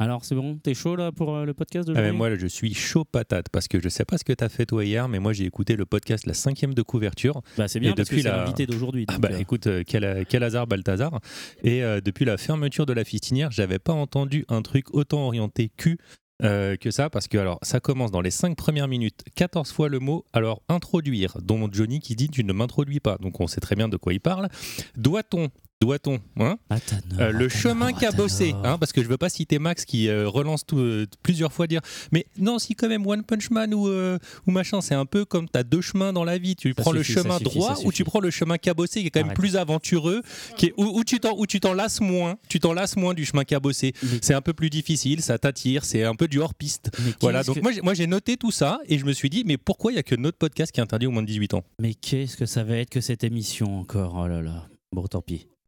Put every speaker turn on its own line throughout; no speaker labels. Alors c'est bon, t'es chaud là pour euh, le podcast de
Ah, mais moi, je suis chaud patate parce que je sais pas ce que t'as fait toi hier, mais moi j'ai écouté le podcast la cinquième de couverture.
Bah c'est bien
et
parce que
depuis
c'est
la-
l'invité d'aujourd'hui.
Ah
donc,
bah
euh,
écoute, euh, quel, quel hasard Balthazar. Et euh, depuis la fermeture de la fistinière, j'avais pas entendu un truc autant orienté cul euh, que ça, parce que alors ça commence dans les 5 premières minutes, 14 fois le mot, alors introduire, dont Johnny qui dit tu ne m'introduis pas, donc on sait très bien de quoi il parle. Doit-on doit-on hein,
Athanor,
euh, le
Athanor,
chemin qu'a bossé,
Athanor.
hein, parce que je veux pas citer Max qui euh, relance tout, euh, plusieurs fois dire, mais non, si quand même One Punch Man ou, euh, ou machin, c'est un peu comme t'as deux chemins dans la vie, tu
Ça
prends
suffit,
le
ça
chemin
suffit,
droit
ça
ou tu
suffit.
prends le chemin cabossé qui est quand même
Arrête.
plus aventureux, qui est, où, où tu t'en où tu t'en lasses moins, tu t'en lasses moins du chemin cabossé,
Mais-
c'est un peu plus difficile, ça t'attire, c'est un peu du hors piste.
Mais qu'est-ce
Voilà, donc
que-
moi, j'ai- moi j'ai noté tout ça et je me suis dit, mais pourquoi il y a que notre podcast qui est interdit au moins de 18 ans
Mais qu'est-ce que ça va être que cette émission encore Oh là là. Bon, tant pis.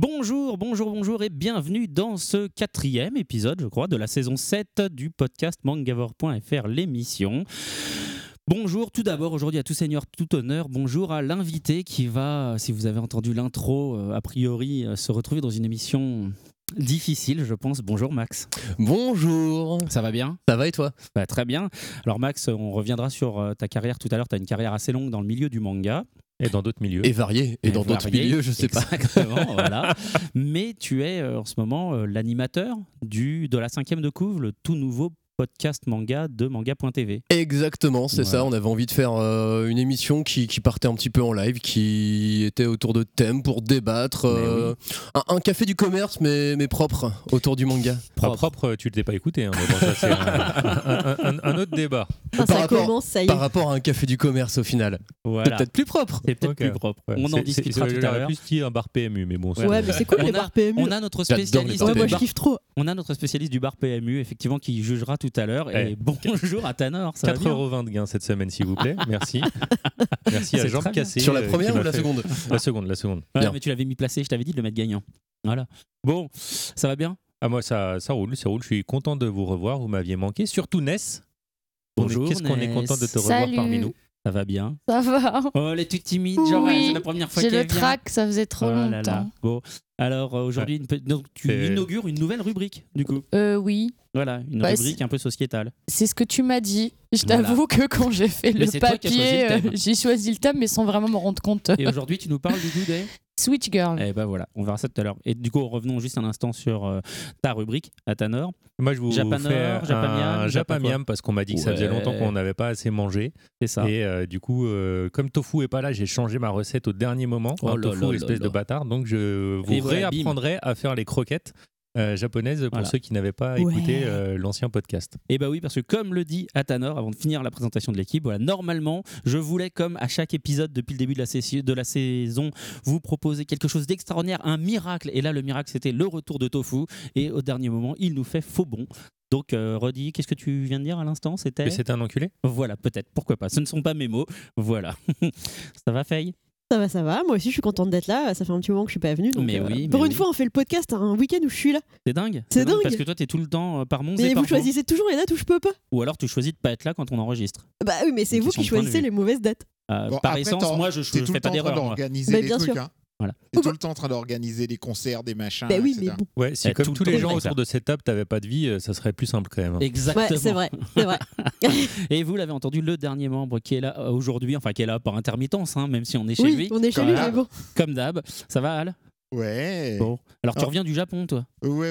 Bonjour, bonjour, bonjour et bienvenue dans ce quatrième épisode, je crois, de la saison 7 du podcast mangavor.fr, l'émission. Bonjour tout d'abord aujourd'hui à tout seigneur, tout honneur, bonjour à l'invité qui va, si vous avez entendu l'intro, euh, a priori euh, se retrouver dans une émission difficile, je pense. Bonjour Max,
Bonjour,
ça va bien
ça va et toi
Bah, très bien. Alors Max, on reviendra sur euh, ta carrière tout à l'ure. Tu as une carrière assez longue dans le milieu du manga.
Et dans d'autres milieux.
Et varié, et dans
Varié,
d'autres milieux, je sais pas.
Exactement, voilà. Mais tu es euh, en ce moment euh, l'animateur du de la cinquième de couvre, le tout nouveau podcast manga de manga.tv.
Exactement, c'est
Ouais.
ça, on avait envie de faire euh, une émission qui, qui partait un petit peu en live, qui était autour de thèmes pour débattre. euh, un, un café du commerce, mais, mais propre, autour du manga.
Pas Bah, propre, tu ne t'es pas écouté, hein, mais bon, ça, c'est un- un- un- un autre débat.
Enfin,
Par
ça
rapport-
commence, ça y est.
Par rapport à un café du commerce au final.
Voilà.
Peut-être plus propre.
C'est peut-être
Ok.
plus propre.
Ouais,
on en
c'est-
discutera
c'est-
tout à
j'aurais
l'heure.
plus dit un bar PMU, mais bon. c'est-
Ouais, mais c'est cool
On
les
a-
bars PMU.
On a notre
J'adore les
spécialiste.
bars
Ouais,
du
moi je
bar-
kiffe trop.
On a notre spécialiste du bar PMU, effectivement, qui jugera tout à l'heure. Et
Eh.
bonjour à Tanor. Ça va
4,20
bien
euros de gain cette semaine, s'il vous plaît. Merci. Merci à
C'est
Jean
très bien.
Cassé.
Sur la
euh,
première
qui
ou
m'a
la
fait-
seconde
La seconde, la seconde.
Ouais,
Bien.
mais tu l'avais mis placé, je t'avais dit de le mettre gagnant. Voilà. Bon, ça va bien
Ah, moi, ça, ça roule, ça roule. Je suis content de vous revoir. Vous m'aviez manqué. Surtout Ness. On est-
Bonjour,
Qu'est-ce qu'on est
Ness.
content de te revoir
Salut.
parmi nous.
Ça va bien
Ça va.
Oh, elle est toute timide,
Oui,
genre c'est la première fois
J'ai
qu'elle
le
vient.
trac, ça faisait
Oh
trop
là là.
longtemps.
Bon, alors euh, aujourd'hui, une pe- donc, tu
C'est-
inaugures une nouvelle rubrique, du coup.
Euh, oui,
Voilà, une
Bah,
rubrique un peu sociétale.
c'est ce que tu m'as dit. Je t'avoue que quand j'ai fait
Mais
le
c'est toi qui as choisi le
papier,
thème.
euh, j'ai choisi le thème, mais sans vraiment me rendre compte.
Et aujourd'hui, tu nous parles du coup des.
Switch Girl.
Eh ben voilà, on verra ça tout à l'heure. Et du coup, revenons juste un instant sur euh, ta rubrique, Atanor.
Moi, je vous
Japanor,
fais
Japamiam, Japan
un Japamiam parce qu'on m'a dit que ça faisait
Ouais.
longtemps qu'on n'avait pas assez mangé.
C'est ça.
Et euh, du coup, euh, comme Tofu est pas là, j'ai changé ma recette au dernier moment.
Oh
Hein,
là
tofu,
là
espèce
là
de
là.
bâtard. Donc, je vous
Et voilà, bim.
réapprendrai à faire les croquettes. euh, japonaises pour
Voilà.
ceux qui n'avaient pas
Ouais.
écouté euh, l'ancien podcast.
Eh ben oui, parce que comme le dit Atanor, avant de finir la présentation de l'équipe, voilà, normalement, je voulais, comme à chaque épisode depuis le début de la, sais- de la saison, vous proposer quelque chose d'extraordinaire, un miracle. Et là, le miracle, c'était le retour de Tofu. Et au dernier moment, il nous fait faux bon. Donc, euh, Roddy, qu'est-ce que tu viens de dire à l'instant C'était.
Mais c'est un enculé
Voilà, peut-être, pourquoi pas. Ce ne sont pas mes mots. Voilà. Ça va, Faye
Ça va, ça va. Moi aussi, je suis contente d'être là. Ça fait un petit moment que je suis pas venue. donc,
Mais
euh,
oui,
pour
mais
une
oui.
fois, on fait le podcast un week-end où je suis là.
C'est dingue.
C'est dingue.
Parce que toi, t'es tout le temps euh, par mons et
Mais
par
vous
vents.
choisissez toujours les dates où je peux pas.
Ou alors, tu choisis de pas être là quand on enregistre.
Bah oui, mais c'est
Une
vous
question
qui
de point de
choisissez
vue.
les mauvaises dates.
Euh,
Bon,
par
après,
essence,
t'en-
moi, je je
T'es tout
fais
le
pas
temps en train
d'erreur. moi.
Bah,
d'organiser des
bien
trucs.
sûr.
Hein.
Voilà.
T'es tout le temps en train d'organiser des concerts, des machins.
bah oui, mais
etc.
bon.
Ouais, si
Eh, tout
comme
le
tous les
temps,
gens
c'est
autour
ça.
de cette table t'avais pas de vie, euh, ça serait plus simple quand même.
Exactement.
Ouais, c'est vrai. C'est vrai.
Et vous l'avez entendu, le dernier membre qui est là euh, aujourd'hui, enfin qui est là par intermittence, hein, même si on est chez
oui, Oh.
lui,
on est chez
quand
lui,
même.
mais bon.
comme d'hab. Ça va, Al
Ouais.
Bon. Alors tu
Ah. Eh.
reviens du Japon, toi.
Ouais, ouais, ouais,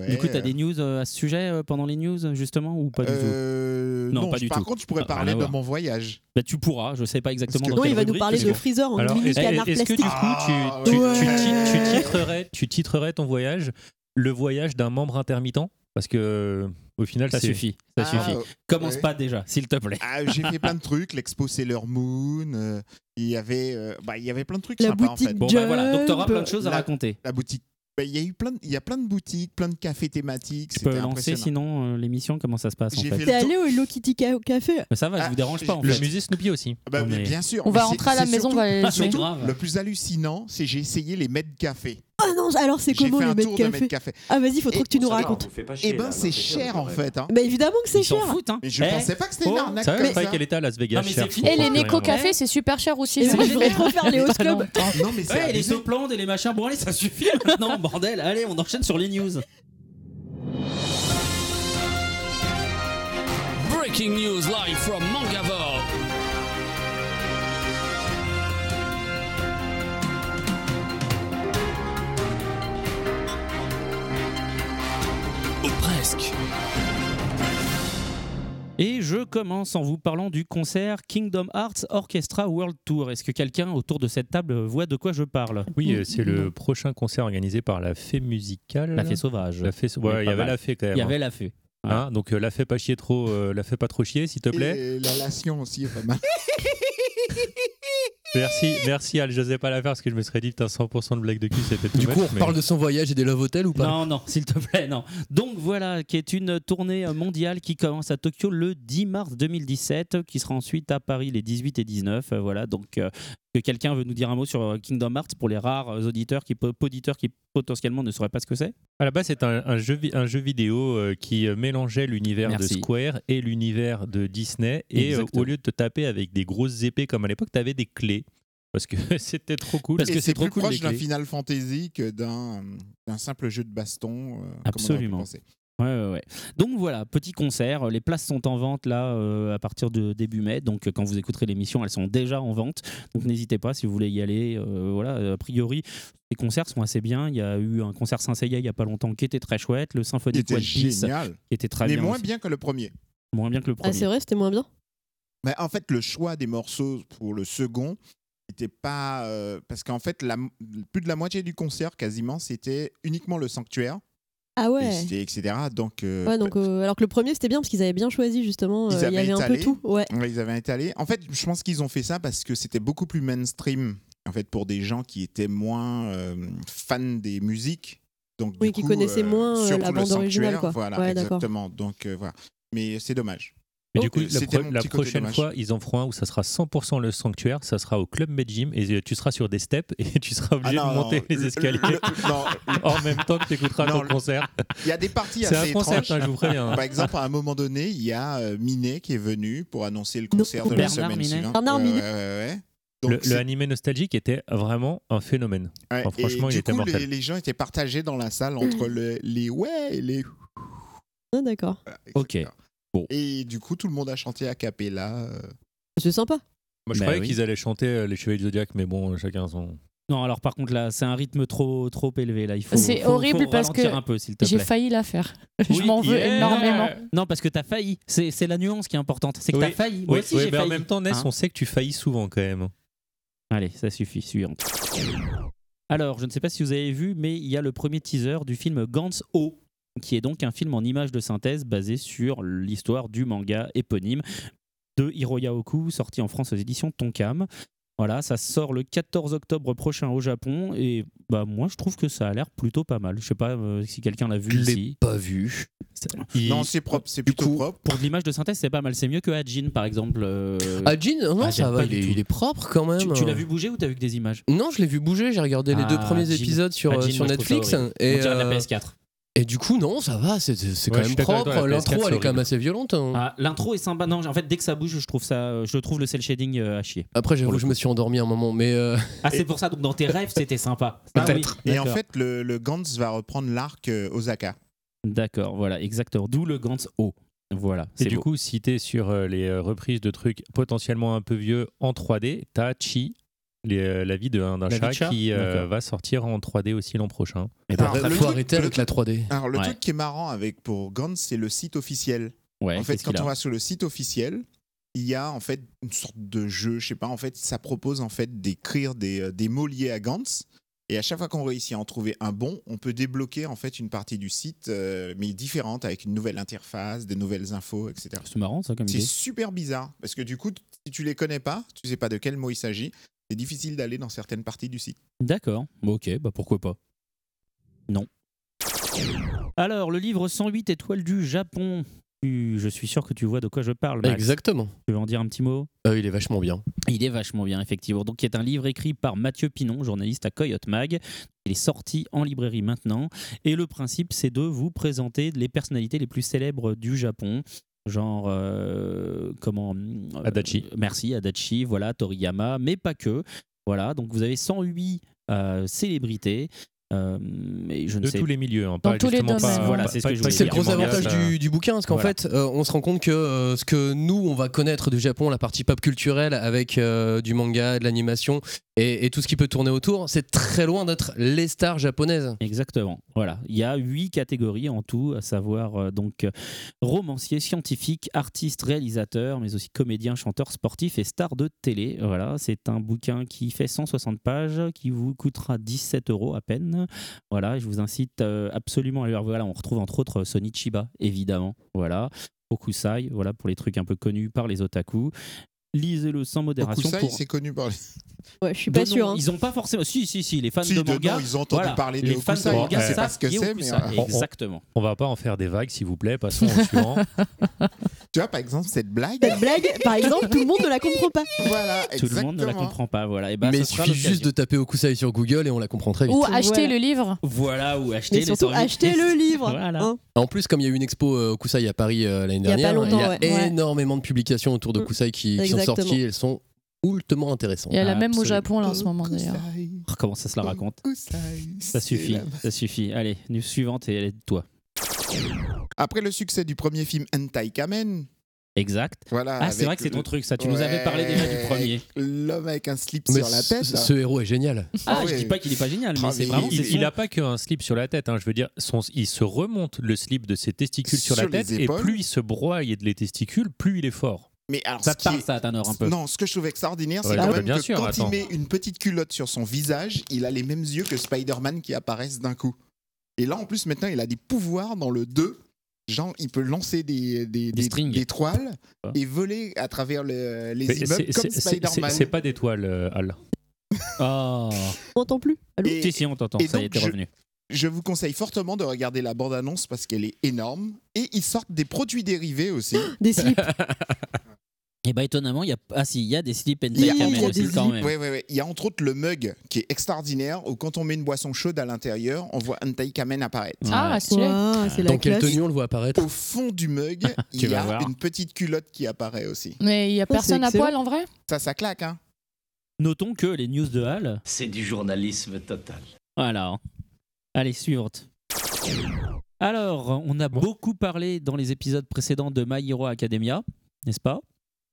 ouais,
Du coup,
ouais.
tu as des news euh, à ce sujet euh, pendant les news, euh, justement, ou pas du tout
Euh,
Non,
Non,
pas du
par
tout.
contre, je pourrais
Ah, rien
parler
à
de
voir.
mon voyage.
bah, Tu pourras, je sais pas exactement.
Parce que-
dans
Non,
quelle
il va nous
rubrique,
parler
mais
de
bon.
freezer en
Alors,
mini
est-ce
canard
est-ce que du
plastique.
coup
Ah,
tu, tu-
ouais.
tu ti- tu titrerais, tu titrerais ton voyage le voyage d'un membre intermittent Parce que euh, au final,
Ça
c'est-
suffit, ça
Ah,
suffit.
euh,
Commence
ouais.
pas déjà, s'il te plaît.
Ah, j'ai fait plein de trucs, l'expo Sailor Moon, euh, il y avait euh, bah, il y avait plein de trucs
La
sympas en
boutique
fait.
Bon, bah
Jump.
voilà, donc t'auras plein de choses à
La-
raconter.
La boutique Ben, Il y a eu plein de, il y a plein de boutiques, plein de cafés thématiques.
Tu peux
C'était
lancer
impressionnant.
sinon euh, l'émission Comment ça se passe en
J'ai
fait
fait
T'es
le tour.
allé au Hello Kitty Ca- au café
Mais Ça va, je
Ah,
vous dérange pas en
Le
fait.
musée Snoopy aussi.
Ah bah,
Non,
mais
mais-
bien sûr.
On va
mais c'est-
rentrer à la
c'est
maison, on va
surtout-
aller
Ah,
les
mais
chercher.
grave.
Le plus hallucinant, c'est j'ai essayé les mets de café.
Ah non, alors c'est
J'ai
comment
fait
les
un
mecs
tour de mets de
café
café.
Ah vas-y, faut trop
Et-
que tu nous
Ça va.
racontes.
Eh ben, c'est cher en fait. hein.
Mais évidemment que c'est
Ils s'en
cher.
foutent, hein.
Mais je
Eh,
pensais pas que c'était
oh,
une arnaque
Ça va,
comme
pas
ça.
quel état Las Vegas
Non, mais
cher.
c'est fini.
Et Eh, les
Ouais.
néco cafés, c'est super cher aussi.
Et
c'est
moi, je
vrai.
voudrais trop faire les host
Ah, non.
clubs.
Non mais c'est
Ouais, les
abusé.
soplantes et les machins. Bon, allez, ça suffit là, maintenant, bordel. Allez, on enchaîne sur les news.
Breaking news live from Mangavore. Ou presque.
Et je commence en vous parlant du concert Kingdom Hearts Orchestra World Tour. Est-ce que quelqu'un autour de cette table voit de quoi je parle
Oui, euh, c'est le prochain concert organisé par la Fée Musicale.
La fée sauvage.
La Fée sau- ouais,
Mais
il y
pas
avait
mal.
la Fée quand même.
Il y avait la fée.
hein. Hein, donc euh, la Fée pas chier trop, euh, la Fée pas trop chier, s'il te plaît.
Et la lation aussi est pas mal.
Merci, merci Al, je sais pas la faire parce que je me serais dit putain 100% de blague de cul, c'était tout.
Du coup, on
moche, mais-
reparle de son voyage et des love hotels ou pas
Non, non, s'il te plaît, non. Donc voilà, qui est une tournée mondiale qui commence à Tokyo le 10 mars 2017, qui sera ensuite à Paris les 18 et 19. Euh, Voilà, donc euh, que quelqu'un veut nous dire un mot sur euh, Kingdom Hearts pour les rares euh, auditeurs qui, po- auditeurs qui potentiellement ne sauraient pas ce que c'est.
À la base, c'est un, un jeu, vi- un jeu vidéo euh, qui euh, mélangeait l'univers de
Merci.
Square et l'univers de Disney. Et euh,
Exactement.
au lieu de te taper avec des grosses épées comme à l'époque, t'avais des clés. Parce que c'était trop cool.
Parce
Et
que c'est trop
plus
cool, les
proche d'un
clés.
Final Fantasy que d'un d'un simple jeu de baston. euh, comme on aurait pu
Absolument.
penser.
Ouais, ouais, ouais. Donc voilà, petit concert. Les places sont en vente là euh, à partir de début mai. Donc euh, quand vous écouterez l'émission, elles sont déjà en vente. Donc n'hésitez pas si vous voulez y aller. Euh, voilà, euh, a priori, les concerts sont assez bien. Il y a eu un concert Saint-Seiya il y a pas longtemps qui était très chouette. Le
Il
Symphonique
était
One Piece
génial.
qui était très
Mais
bien.
moins
aussi.
bien que le premier.
Moins bien que le
Ah
premier.
c'est vrai, c'était moins bien.
Mais en fait, le choix des morceaux pour le second n'était pas. euh, parce qu'en fait, la, plus de la moitié du concert, quasiment, c'était uniquement le sanctuaire,
Ah
et
ouais.
c'était- etc. Donc, euh,
Ouais, donc, euh, alors que le premier c'était bien parce qu'ils avaient bien choisi justement,
Ils
euh, il y
avaient
avait un peu
étalé.
tout. Ouais.
Ouais, ils avaient étalé. En fait, je pense qu'ils ont fait ça parce que c'était beaucoup plus mainstream. En fait, pour des gens qui étaient moins euh, fans des musiques, donc
Oui,
du
qui
coup,
connaissaient moins, euh,
surtout
la
le
bande originale,
Sanctuaire,
quoi.
Voilà,
Ouais, d'accord.
exactement. Donc euh, voilà. Mais c'est dommage.
Mais
Oh,
du coup,
euh,
la,
c'était
pro-
mon
la
petit côté
prochaine
dommage.
fois, ils en feront un où ça sera 100% le sanctuaire, ça sera au Club Med Gym et euh, tu seras sur des steps et tu seras obligé
Ah,
de
non,
monter
non,
les
le-
escaliers
le- le- non,
en même temps que tu écouteras
Non,
ton
le-
concert.
il y a des parties
C'est un
assez
concept,
étranges.
hein, je vous préviens.
Par exemple, à un moment donné, il y a euh, Minet qui est venu pour annoncer le
Non,
concert de la
Bernard
semaine
Minet.
suivante.
Bernard
Ouais,
Minet.
ouais, ouais, ouais.
Le,
Donc,
le
c'est-
animé nostalgique était vraiment un phénomène.
ouais,
enfin,
et
franchement, il
du
était
coup,
mortel.
les, les gens étaient partagés dans la salle entre le- les ouais et les
Ah, d'accord.
Ok.
etc.
Bon.
Et du coup, tout le monde a chanté a cappella. euh,
C'est sympa.
Moi, je
Bah
croyais
oui.
qu'ils allaient chanter euh, les Chevaliers du Zodiac, mais bon, chacun son.
Non, alors par contre là, c'est un rythme trop trop élevé là. Il faut.
C'est
faut-
horrible
faut
parce
ralentir
que
un peu, s'il te
J'ai
plaît.
failli la faire. je
Oui,
m'en veux
yeah.
énormément.
Non, parce que t'as failli. C'est c'est la nuance qui est importante. C'est que
Oui.
t'as failli. Moi
Oui,
aussi,
oui,
j'ai
mais en
failli.
même temps, Ness,
Hein
on sait que tu faillis souvent quand même.
Allez, ça suffit, suivante. Alors, je ne sais pas si vous avez vu, mais il y a le premier teaser du film Gantz O, qui est donc un film en images de synthèse basé sur l'histoire du manga éponyme de Hiroya Oku, sorti en France aux éditions Tonkam. Voilà, ça sort le 14 octobre prochain au Japon et bah moi je trouve que ça a l'air plutôt pas mal. Je sais pas euh, si quelqu'un l'a vu ici.
pas vu.
Non, c'est propre, c'est
Du
plutôt
coup,
propre.
Pour de l'image de synthèse, c'est pas mal. C'est mieux que Hajin par exemple. euh,
Ah, Jean Non,
Ah, j'aime
ça va,
pas
il
du
est,
tout.
il est propre quand même.
tu tu l'as vu bouger ou t'as vu que des images
Non, je l'ai vu bouger, j'ai regardé les
Ah,
deux premiers
Jean.
épisodes sur,
Ah,
euh,
Jean,
sur
moi, je trouve ça
Netflix.
horrible.
et,
On dirait
euh,
la PS4.
et du coup, non, ça va, c'est c'est- c'est
Ouais, je
quand même
suis d'accord avec
propre.
toi, la PS4,
L'intro, elle est
c'est
quand même assez violente. hein.
Ah, L'intro est sympa. Non, en fait, dès que ça bouge, je trouve ça, je trouve le cel shading euh, à chier.
Après, j'avoue,
Pour le
je me suis endormi un moment, mais euh,
Ah, c'est pour ça. Donc dans tes rêves, c'était sympa.
Ah oui.
Peut-être.
Et en
D'accord.
fait, le, le Gantz va reprendre l'arc euh, Osaka.
D'accord. Voilà, exactement. D'où le Gantz O. Voilà.
Et
C'est
du
beau.
coup, si t'es sur euh, les euh, reprises de trucs potentiellement un peu vieux en 3D, t'as Chi, les, euh, la vie d'un d'un
La vie
chat,
de chat
qui euh,
D'accord.
va sortir en 3D aussi l'an prochain.
Et
Alors,
ben,
le
faut
truc-
arrêter
le
avec la 3D.
Alors, le
Ouais.
truc qui est marrant avec pour Gantz, c'est le site officiel.
ouais,
en fait,
qu'est-ce qu'il
quand on
a
va sur le site officiel, il y a en fait une sorte de jeu, je sais pas, en fait, ça propose en fait d'écrire des, euh, des mots liés à Gantz. Et à chaque fois qu'on réussit à en trouver un bon, on peut débloquer en fait une partie du site, euh, mais différente, avec une nouvelle interface, des nouvelles infos, etc.
C'est marrant ça comme
C'est
idée.
super bizarre, parce que du coup, t- si tu les connais pas, tu sais pas de quel mot il s'agit, c'est difficile d'aller dans certaines parties du site.
D'accord. Bon, ok, bah pourquoi pas. Alors, le livre 108 étoiles du Japon. Tu- Je suis sûr que tu vois de quoi je parle. Max.
Exactement.
Tu veux en dire un petit mot
Euh, il est vachement bien.
Il est vachement bien, effectivement. Donc, qui est un livre écrit par Mathieu Pinon, journaliste à Coyote Mag. Il est sorti en librairie maintenant. Et le principe, c'est de vous présenter les personnalités les plus célèbres du Japon. Genre, euh, comment euh,
Adachi.
Merci, Adachi, voilà, Toriyama, mais pas que. Voilà, donc vous avez 108 euh, célébrités. euh, et je ne
De
sais
tous les milieux, hein, pas
tous les
justement pas-
domaines.
Voilà,
pas-
c'est ce
pas-
que je
pas-
voulais
C'est le
dire.
pas-
gros
Manga,
avantage
ça-
du, du bouquin, parce qu'en
Voilà.
fait, euh, on se rend compte que euh, ce que nous, on va connaître du Japon, la partie pop culturelle avec euh, du manga, de l'animation et, et tout ce qui peut tourner autour, c'est très loin d'être les stars japonaises.
Exactement. Voilà. Il y a huit catégories en tout, à savoir euh, donc euh, romancier, scientifique, artiste, réalisateur, mais aussi comédien, chanteur, sportif et star de télé. Voilà. C'est un bouquin qui fait 160 pages, qui vous coûtera 17 euros à peine. Voilà. Et je vous incite euh, absolument à le lire. Voilà. On retrouve entre autres Sonny Chiba, évidemment. Voilà. Okusai, voilà pour les trucs un peu connus par les otaku. Lisez-le sans modération.
Okusai,
pour-
c'est connu par les.
Ouais, je suis
De
pas
nom,
sûre. hein.
Ils ont pas forcément. Si, si, si, les fans
Si,
de
de
manga.
nom, ils ont entendu
voilà,
parler de
les fans de
Hokusai,
manga
on sait
savent
pas ce que
qui est
c'est, mais,
Hokusai.
euh,
Exactement.
On va pas en faire des vagues, s'il vous plaît. Passons au suivant.
Tu vois, par exemple, cette blague.
Cette blague, par exemple, tout le monde ne la comprend pas.
voilà,
Tout
exactement.
le monde ne la comprend pas. Voilà. Et ben,
Mais
ce
il
sera
suffit juste de
l'occasion.
taper Okusai sur Google et on la comprend très vite.
Ou
Voilà.
acheter le livre.
Voilà, ou acheter
Mais
les
surtout,
services.
achetez le livre.
Voilà.
hein.
En plus, comme il y a eu une expo euh, Okusai à Paris euh, l'année
y a pas
dernière, il y a,
longtemps, ouais.
énormément de publications autour de
Mm.
Okusai qui, qui sont
Exactement.
sorties. Elles sont ultement intéressantes.
Il y a la même au
Absolument.
Japon là en ce moment d'ailleurs.
Oh, Comment ça se
Mmh.
la raconte Ça suffit, ça suffit. Allez, news suivante et elle est de toi.
Après le succès du premier film Hentai Kamen,
Exact.
voilà.
Ah, c'est
avec
vrai que c'est ton
le-
truc, ça. Tu nous avais parlé déjà du premier.
L'homme avec un slip
Mais
sur la
ce-
tête.
ce, héros est génial.
Ah,
Ah
je
ouais.
dis pas qu'il est pas génial,
Ah,
mais c'est
mais
vraiment.
il,
c'est
il
son-
a pas qu'un slip sur la tête. hein, je veux dire, son- il se remonte le slip de ses testicules sur,
Sur
la tête
les
et
épaules.
plus il se broille de les testicules, plus il est fort.
Mais alors,
Ça
ce
te
qui
parle,
est-
ça, Tanner, un peu.
Non, ce que je trouve extraordinaire,
Ouais,
c'est quand
bah,
même
bien
que
sûr,
quand
attends.
il met une petite culotte sur son visage, il a les mêmes yeux que Spider-Man qui apparaissent d'un coup. Et là, en plus, maintenant, il a des pouvoirs dans le 2. Genre, il peut lancer des, des, des-
strings.
des toiles
Ah.
et voler à travers le- les
Mais
immeubles
c'est-
comme
c'est- c'est- C'est
Spider-Man.
c'est pas des toiles, euh, Al.
Oh.
On m'entend plus. Allô
Et-
Si, si, on t'entend.
et
Ça y est,
donc,
t'es
je-
revenu.
Je vous conseille fortement de regarder la bande-annonce parce qu'elle est énorme. Et ils sortent des produits dérivés aussi.
Ah,
Des slips.
Et bah, étonnamment, il y a. Ah, si, il y a des slip and
Il y a
take
entre
Amen
autres-
aussi, quand même.
Ouais, ouais, ouais. Il y a entre autres le mug qui est extraordinaire où quand on met une boisson chaude à l'intérieur, on voit un Kamen apparaître.
Ouais.
Ah, stylé.
Ouah, c'est la
Dans quelle
classe.
tenue on le voit apparaître
Au fond du mug,
Tu
il y
vas
a
voir.
une petite culotte qui apparaît aussi.
Mais il y a
c'est
personne à
excellent.
poil en vrai
Ça, ça claque, hein
Notons que les news de Hall,
C'est du journalisme total.
Voilà. hein. Allez, suivante. Alors, on a beaucoup parlé dans les épisodes précédents de My Hero Academia, n'est-ce pas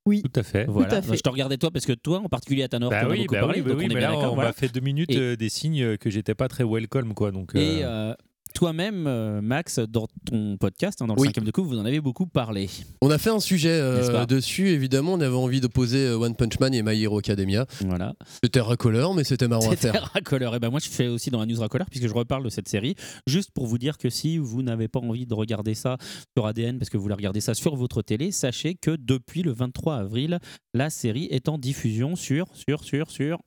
Tout à fait.
Voilà.
à fait.
Je te regardais toi parce que toi, en particulier à Tanor,
Bah
t'en as
oui,
beaucoup
bah
parlé,
oui, bah
donc
oui,
on est
mais
bien
là,
d'accord.
on
voilà.
m'a fait deux minutes
Et-
euh, des signes que j'étais pas très welcome, quoi. Donc, euh,
Et euh, toi-même, euh, Max, dans ton podcast, hein, dans le
Oui.
cinquième de coup, vous en avez beaucoup parlé.
On a fait un sujet euh,
N'est-ce pas
dessus, évidemment. On avait envie d'opposer euh, One Punch Man et My Hero Academia.
Voilà.
C'était racoleur, mais c'était marrant à
C'était
faire.
Racoleur. Et ben moi, je fais aussi dans la news Racoleur puisque je reparle de cette série. Juste pour vous dire que si vous n'avez pas envie de regarder ça sur ADN parce que vous voulez regarder ça sur votre télé, sachez que depuis le 23 avril, la série est en diffusion sur sur sur sur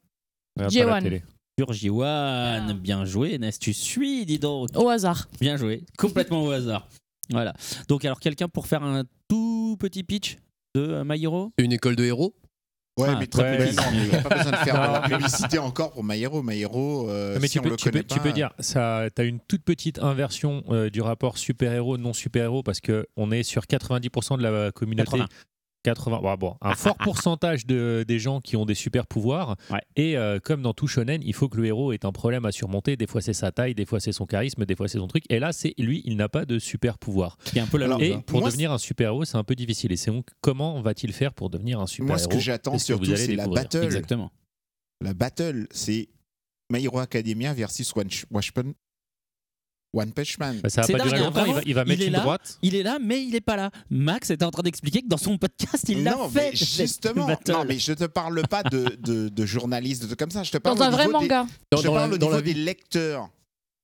on a pas
J1.
la télé.
sur J1. Bien joué, Nes. Tu suis, dis donc.
Au hasard.
Bien joué. Complètement au hasard. Voilà. Donc alors quelqu'un pour faire un tout petit pitch de euh, My Hero
Une école de héros
Ouais,
Ah,
mais
très
ouais,
petit.
non, mais il n'y a pas besoin de faire de la publicité encore pour My Hero. My Hero, euh,
Non, mais
si
tu,
on
peux,
le
tu,
connaît
peux, tu
pas,
peux dire, ça, as une toute petite inversion euh, du rapport super-héros, non-super-héros, parce que on est sur 90% de la communauté.
80.
80, bon, bon, un fort pourcentage de, des gens qui ont des super pouvoirs.
Ouais.
Et euh, comme dans tout shonen, il faut que le héros ait un problème à surmonter. Des fois, c'est sa taille, des fois, c'est son charisme, des fois, c'est son truc. Et là, c'est lui, il n'a pas de super pouvoir.
Qui est un peu la
Alors,
loose,
Et
hein.
pour
Moi,
devenir un super-héros, c'est un peu difficile. Et c'est donc comment va-t-il faire pour devenir un
Moi, ce
super-héros
que j'attends
Est-ce que vous
surtout,
allez
c'est la
découvrir
battle.
Exactement.
La battle, c'est My Hero Academia versus One, Sh- Wash- Pun- One Punch Man.
Bah, Ça
C'est
va pas
dingue,
durer
hein,
longtemps. Il va, il va
vraiment,
mettre
il est
une
là.
droite.
Il est là, mais il est pas là. Max était en train d'expliquer que dans son podcast, il l'a
non,
fait.
mais justement,
cette battle.
non, mais je te parle pas de, de, de journalistes, de trucs comme ça. Je te parle
Dans un
au
vrai
Ah
niveau des-
manga.
Dans,
je
dans
parle
la,
au
dans
niveau
la
des
vie.
lecteurs.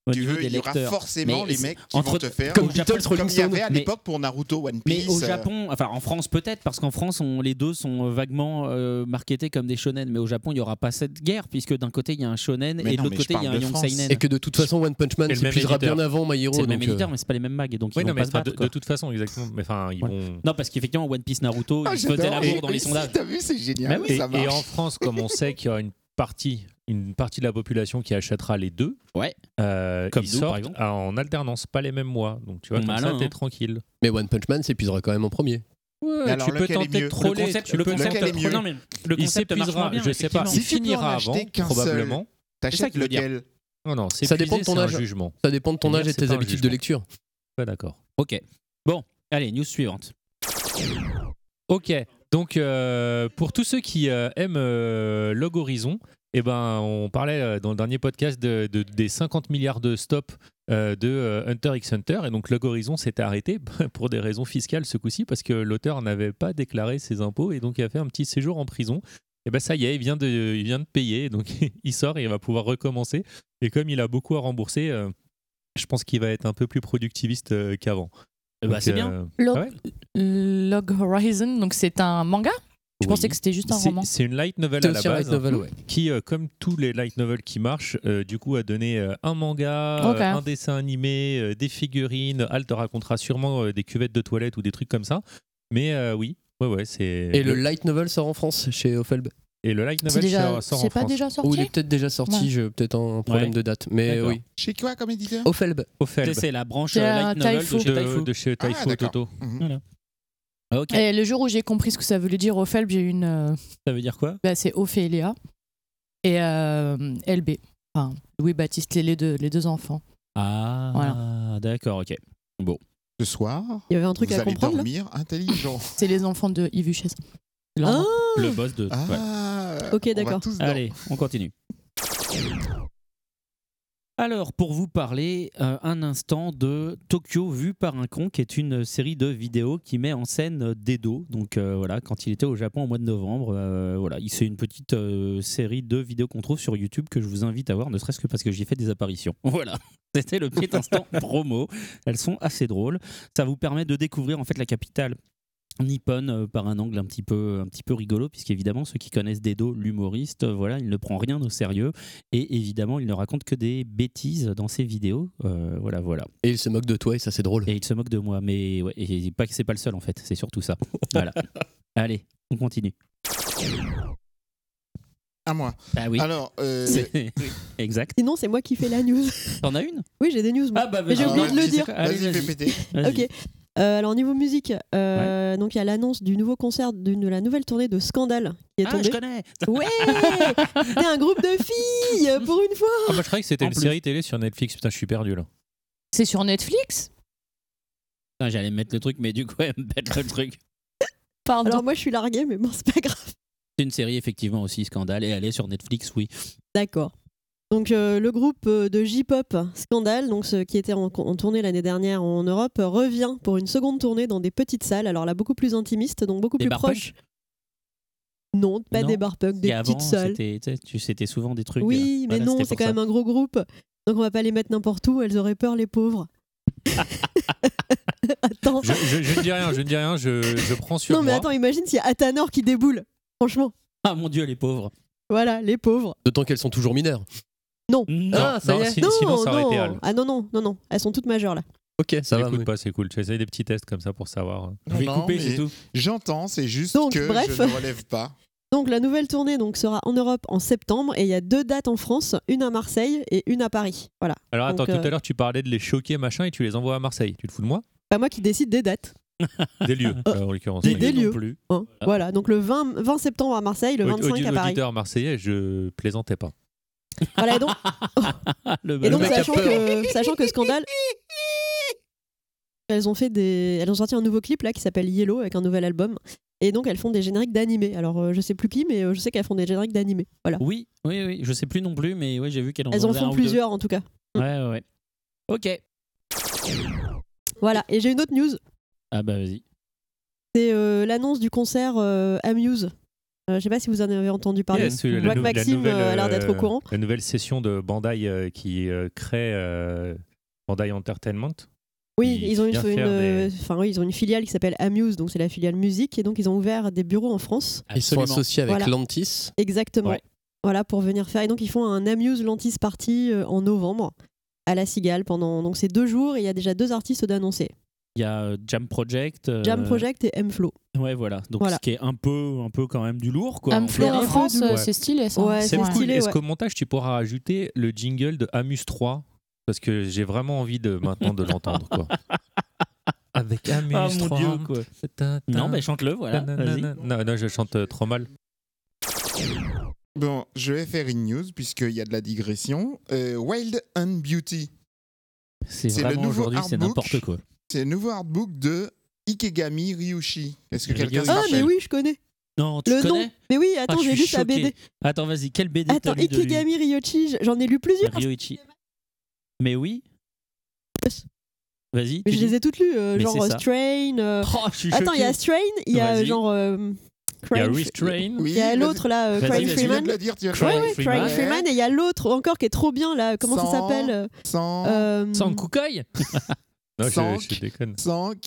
au
tu
niveau
veux,
des
il y aura
lecteurs.
forcément
Mais
les mecs qui
entre-
vont te faire
Comme
comme,
Beatles, Rolling
il y avait
Stone.
à
Mais-
l'époque pour Naruto, One Piece.
Mais au
euh,
Japon, enfin en France peut-être, parce qu'en France on, les deux sont vaguement euh, marketés comme des shonen, mais au Japon il n'y aura pas cette guerre, puisque d'un côté il y a un shonen
Mais
et
non,
de l'autre
mais je
côté il y a
parle
un
de
Young
France.
Seinen.
Et que de toute façon, One Punch Man
Et le même
s'épuisera
éditeur.
bien avant My Hero.
C'est le même
donc, euh,
éditeur, mais c'est pas les mêmes mags, et donc ils
Oui,
vont
non,
pas
mais
se
enfin, de,
battre. quoi.
de toute façon, exactement. Mais enfin, ils
Ouais.
vont.
Non, parce qu'effectivement One Piece, Naruto,
Ah,
ils se faisaient la
j'adore.
bourre dans
Et-
les
et si,
sondages.
T'as vu, c'est génial,
Mais oui.
Et,
ça
et
marche.
en France, comme on sait qu'il y aura une partie, une partie de la population qui achètera les deux,
Ouais.
euh,
Comme
ils
nous, par
sortent
exemple.
à- en alternance, pas les mêmes mois. Donc tu vois, comme
Malin,
ça, t'es
hein.
tranquille.
euh, Mais One Punch Man s'épuisera quand même en premier.
Ouais,
alors,
tu peux
lequel est
tenter de
mieux
Le
troller.
concept,
tu
le
peux-
concept,
lequel est mieux
non, mais le
il
concept marche
s'épuisera,
moins bien,
je sais pas.
effectivement.
Il
Si tu peux en
finira
acheter
avant,
qu'un seul.
probablement.
ça que
T'achètes
je veux dire.
lequel
Non, non, c'est
Ça dépend de
épuisé,
ton
c'est un
âge.
jugement.
Ça dépend de ton
D'ailleurs,
âge et de
c'est
tes
pas un
habitudes de
jugement.
lecture.
Pas d'accord.
Ok. Bon, allez, news suivante.
Ok. Donc, euh, pour tous ceux qui euh, aiment euh, Log Horizon, eh ben, on parlait euh, dans le dernier podcast de, de- des 50 milliards de stops euh, de euh, Hunter x Hunter. Et donc, Log Horizon s'était arrêté pour des raisons fiscales ce coup-ci, parce que l'auteur n'avait pas déclaré ses impôts et donc il a fait un petit séjour en prison. Et ben ça y est, il vient de, il vient de payer, donc il sort et il va pouvoir recommencer. Et comme il a beaucoup à rembourser, euh, je pense qu'il va être un peu plus productiviste euh, qu'avant.
Eh ben,
Donc,
c'est bien.
euh,
Log,
ah ouais
Log Horizon, donc c'est un manga Je
Oui.
pensais que c'était juste un
C'est-
roman.
C'est une light novel
C'est
à la
aussi un light
base.
novel, ouais.
qui, euh, comme tous les light novels qui marchent, euh, du coup a donné euh, un manga,
Ok.
euh, un dessin animé, euh, des figurines. Al te racontera sûrement euh, des cuvettes de toilette ou des trucs comme ça. Mais euh, oui, ouais, ouais, c'est.
Et le light novel sort en France chez Ophelb.
et le light
C'est
novel
déjà,
sort, sort en
c'est pas
France.
déjà
Ou il
sorti
est peut-être déjà sorti,
Ouais.
je- peut-être un problème
Ouais.
de date. Mais
D'accord.
oui.
Chez quoi comme éditeur
Oh.
Ophelb.
Au Felb,
C'est la branche
C'est
euh,
un
light novel
Taifu.
de chez Taifu.
de, de chez
Ah,
Taifu
d'accord.
Toto.
Mhm.
Ah, Ok,
Et le jour où j'ai compris ce que ça voulait dire Ophelb, j'ai eu une. euh,
ça veut dire quoi
bah, c'est Ophélia et euh, LB. Enfin, Louis-Baptiste, les deux, les deux enfants.
Ah, d'accord, ok.
Ce soir,
Il y avait un truc
vous
à
allez
comprendre là
dormir intelligent.
C'est les enfants de Yves Huchesse. Leur nom.
Ah
Le boss de. ouais.
Ah,
Ok,
on va
d'accord.
tous dormir.
Allez, on continue. Alors, pour vous parler euh, un instant de Tokyo vu par un con, qui est une série de vidéos qui met en scène euh, Dedo. Donc euh, voilà, quand il était au Japon au mois de novembre, euh, voilà, il- c'est une petite euh, série de vidéos qu'on trouve sur YouTube que je vous invite à voir, ne serait-ce que parce que j'y ai fait des apparitions. Voilà, c'était le petit instant promo. Elles sont assez drôles. Ça vous permet de découvrir en fait la capitale Nippon euh, par un angle un petit peu, un petit peu rigolo, puisqu'évidemment, ceux qui connaissent Dedo, l'humoriste, euh, voilà, il ne prend rien au sérieux. Et évidemment, il ne raconte que des bêtises dans ses vidéos. Euh, voilà, voilà.
Et il se moque de toi et ça, c'est drôle.
Et il se moque de moi, mais ouais, et pas que c'est pas le seul en fait, c'est surtout ça. Voilà. Allez, on continue.
À moi.
Ah oui,
Alors, euh,
c'est exact.
Sinon, c'est moi qui fais la news.
T'en as une
Oui, j'ai des news. moi.
bah
Mais j'ai
vas-y.
oublié
Ah,
de le
tu sais
dire.
vas-y, fais péter.
Ok. Euh, alors, niveau musique, euh, donc il y a l'annonce du nouveau concert d'une- de la nouvelle tournée de Scandale qui est
Ah, je
tombée.
connais.
ouais C'est un groupe de filles pour une fois
Ah, moi, je croyais que c'était
En
une
plus.
série télé sur Netflix. Putain, je suis perdu là.
C'est sur Netflix
Putain, J'allais mettre le truc, mais du coup, elle me bête le truc.
Pardon.
Alors, moi, je suis larguée, mais bon, c'est pas grave.
C'est une série effectivement aussi scandale et elle est sur Netflix, oui.
D'accord. Donc euh, le groupe euh, de J-pop Scandal, donc ce qui était en, en tournée l'année dernière en Europe, euh, revient pour une seconde tournée dans des petites salles. Alors là, beaucoup plus intimistes, donc beaucoup
Des
plus
bar
proches. Non, pas
Non,
des bar pubs,
Et
des
avant,
petites salles.
c'était- tu sais, tu- C'était souvent des trucs.
Oui,
euh,
mais
voilà,
non,
c'était
c'est
pour
quand
ça.
même un gros groupe. Donc on va pas les mettre n'importe où, elles auraient peur les pauvres. attends.
Je, je- je ne dis rien, je ne dis rien, je, je prends sur
Non mais
moi.
attends, imagine s'il y a Atanor qui déboule. Franchement,
Ah mon dieu, les pauvres.
voilà, les pauvres.
D'autant qu'elles sont toujours mineures.
Non,
Ah, ça
non,
y est.
si-
non,
sinon, ça aurait
non.
été Al.
Ah non non, non non, elles sont toutes majeures là.
Ok, ça va.
Écoute
mais-
pas, c'est cool. J'essaie des petits tests comme ça pour savoir. hein.
Je vais
Non,
couper,
mais
c'est tout.
J'entends, c'est juste
Donc,
que
bref.
je ne relève pas.
Donc la nouvelle tournée donc sera en Europe en septembre et il y a deux dates en France, une à Marseille et une à Paris. Voilà.
Alors
Donc,
attends,
euh,
tout à l'heure tu parlais de les choquer machin et tu les envoies à Marseille. Tu te fous de moi
Pas moi qui décide des dates.
Des lieux, euh, en l'occurrence.
Des-
Oui.
des
non
lieux.
plus.
hein.
Ah.
Voilà. Donc le 20, 20 septembre à Marseille, le
Aud-
25
audi-
à Paris.
auditeur marseillais, je plaisantais pas.
Voilà. Et donc,
Ah, Le
et donc,
mec a
sachant,
peur.
que, sachant que scandale. Elles ont fait des, elles ont sorti un nouveau clip là qui s'appelle Yellow avec un nouvel album. Et donc elles font des génériques d'animés. Alors euh, je sais plus qui, mais euh, je sais qu'elles font des génériques d'animés. Voilà.
Oui, oui, oui, je sais plus non plus, mais ouais, j'ai vu qu'elle en
Elles en
faisait un
font
ou deux.
plusieurs en tout cas.
Ouais, ouais, ouais. Ok.
Voilà. Et j'ai une autre news.
Ah bah vas-y.
C'est euh, l'annonce du concert euh, Amuse Euh, je sais pas si vous en avez entendu parler.
Yes, oui,
Je vois que
nou-
Maxime
nouvelle,
euh, a l'air d'être au
euh,
courant.
La nouvelle session de Bandai euh, qui euh, crée euh, Bandai Entertainment.
Oui,
il
ils ont une,
vient
une, euh,
faire des-
enfin, oui, ils ont une filiale qui s'appelle Amuse, donc c'est la filiale musique, et donc ils ont ouvert des bureaux en France.
Ils sont
Absolument.
associés avec
Voilà.
Lantis.
Exactement.
Ouais.
Voilà, pour venir faire. Et donc, ils font un Amuse Lantis Party euh, en novembre à La Cigale pendant. Donc, c'est deux jours et il y a déjà deux artistes d'annoncer
Il y a euh, Jam Project. euh,
Jam Project et M-Flow.
Ouais, voilà. Donc
Voilà.
ce qui est un peu, un peu quand même du lourd, quoi.
Am
On
Flow
peut
en
dire.
France,
Ouais.
euh, c'est stylé ça.
Ouais,
C'est
c'est
cool.
stylé,
Est-ce
ouais.
qu'au montage, tu pourras ajouter le jingle de Amuse 3 Parce que j'ai vraiment envie de maintenant de l'entendre. quoi. Avec Amuse
Ah
3.
mon dieu, quoi.
Ta- ta-
Non, mais chante-le, voilà.
ta- ta-
Vas-y.
ta- Non, non, je chante euh, trop mal.
Bon, je vais faire une news puisqu'il y a de la digression. Euh, Wild and Beauty,
C'est
C'est le
vraiment
nouveau
aujourd'hui, c'est
artbook.
n'importe quoi.
c'est le nouveau artbook de Ikegami Ryushi. Est-ce que quelqu'un se
Ah, mais
rappelle
oui, je connais.
Non, tu
Le
connais
nom. Mais oui,
Ah,
attends,
je
j'ai
suis
lu sa
choqué.
BD.
Attends, vas-y, quelle BD t'as
Attends,
lu de lui
Ikigami Ryochi, j'en ai lu plusieurs.
Ryoichi. Mais oui. Vas-y.
Mais
tu
je les
dis.
ai toutes lues, euh,
Mais
genre
c'est
euh,
ça.
Strain. euh,
Oh, je suis
Attends, il y a
choqué.
Strain, il y a
Vas-y.
genre. euh,
Il y a
Crane-
Restrain.
Oui,
Il y a
vas-y.
l'autre là, euh,
Vas-y,
Crane
vas-y.
Tu viens
Freeman.
de le dire, tu viens de le
Crane
dire.
Ouais, ouais,
Freeman.
Crane Freeman, et il y a l'autre encore qui est trop bien là. Comment ça
Sans-
s'appelle
Sans-
euh,
Sans coucaille
Non,
Sank.
je, je déconne.
sans que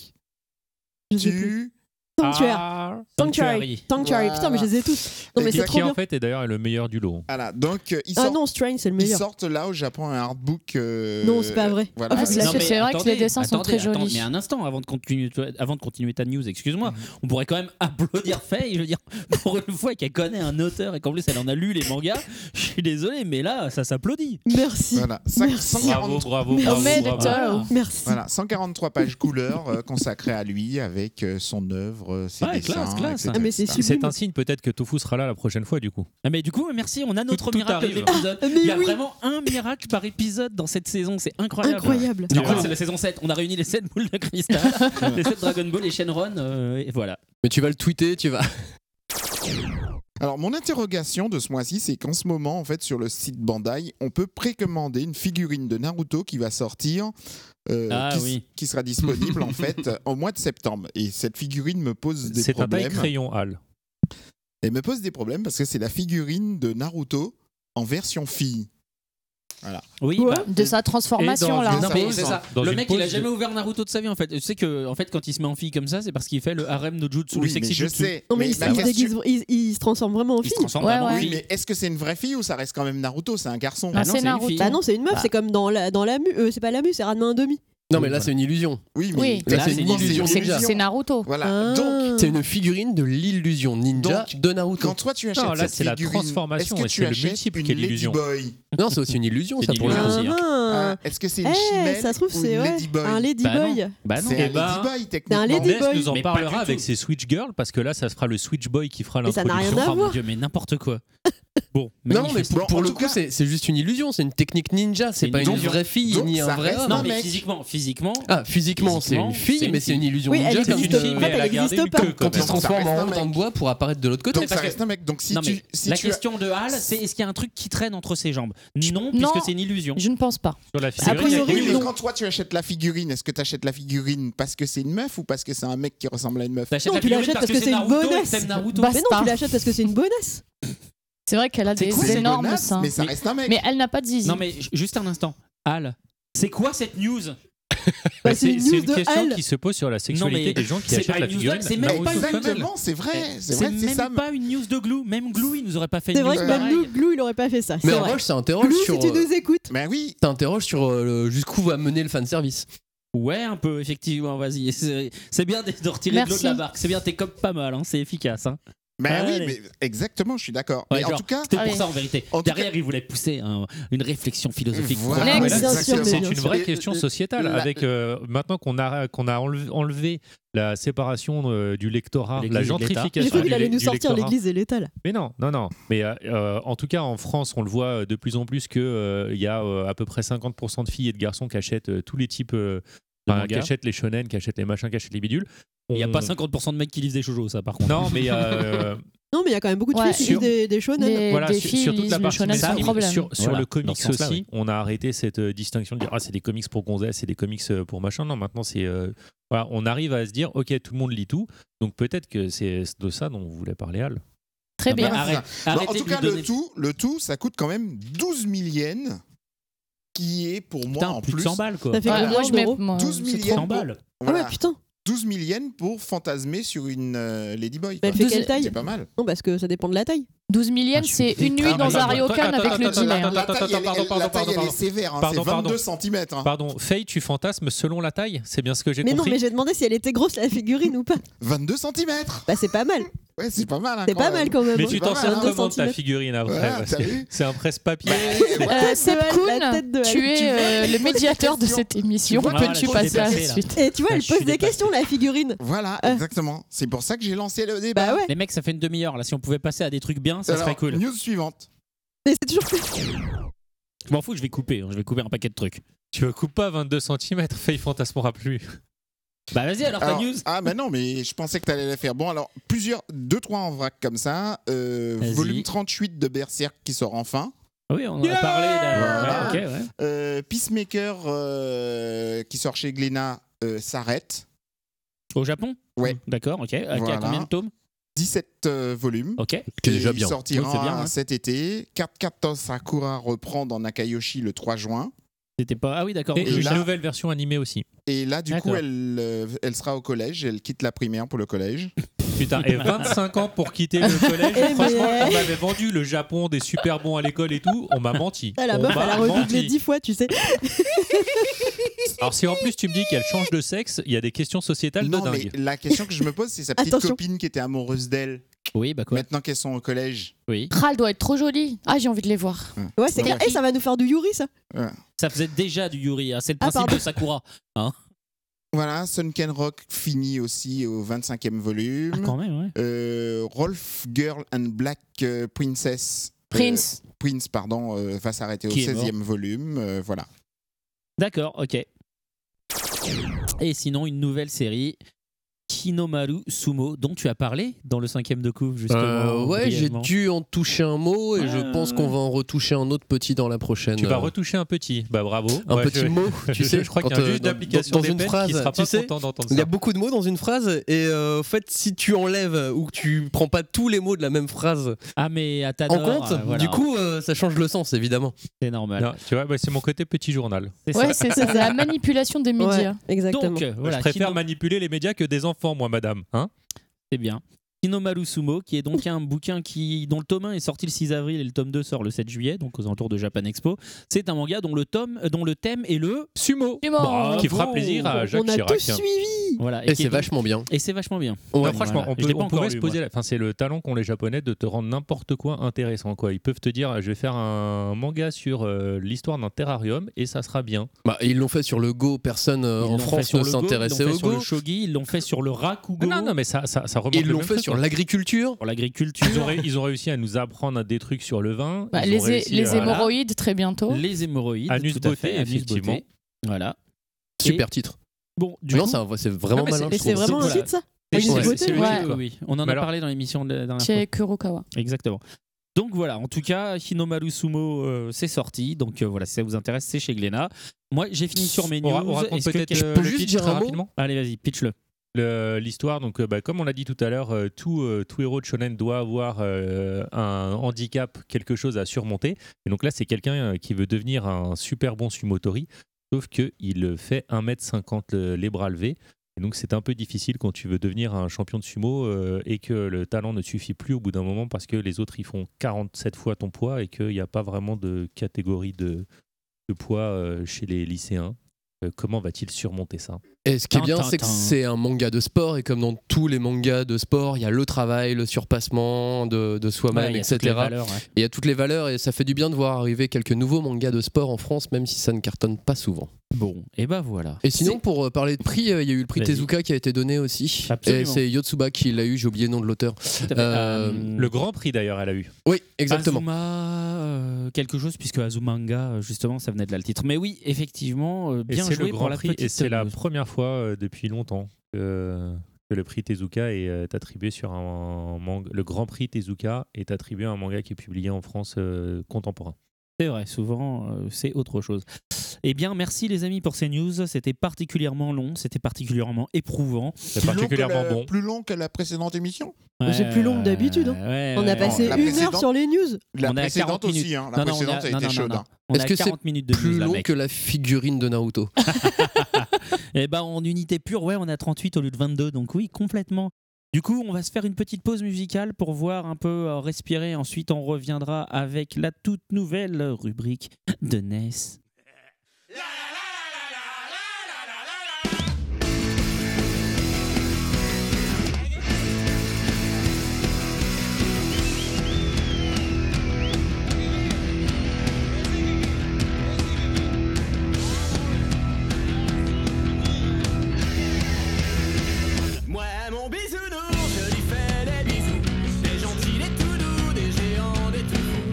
je sais plus.
tu...
Sanctuary.
Ah.
Sanctuary. Sanctuary.
Voilà.
Putain, mais je les ai tous. Non, mais
Et
c'est
ça
trop
Qui
bien.
en fait est d'ailleurs le meilleur du lot.
Voilà, donc euh, ils,
Ah
sortent,
non, Strain, c'est le
ils
meilleur.
sortent là où j'apprends un artbook. euh,
Non, c'est pas vrai.
Voilà.
Ah, vous
la
Non,
c'est
mais
vrai que les dessins sont très
attends,
jolis.
Mais un instant, avant de continuer, avant de continuer ta news,
Mhm.
excuse-moi, on pourrait quand même applaudir Faye. Je veux dire, pour une fois qu'elle connaît un auteur et qu'en plus elle en a lu les mangas, je suis désolé, mais là, ça s'applaudit.
Merci.
Voilà, Cinq-
Merci.
143,
Bravo, bravo,
Mais-
bravo.
euh, Mais-
bravo.
Ciao.
Merci. Ah,
voilà, 143 pages couleurs euh, consacrées à lui avec euh, son œuvre, euh, ses
Ouais,
dessins.
classe, classe.
etc.,
Ah, mais c'est
etc.
super.
C'est un signe peut-être que Tofu sera là la prochaine fois du coup.
Ah, Mais du coup, merci, on a notre
tout
miracle
arrive.
d'épisode.
Ah,
Mais
Il y a
oui,
vraiment un miracle par épisode dans cette saison, c'est incroyable.
incroyable.
Du
Ah
coup,
ouais.
c'est la saison 7. On a réuni les 7 boules de cristal, les 7 Dragon Ball et Shenron, euh, et voilà.
Mais tu vas le tweeter, tu vas.
Alors, mon interrogation de ce mois-ci, c'est qu'en ce moment, en fait, sur le site Bandai, on peut précommander une figurine de Naruto qui va sortir. euh,
Ah
qui, s-
oui.
qui sera disponible en fait euh, au mois de septembre et cette figurine me pose des
C'est un taille
problèmes
crayon Hal.
elle me pose des problèmes parce que c'est la figurine de Naruto en version fille
Oui,
Ouais.
bah,
de sa transformation
Et dans
là.
un-
Non,
ça,
mais
pose,
c'est ça.
dans
le
une
mec,
pose,
il a
je-
jamais ouvert Naruto de sa vie en fait. Tu sais que, en fait, quand il se met en fille comme ça, c'est parce qu'il fait le harem no jutsu, le
oui mais
sexy
je
jutsu.
sais
Non, mais,
mais
il,
ma
ça
il se
question-
déguise- il- il se transforme vraiment en
Il se
fille.
transforme
Ouais,
vraiment en
ouais.
Oui,
fille.
mais est-ce que c'est une vraie fille ou ça reste quand même Naruto C'est un garçon.
Ah
Non,
non,
c'est
c'est une
Naruto.
fille.
Bah non, c'est une meuf,
Bah.
c'est comme dans la, dans la mue. Euh, c'est pas la mue, c'est Radma un demi.
Non, mais là,
Voilà.
c'est une illusion.
Oui, mais
Oui.
là,
Là,
c'est
c'est une
une illusion.
C'est
Illusion.
c'est Naruto.
Ah.
Voilà. Donc,
C'est une figurine de l'illusion ninja
Donc,
de Naruto.
quand toi tu achètes
Non, là,
cette
c'est la
figurine,
transformation
est-ce que
et
tu
c'est le
achètes
multiple
une
qui est l'illusion.
Ladyboy
Non, c'est aussi une illusion,
C'est
ça pour
une
le
illusion.
coup.
aussi, hein.
Ah,
Hein, Est-ce que c'est
ah.
une
Eh,
chimène
ça se trouve,
ou
c'est
une
ouais,
Ladyboy
Bah
un
non.
Ladyboy.
Bah non.
C'est un
Eh ben,
Ladyboy
C'est un
techniquement.
Ladyboy.
Ness nous en
Mais pas du
parlera avec
tout.
ses Switch Girls parce que là, ça sera le Switch Boy qui fera
Mais ça n'a rien
l'introduction.
à
Oh mon
voir.
dieu, mais n'importe quoi. Bon,
Non, mais
manifeste.
pour,
Bon,
pour
en
le
tout
coup,
cas-
c'est c'est juste une illusion, c'est une technique ninja, c'est
C'est
pas
une
une
illusion.
vraie fille
Donc,
ni un
ça
vrai
reste
homme.
non,
un
mais
mec.
physiquement, physiquement.
Ah, physiquement, c'est
Physiquement,
une fille,
c'est une
mais c'est une
fille.
illusion
Oui, elle
ninja
existe
comme
C'est
une
une
pas.
fille,
euh,
En
mais
fait,
elle a
elle
gardé
existe
une
pas.
queue quand
Quand il
même.
se
Non, ça
transforme en
reste un
honte en
mec.
bois pour apparaître de l'autre côté.
Donc ça
parce que-
reste un mec. Donc si
Non, mais
tu si
la
tu as-
question de Hal, c'est est-ce qu'il y a un truc qui traîne entre ses jambes Non,
Non.
puisque c'est une illusion.
Je ne pense pas.
Sur la
A
figurine,
priori,
Oui, mais
non.
quand toi tu achètes la figurine, est-ce que tu achètes la figurine parce que c'est une meuf ou parce que c'est un mec qui ressemble à une meuf
T'achètes
Non,
la
tu
figurine
l'achètes parce que c'est une
Naruto et que
bonasse.
t'aimes Naruto.
Bah,
Mais non,
Basta.
tu l'achètes parce que c'est une bonasse.
C'est vrai qu'elle a
C'est
des
cool.
énormes
bonasse,
seins.
mais ça
Mais-
reste un mec.
Mais elle n'a pas de zizi.
Non, mais ju- juste un instant. Hal, c'est quoi cette news
Eh,
Bah,
Bah,
c'est
c'est
une
c'est
news
une
de
question
Hal.
qui se pose sur la sexualité
mais
des gens qui
c'est pas
achètent la
une news
figurine.
d'Hal, c'est
Mais
même
pas
pas une
Naruto femelle.
exactement, c'est vrai, c'est
C'est
vrai, c'est
même
ça.
pas une news de Glou. Même Glou, il nous aurait pas fait
C'est
une news
vrai que même
pareille.
nous, Glou, il aurait pas fait ça.
Mais
c'est
en
vrai.
revanche, ça interroge
Glou,
sur,
si tu
euh,
nous écoutes.
Mais oui,
ça interroge sur euh, le- jusqu'où va mener le fanservice.
Ouais, un peu, effectivement, vas-y. C'est c'est bien de de retirer de l'eau de
Merci.
la barque. C'est bien, t'es comme pas mal, hein, c'est efficace. Hein.
bah oui,
Allez.
mais exactement, je suis d'accord.
Ouais,
mais en
genre,
tout cas,
C'était pour
Allez.
ça, en vérité.
En tout
Derrière, il voulait pousser un- une réflexion philosophique.
Voilà.
Vraiment,
Next.
là,
Bien sûr,
C'est
mais
une
bien
vraie
sûr.
question
Et-
sociétale.
la-
Avec euh, maintenant qu'on a qu'on a enlevé, enlevé la séparation euh, du lectorat,
L'église et l'État.
la
J'ai
gentrification
cru qu'il
du,
allait
le-
nous
du
sortir
lectorat.
l'église et l'état là.
Mais non, non, non. Mais euh, euh, en tout cas, en France, on le voit de plus en plus que euh, il y a euh, à peu près 50% de filles et de garçons qui achètent euh, tous les types, euh,
De
enfin,
mangas.
qui achètent les shonen, qui achètent les machins, qui achètent les bidules.
Il n'y a
On-
pas 50% de mecs qui lisent des shoujo, ça, par contre.
Non, mais euh,
Non, mais il y a quand même beaucoup de
Ouais.
filles qui
Sur-
lisent des, des shonen.
Des,
voilà,
des
sur,
filles
sur toute
lisent
la
le
partie
shonen sans
mainstream,
problème.
Sur, sur
Voilà,
le
dans
comics
ce sens-là,
aussi,
oui.
on a arrêté cette euh, distinction de dire ah c'est des comics pour gonzesses, c'est des comics euh, pour machin. Non, maintenant c'est euh, voilà, on arrive à se dire ok tout le monde lit tout, donc peut-être que c'est de ça dont vous voulez parler Al.
Très
Non, mais
bien.
arrête-
Bon,
arrêtez
en tout
de lui
cas,
donner-
le, tout, le tout, ça coûte quand même 12 000 yens, qui est pour moi
Putain,
en
plus, de
plus.
100 balles quoi.
Ça fait
Ouais,
combien
moi, je mets
d'euros
moi,
12
c'est
000
trop.
yens.
Cent balles.
Voilà.
Ah ouais, putain.
12 000 yens pour fantasmer sur une euh, Ladyboy.
Mais
quoi.
elle fait
Douze-
quelle
C'est
taille
pas mal.
Non, parce que ça dépend de la taille.
12 000 yens,
Ah, je
c'est
suis
une nuit dans un
Attends,
ryokan
attends,
avec le
attends,
dîner.
hein.
attends,
La
attends,
taille, elle,
pardon,
est- la
pardon,
taille, elle
pardon.
est sévère. hein,
Pardon,
C'est 22
pardon.
cm.
Pardon, Faye, tu fantasmes selon la taille C'est bien ce que j'ai
Mais non,
compris
mais j'ai demandé si elle était grosse la figurine ou pas.
22 cm
Bah, c'est pas mal.
Ouais, c'est pas mal. hein,
C'est
quand
pas
même.
mal quand même.
Mais
hein.
tu
c'est
t'en
pas
sers
mal.
comment de
22
ta
cm.
figurine après
Voilà,
parce
t'as
que
vu
c'est un presse-papier.
Bah,
Ouais,
Euh, Seb
La tête de
Kuhn,
Hal.
tu es euh, le médiateur de
question.
cette émission.
Tu vois,
Peux-tu
voilà,
passer à
je
la
suis dépassé,
suite
Et tu vois,
Ah,
elle
je suis
pose des
dépassé.
questions, la figurine.
Voilà,
Euh.
exactement. C'est pour ça que j'ai lancé le débat.
Bah ouais,
Les mecs, ça fait une demi-heure là. Si on pouvait passer à des trucs bien, ça
Alors,
serait cool.
News suivante.
mais c'est toujours.
Je m'en fous, je vais couper. hein. Je vais couper un paquet de trucs.
Tu me coupes pas 22 cm, Faye fantasmera plus.
Bah vas-y, alors ta
Alors,
news.
ah bah non, mais je pensais que t'allais la faire. Bon alors, plusieurs, deux trois en vrac comme ça. Euh,
Vas-y.
volume 38 de Berserk qui sort enfin.
Ah Oui, on en a parlé. là. Ouais, ok, ouais.
Euh, Peacemaker euh, qui sort chez Glénat euh, s'arrête.
Au Japon
Ouais.
D'accord, ok. À-
Voilà.
À combien de tomes
17 euh, volumes.
Ok.
C'est
Et
déjà
il
bien.
sortira
Oui, c'est bien, hein.
un
ouais.
cet été. 414 Sakura reprend dans Nakayoshi le 3 juin.
C'était pas. Ah oui, d'accord.
Et
Je-
une
là-
nouvelle version animée aussi.
Et là, du coup,
D'accord.
elle, euh, elle sera au collège. Elle quitte la primaire pour le collège.
Putain, et 25 ans pour quitter le collège.
Eh
Franchement,
mais-
on m'avait vendu le Japon, des super bons à l'école et tout. On m'a menti.
Ah, La
On
meuf,
m'a
elle a redoublé
menti.
10 fois, tu sais.
Alors si en plus tu me dis qu'elle change de sexe, il y a des questions sociétales de
non, mais
dingue.
la question que je me pose, c'est sa petite
Attention.
copine qui était amoureuse d'elle.
Oui, bah quoi.
Maintenant qu'elles sont au collège.
Oui.
Ral doit être trop jolie. Ah, j'ai envie de les
Euh,
voir.
Ouais, c'est clair.
Ouais.
Et ça va nous faire du Yuri, ça.
Ça faisait déjà du Yuri. hein. C'est le
Ah,
principe
pardon.
de Sakura.
Voilà, Sunken Rock finit aussi au 25e volume.
même, ouais.
Euh, Rolf Girl and Black euh, Princess. euh,
Prince.
Prince, pardon, euh, va s'arrêter au
Qui est mort.
16e volume. euh, voilà.
D'accord, ok. Et sinon, une nouvelle série. Kinomaru Sumo, dont tu as parlé dans le cinquième de couve, justement.
Euh, ouais, j'ai
Ah, brièvement.
dû en toucher un mot et
Ouais,
je
ouais,
pense
ouais.
qu'on va en retoucher un autre petit dans la prochaine.
Tu vas
euh,
retoucher un petit. Bah bravo.
un
Ouais,
petit
je-
mot,
je-
tu sais.
je crois
quand,
qu'il y a un
euh,
juge
dans-
d'application
dans
des
une
peines
phrase,
qui sera
tu
pas
sais,
content d'entendre
Il y a
ça.
beaucoup de mots dans une phrase et euh, en fait si tu enlèves ou que tu prends pas tous les mots de la même phrase
Ah, mais à ta
en compte, du coup euh, ça change le sens évidemment.
c'est normal.
Non, tu vois, bah, c'est mon côté petit journal.
C'est
Ouais,
ça.
c'est c'est la manipulation des médias.
Ouais, exactement.
Donc, euh, voilà,
je préfère
Kino-
manipuler les médias que des enfants, moi, madame. Hein
C'est bien. Kinomaru Sumo, qui est donc un bouquin qui, dont le tome 1 est sorti le 6 avril et le tome 2 sort le 7 juillet, donc aux alentours de Japan Expo. C'est un manga dont le, tome, euh, dont le thème est le.
Sumo,
Sumo.
qui fera plaisir à Jacques
On a
Chirac.
tous suivi.
Voilà,
Et
qui
c'est
est donc-
vachement bien.
Et c'est vachement bien.
Non,
Ouais,
franchement,
voilà.
on,
Je
peut,
l'ai pas
on
encore
pourrait
lu,
se
moi.
poser. la- Enfin, c'est le talent qu'ont les Japonais de te rendre n'importe quoi intéressant. Quoi. Ils peuvent te dire, je vais faire un manga sur euh, l'histoire d'un terrarium et ça sera bien.
Bah, ils l'ont fait sur le Go, personne euh,
Ils
en
l'ont fait
France
sur
ne
le Go,
s'intéressait au
Ils l'ont fait sur
Go.
le shogi, ils l'ont fait sur le rakugo.
Non, non, mais ça, ça, ça remonte
Ils
le
l'ont
même
fait
truc,
sur
hein.
l'agriculture.
Pour l'agriculture.
Ils ont, ré- ils ont réussi à nous apprendre des trucs sur le vin.
Bah,
Ils
les,
ont
hé-
réussi euh,
les
à-
hémorroïdes.
hémorroïdes, très bientôt.
Les hémorroïdes.
Anus
tout à
beauté,
fait, Oh. anus
effectivement.
beauté. Voilà.
Super titre.
Bon, du
Non,
coup,
ça- c'est vraiment
Ah, mais
malin.
Et
je
c'est
trouve.
vraiment un
Voilà.
titre, ça.
c'est-
Anus
c'est-
beauté,
c'est le
ouais.
titre, quoi. Oui, on en a
Mais alors-
parlé dans l'émission de la dernière fois.
Chez Kurokawa.
Exactement. Donc voilà, en tout cas, Hinomaru Sumo, euh, c'est sorti. Donc euh, voilà, si ça vous intéresse, c'est chez Glénat. Moi, j'ai fini sur mes
On,
news.
ra- on raconte
Est-ce que
peut-être
quelqu'un-
euh,
peux
le
juste
pitch
dire
très
un mot
rapidement.
Allez, vas-y, pitch-le.
Le- L'histoire, donc, euh, bah, comme on l'a dit tout à l'heure, euh, tout, euh, tout héros de shonen doit avoir euh, un handicap, quelque chose à surmonter. Et donc là, c'est quelqu'un euh, qui veut devenir un super bon sumotori, sauf qu'il fait 1m50 le- les bras levés. Et donc, c'est un peu difficile quand tu veux devenir un champion de sumo euh, et que le talent ne suffit plus au bout d'un moment parce que les autres, ils font 47 fois ton poids et qu'il n'y a pas vraiment de catégorie de, de poids euh, chez les lycéens. Euh, comment va-t-il surmonter ça
Et ce qui est
Tin,
bien,
tin,
c'est que
tin.
c'est un manga de sport, et comme dans tous les mangas de sport, il y a le travail, le surpassement de, de
Ouais,
soi-même,
il y a
etc.
toutes les valeurs, ouais.
Et il y a toutes les valeurs, et ça fait du bien de voir arriver quelques nouveaux mangas de sport en France, même si ça ne cartonne pas souvent.
Bon, et ben voilà.
Et sinon, pour euh, parler de prix, euh, il y a eu le prix
Vas-y.
Tezuka qui a été donné aussi.
Absolument.
Et c'est Yotsuba qui l'a eu, j'ai oublié le nom de l'auteur.
Tout à fait.
euh,
Euh,
Le Grand Prix, d'ailleurs, elle a eu.
Oui, exactement.
Azuma, euh, quelque chose, puisque Azumanga, euh, justement, ça venait de là le titre. Mais oui, effectivement, euh,
Et
bien
c'est
joué
le
pour
Grand
la
Prix
petite
et c'est la
news.
première fois euh, depuis longtemps que, que le prix Tezuka est euh, attribué sur un, manga. Le Grand Prix Tezuka est attribué à un manga qui est publié en France euh, contemporain.
C'est vrai, souvent euh, c'est autre chose. Eh bien, merci les amis pour ces news. C'était particulièrement long, c'était particulièrement éprouvant.
C'est particulièrement bon.
Plus long que la précédente émission
Mais c'est plus long que d'habitude, hein.
Ouais,
On a
ouais,
passé
ouais.
la
une heure
précédente-
sur les news.
La
On est à 40
précédente aussi,
minutes.
hein. la
Non, non, on est à-
précédente a
non,
été
non,
chaude.
non,
hein.
On
Est-ce
a
que c'est
40 minutes de
Plus
news, là,
long
mec.
que la figurine de Naruto.
Eh ben en unité pure, ouais, on a 38 au lieu de 22, donc oui, complètement. Du coup, on va se faire une petite pause musicale pour voir un peu euh, respirer. Ensuite, on reviendra avec la toute nouvelle rubrique de Ness.
Moi, mon bisounours, je lui fais des bisous. Des gentils, des tout doux, des géants, des tout fous.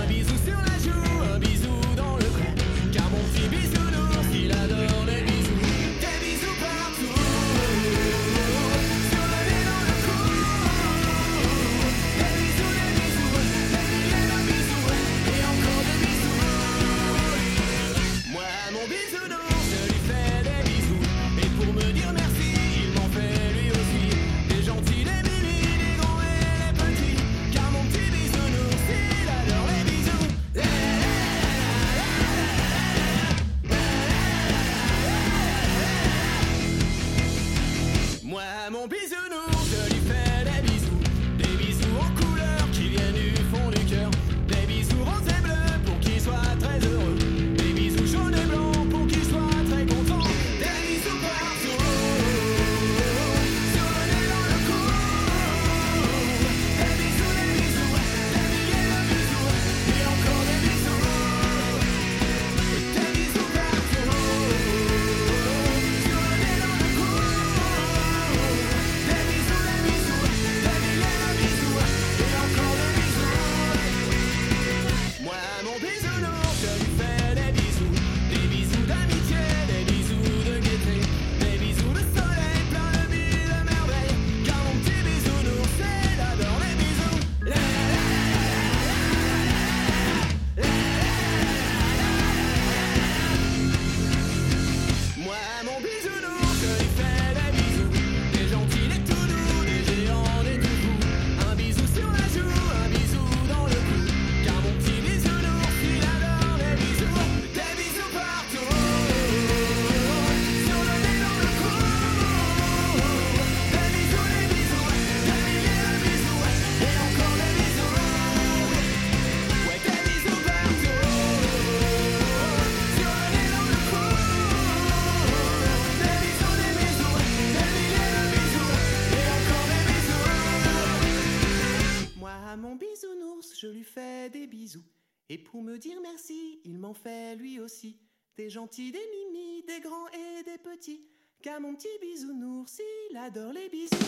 Un bisou sur la joue, un bisou dans le cou. Car mon petit bisounours, il adore les bisous. Des bisous partout. Sur le nez, dans le cou. Des bisous, des bisous, des milliers de bisous. Et encore des bisous. Moi, mon bisounours, je lui fais des bisous. Et pour me dire merci, il m'en fait lui aussi. Des gentils, des mini, des grands et des petits. Car mon petit bisounours, il adore les bisous. Moi, mon bisounours, je lui fais des bisous. Des bisous en couleur qui viennent du fond du cœur. Des bisous roses et bleus pour qu'il soit très heureux. Des bisous jaunes et blancs pour qu'il soit très content. Des bisous partout. Sur le nez, dans le cou. Des bisous, des bisous, des milliers de bisous. Et encore des bisous. Des bisous partout. Sur le nez, dans le cou. Des bisous, des bisous, des milliers de bisous. Et encore des bisous. Moi, mon bisounours, je lui fais des bisous. Des bisous d'amitié, des bisous de gaieté. Des bisous de soleil, plein de mille merveilles. Car mon petit bisounours, il adore les bisous. La, la, la. Moi, mon bisounours, je lui fais des bisous. Des gentils, des tout doux, des géants, des tout fous. Un bisou sur la joue, un bisou dans le cou. Car mon petit bisounours, il adore les bisous. Des bisous partout. Sur le nez, dans le cou. Des bisous, des bisous, des milliers de bisous. Et encore des bisous. Ouais, des bisous partout. Sur le nez, dans le cou. Des bisous, des bisous, des milliers de bisous, et encore des bisous. Moi, à mon bisounours, je lui fais des bisous. Et pour me dire merci, il m'en fait lui aussi. Des gentils, des mimi, des grands et des petits. Car mon petit bisounours, il adore les bisous.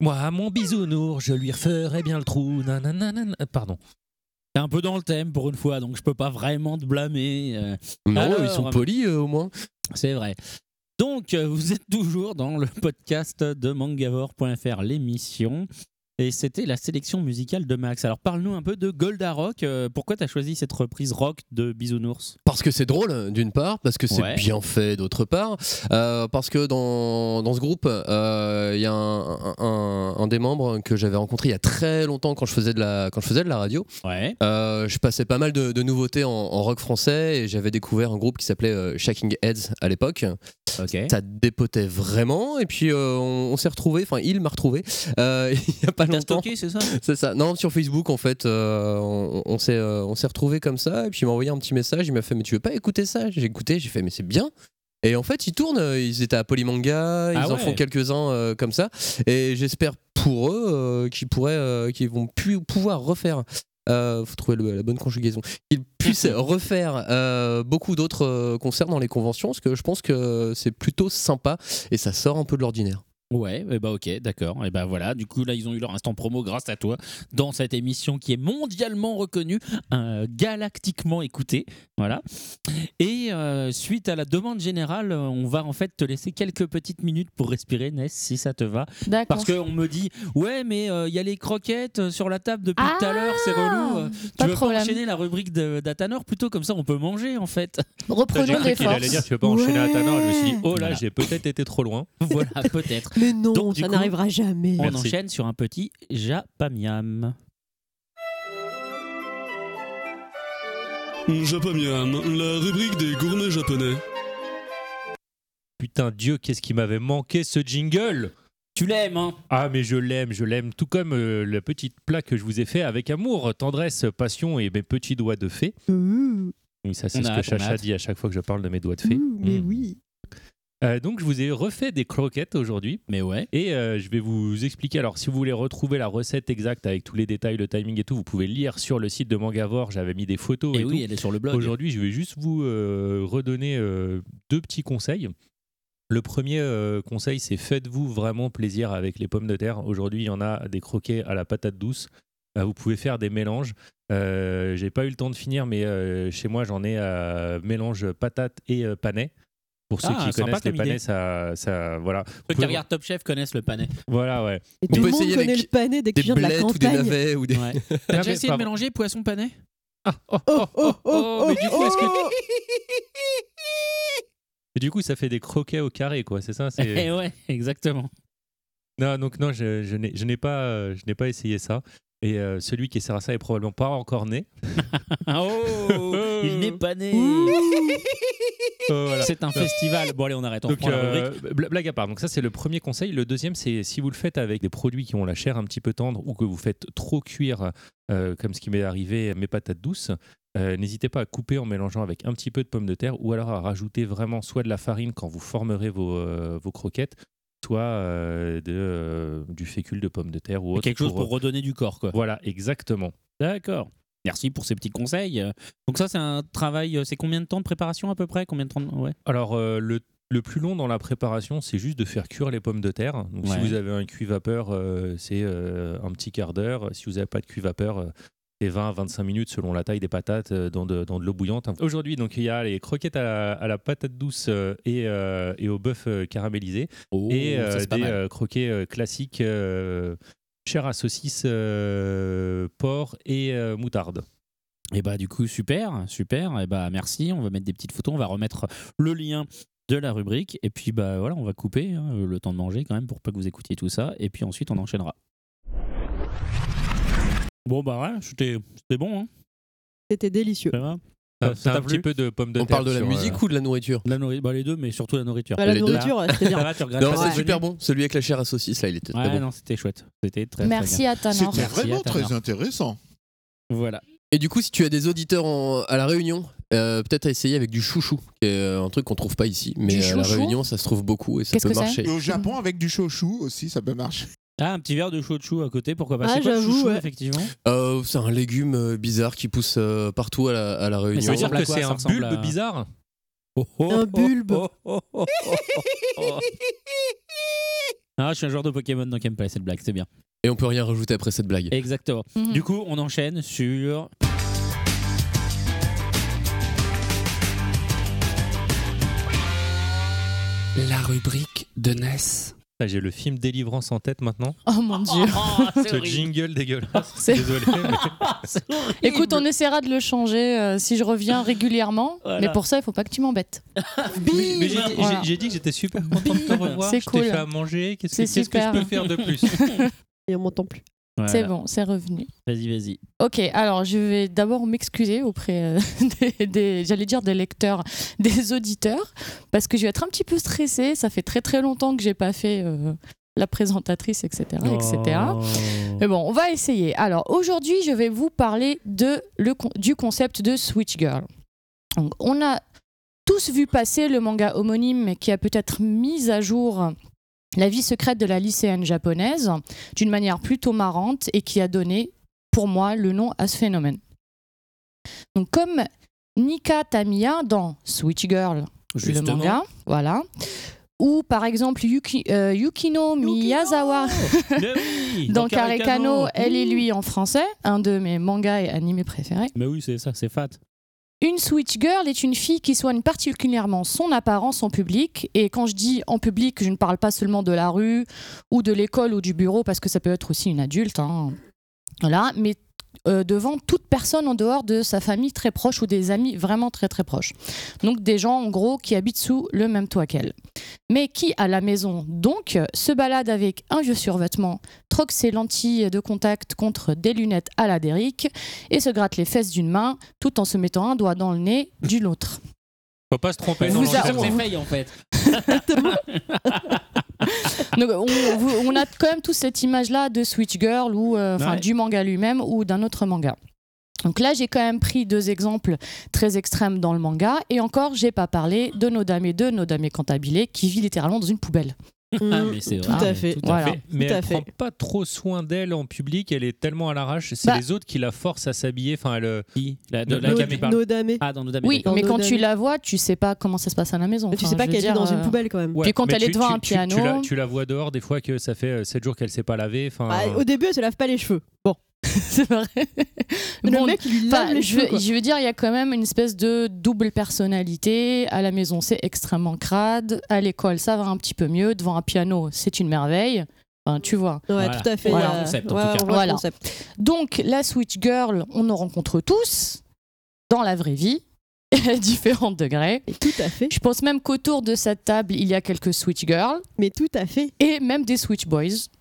Moi, à mon bisounours, je lui referai bien le trou. Nananana. Pardon.
T'es un peu dans le thème pour une fois, donc je peux pas vraiment te blâmer. euh,
Non,
Alors,
ils sont
euh,
polis euh, au moins.
C'est vrai. Donc, euh, vous êtes toujours dans le podcast de mangavor.fr, l'émission. Et c'était la sélection musicale de Max. Alors, parle-nous un peu de Golda Rock. Euh, pourquoi tu as choisi cette reprise rock de Bisounours
Parce que c'est drôle, euh, d'une part, parce que c'est
Ouais.
bien fait, d'autre part, euh, parce que dans, dans ce groupe, euh, il y a un, un- un des membres que j'avais rencontré il y a très longtemps quand je faisais de la, quand je faisais de la radio.
Ouais.
Euh, je passais pas mal de, de nouveautés en, en rock français et j'avais découvert un groupe qui s'appelait euh, Shaking Heads à l'époque.
Ok.
Ça dépotait vraiment et puis euh, on, on s'est retrouvé, enfin il m'a retrouvé euh, il y a pas
T'as
longtemps.
stocké, c'est ça
C'est ça. Non, sur Facebook, en fait, euh, on, on s'est euh, on s'est retrouvés comme ça. Et puis il m'a envoyé un petit message. Il m'a fait Mais tu veux pas écouter ça J'ai écouté. J'ai fait Mais c'est bien. Et en fait, ils tournent. euh, Ils étaient à Polymanga. Ils
Ah
en
ouais.
font quelques-uns euh, comme ça. Et j'espère pour eux euh, qu'ils pourraient, euh, qu'ils vont pu- pouvoir refaire. Euh, faut trouver le- la bonne conjugaison. Qu'ils puissent refaire euh, beaucoup d'autres euh, concerts dans les conventions, parce que je pense que c'est plutôt sympa et ça sort un peu de l'ordinaire.
Ouais, et bah ok, d'accord. Et bah voilà, du coup là ils ont eu leur instant promo grâce à toi dans cette émission qui est mondialement reconnue, euh, galactiquement écoutée. Voilà. Et euh, suite à la demande générale, euh, on va en fait te laisser quelques petites minutes pour respirer, Ness, si ça te va.
D'accord.
Parce qu'on me dit, ouais, mais euh, il y a les croquettes euh, sur la table depuis tout à
Ah,
l'heure, c'est relou. Euh,
pas
Tu
de
veux
problème.
pas enchaîner la rubrique de- d'Atanor plutôt comme ça on peut manger en fait.
J'ai
Reprenons
cru
des
qu'il
forces.
allait dire tu veux pas enchaîner à ta mort. Je me suis dit oh là
Voilà.
j'ai peut-être été trop loin.
voilà, peut-être.
Mais non,
Donc, du
ça
coup-
n'arrivera jamais. Euh,
On
Merci.
enchaîne sur un petit japamiam.
Japamiam, la rubrique des gourmets japonais.
Putain Dieu qu'est-ce qui m'avait manqué ce jingle.
Tu l'aimes, hein
Ah mais je l'aime je l'aime tout comme euh, la petite plaque que je vous ai fait avec amour tendresse passion et mes petits doigts de fée.
Ouh,
Oui, ça
On
c'est
a
ce que
hâte, on a
Chacha
hâte.
dit à chaque fois que je parle de mes doigts de fée.
ouh, mais
Mm.
oui.
Euh, donc je vous ai refait des croquettes aujourd'hui.
Mais ouais.
Et euh, je vais vous expliquer. Alors, si vous voulez retrouver la recette exacte avec tous les détails, le timing et tout, vous pouvez lire sur le site de Mangavore. J'avais mis des photos et,
Et oui,
tout.
elle est sur le blog.
Aujourd'hui, je vais juste vous euh, redonner euh, deux petits conseils. Le premier euh, conseil, c'est faites-vous vraiment plaisir avec les pommes de terre. Aujourd'hui, il y en a des croquets à la patate douce. Euh, vous pouvez faire des mélanges. Euh, J'ai pas eu le temps de finir, mais euh, chez moi, j'en ai à mélange patate et euh, panais. Pour ceux
Ah,
qui
sympa
connaissent les
comme idée.
panais, ça, ça, voilà.
Ceux qui
Pouvez-
regardent Top Chef connaissent le panais.
Voilà, ouais.
Et
On
tout
peut
le monde
essayer avec
connaît le panais
Des
dès qu'il vient de la
blettes ou des
campagne.
navets ou des.
T'as
mais
déjà essayé de
pardon. Ah,
mélanger poisson panais
Oh, oh, oh, oh,
mais du coup, est-ce que-
oh.
Et du coup, ça fait des croquets au carré, quoi, c'est ça c'est-
Eh ouais, exactement.
Non, donc non, je, je n'ai je n'ai pas, euh, je n'ai pas essayé ça. Et euh, celui qui sert à ça est probablement pas encore né.
Oh, il n'est pas né.
Euh, voilà.
C'est un festival. Bon allez, on arrête. On
Donc,
reprend la
euh,
rubrique.
bla- blague à part. Donc ça, c'est le premier conseil. Le deuxième, c'est si vous le faites avec des produits qui ont la chair un petit peu tendre ou que vous faites trop cuire, euh, comme ce qui m'est arrivé à mes patates douces, euh, n'hésitez pas à couper en mélangeant avec un petit peu de pommes de terre ou alors à rajouter vraiment soit de la farine quand vous formerez vos, euh, vos croquettes, soit euh, de, euh, du fécule de pommes de terre ou autre. euh,
Quelque chose pour redonner du corps, quoi.
Voilà, exactement.
D'accord. Merci pour ces petits conseils. Euh, Donc ça, c'est un travail. euh, C'est combien de temps de préparation à peu près Combien de temps de- Ouais.
Alors, euh, le, le plus long dans la préparation, c'est juste de faire cuire les pommes de terre. Donc, si
Ouais.
vous avez un cuit vapeur, euh, c'est euh, un petit quart d'heure. Si vous n'avez pas de cuit vapeur, euh, c'est 20 à 25 minutes selon la taille des patates euh, dans de, dans de l'eau bouillante. Aujourd'hui, donc, il y a les croquettes à la, à la patate douce euh, et, euh, et au bœuf euh, caramélisé
Oh,
et
ça,
euh,
c'est pas
des
mal.
euh, croquets euh, classiques euh, chair à saucisse, euh, porc et euh, moutarde.
Et bah du coup super, super. Et bah merci. On va mettre des petites photos. On va remettre le lien de la rubrique. Et puis bah voilà, on va couper hein, le temps de manger quand même pour pas que vous écoutiez tout ça. Et puis ensuite on enchaînera. Bon bah ouais, c'était c'était bon. Hein,
C'était délicieux.
ça va. Euh,
T'as
Ah, ça
Euh, un
t'a
petit
plu
peu de pommes de
On
terre.
parle de la
sur, euh,
musique ou de la nourriture
La nourriture, bah les deux, mais surtout la nourriture.
Bah, la
les deux.
nourriture, ouais, c'était
Ça
bien.
va, tu regrettes
Non,
pas
ouais.
c'est
d'être
super
venu
bon. Celui avec la chair à saucisse, là, il était très
Ouais,
bon.
non, c'était chouette. C'était très
Merci à Tanor.
C'était
Merci à
vraiment
ta
très
mère.
intéressant.
très bien. Voilà.
Et du coup, si tu as des auditeurs en- à La Réunion, euh, peut-être à essayer avec du chouchou, qui est euh, un truc qu'on trouve pas ici, mais
Du
à La
chouchou
Réunion, ça se trouve beaucoup et ça
Qu'est-ce
peut
que c'est
marcher.
Et au Japon, avec du chouchou aussi, ça peut marcher.
Ah, un petit verre de chou chou à côté, pourquoi pas
Ah,
C'est quoi le
j'avoue,
chouchou,
ouais.
effectivement
Euh, c'est un légume euh, bizarre qui pousse euh, partout à La, à la
Ça Oh,
Réunion.
veut dire
ressemble à
que
quoi
c'est
Ça
un
ressemble
bulbe
à-
bizarre
Un bulbe.
oh,
Ah, je suis un joueur de Pokémon, donc aime pas cette blague, c'est bien.
Et on peut rien rajouter après cette blague.
Exactement.
Mhm.
Du coup, on enchaîne sur.
La rubrique de Ness.
Là, j'ai le film Délivrance en tête maintenant.
Oh mon dieu.
Ce jingle dégueulasse.
Ah, C'est-
Ah, Désolé. mais-
Écoute, on essaiera de le changer euh, si je reviens régulièrement.
Voilà.
Mais pour ça, il faut pas que tu m'embêtes.
mais j'ai dit-
Voilà.
j'ai- j'ai dit que j'étais super content de te revoir.
C'est
Je
cool.
t'ai fait à manger. Qu'est-ce que,
C'est
qu'est-ce que je
super.
peux faire de plus
Et on m'entend plus.
C'est bon, c'est revenu.
Vas-y, vas-y.
Ok, alors je vais d'abord m'excuser auprès euh, des, des- j'allais dire des lecteurs, des auditeurs, parce que je vais être un petit peu stressée. Ça fait très très longtemps que j'ai pas fait euh, la présentatrice, etc., etc.
Oh.
Mais bon, on va essayer. Alors aujourd'hui, je vais vous parler de le con- du concept de Switch Girl. Donc, on a tous vu passer le manga homonyme qui a peut-être mis à jour la vie secrète de la lycéenne japonaise d'une manière plutôt marrante et qui a donné, pour moi, le nom à ce phénomène. Donc comme Nika Tamiya dans Switch Girl, le manga, voilà, ou par exemple Yuki- euh, Yukino Miyazawa
Mais oui,
dans
Caricano.
Karekano, Elle et lui en français, un de mes mangas et animés préférés.
Mais oui, c'est ça, c'est fat.
Une Switch Girl est une fille qui soigne particulièrement son apparence en public. Et quand je dis en public, je ne parle pas seulement de la rue ou de l'école ou du bureau, parce que ça peut être aussi une adulte. hein. Voilà, mais euh, devant toute personne en dehors de sa famille très proche ou des amis vraiment très très proches. Donc des gens en gros qui habitent sous le même toit qu'elle. Mais qui à la maison donc se balade avec un vieux survêtement, troque ses lentilles de contact contre des lunettes à la Derrick et se gratte les fesses d'une main tout en se mettant un doigt dans le nez de l'autre.
Faut pas se tromper
Vous
dans
a-
l'enchaînement.
vous-
Paye en fait.
Donc on, vous- on a quand même toute cette image-là de Switch Girl ou euh, enfin,
Ouais.
du manga lui-même ou d'un autre manga. Donc là, j'ai quand même pris deux exemples très extrêmes dans le manga. Et encore, j'ai pas parlé de Nodame 2, Nodame Cantabile, qui vit littéralement dans une poubelle.
Ah, mais c'est
Mm, Tout
vrai,
à fait.
tout
Voilà.
Mais- Mais
Tout à
elle
fait.
prend pas trop soin d'elle en public, elle est tellement à l'arrache, c'est
Bah.
les autres qui la forcent à s'habiller. Enfin, elle, euh,
Qui La- de-
Le-
la
le-
gamme-
qui
Nos-
parle.
Nos damés.
Ah, dans nos dames.
Oui,
Dans
mais quand
Nodame.
tu la vois, tu sais pas comment ça se passe à la maison.
Mais Ah, tu
Enfin,
sais pas
je veux
qu'elle est
dire,
dans une
euh,
poubelle quand même.
ouais,
Puis quand
mais
elle est
tu-
devant
tu-
un
tu-
piano-
tu la, tu la vois dehors des fois que ça fait 7 jours qu'elle s'est pas lavée. Enfin,
Bah,
euh,
Ah, au début, elle se lave pas les cheveux. Bon,
C'est vrai.
le
Bon,
mec il lui lave
Enfin,
les
Bah, je,
cheveux.
veux,
quoi.
je veux dire, il y a quand même une espèce de double personnalité. À la maison, c'est extrêmement crade. À l'école, ça va un petit peu mieux. Devant un piano, c'est une merveille. Enfin, tu vois.
Ouais,
Voilà.
tout à fait.
Voilà,
il y a-
concept, en
ouais,
tout cas.
on voit le
Voilà.
concept.
Donc, la Switch Girl, on en rencontre tous dans la vraie vie, à différents degrés.
Mais Tout à fait.
Je pense même qu'autour de cette table, il y a quelques Switch Girls
Mais tout à fait.
et même des Switch Boys.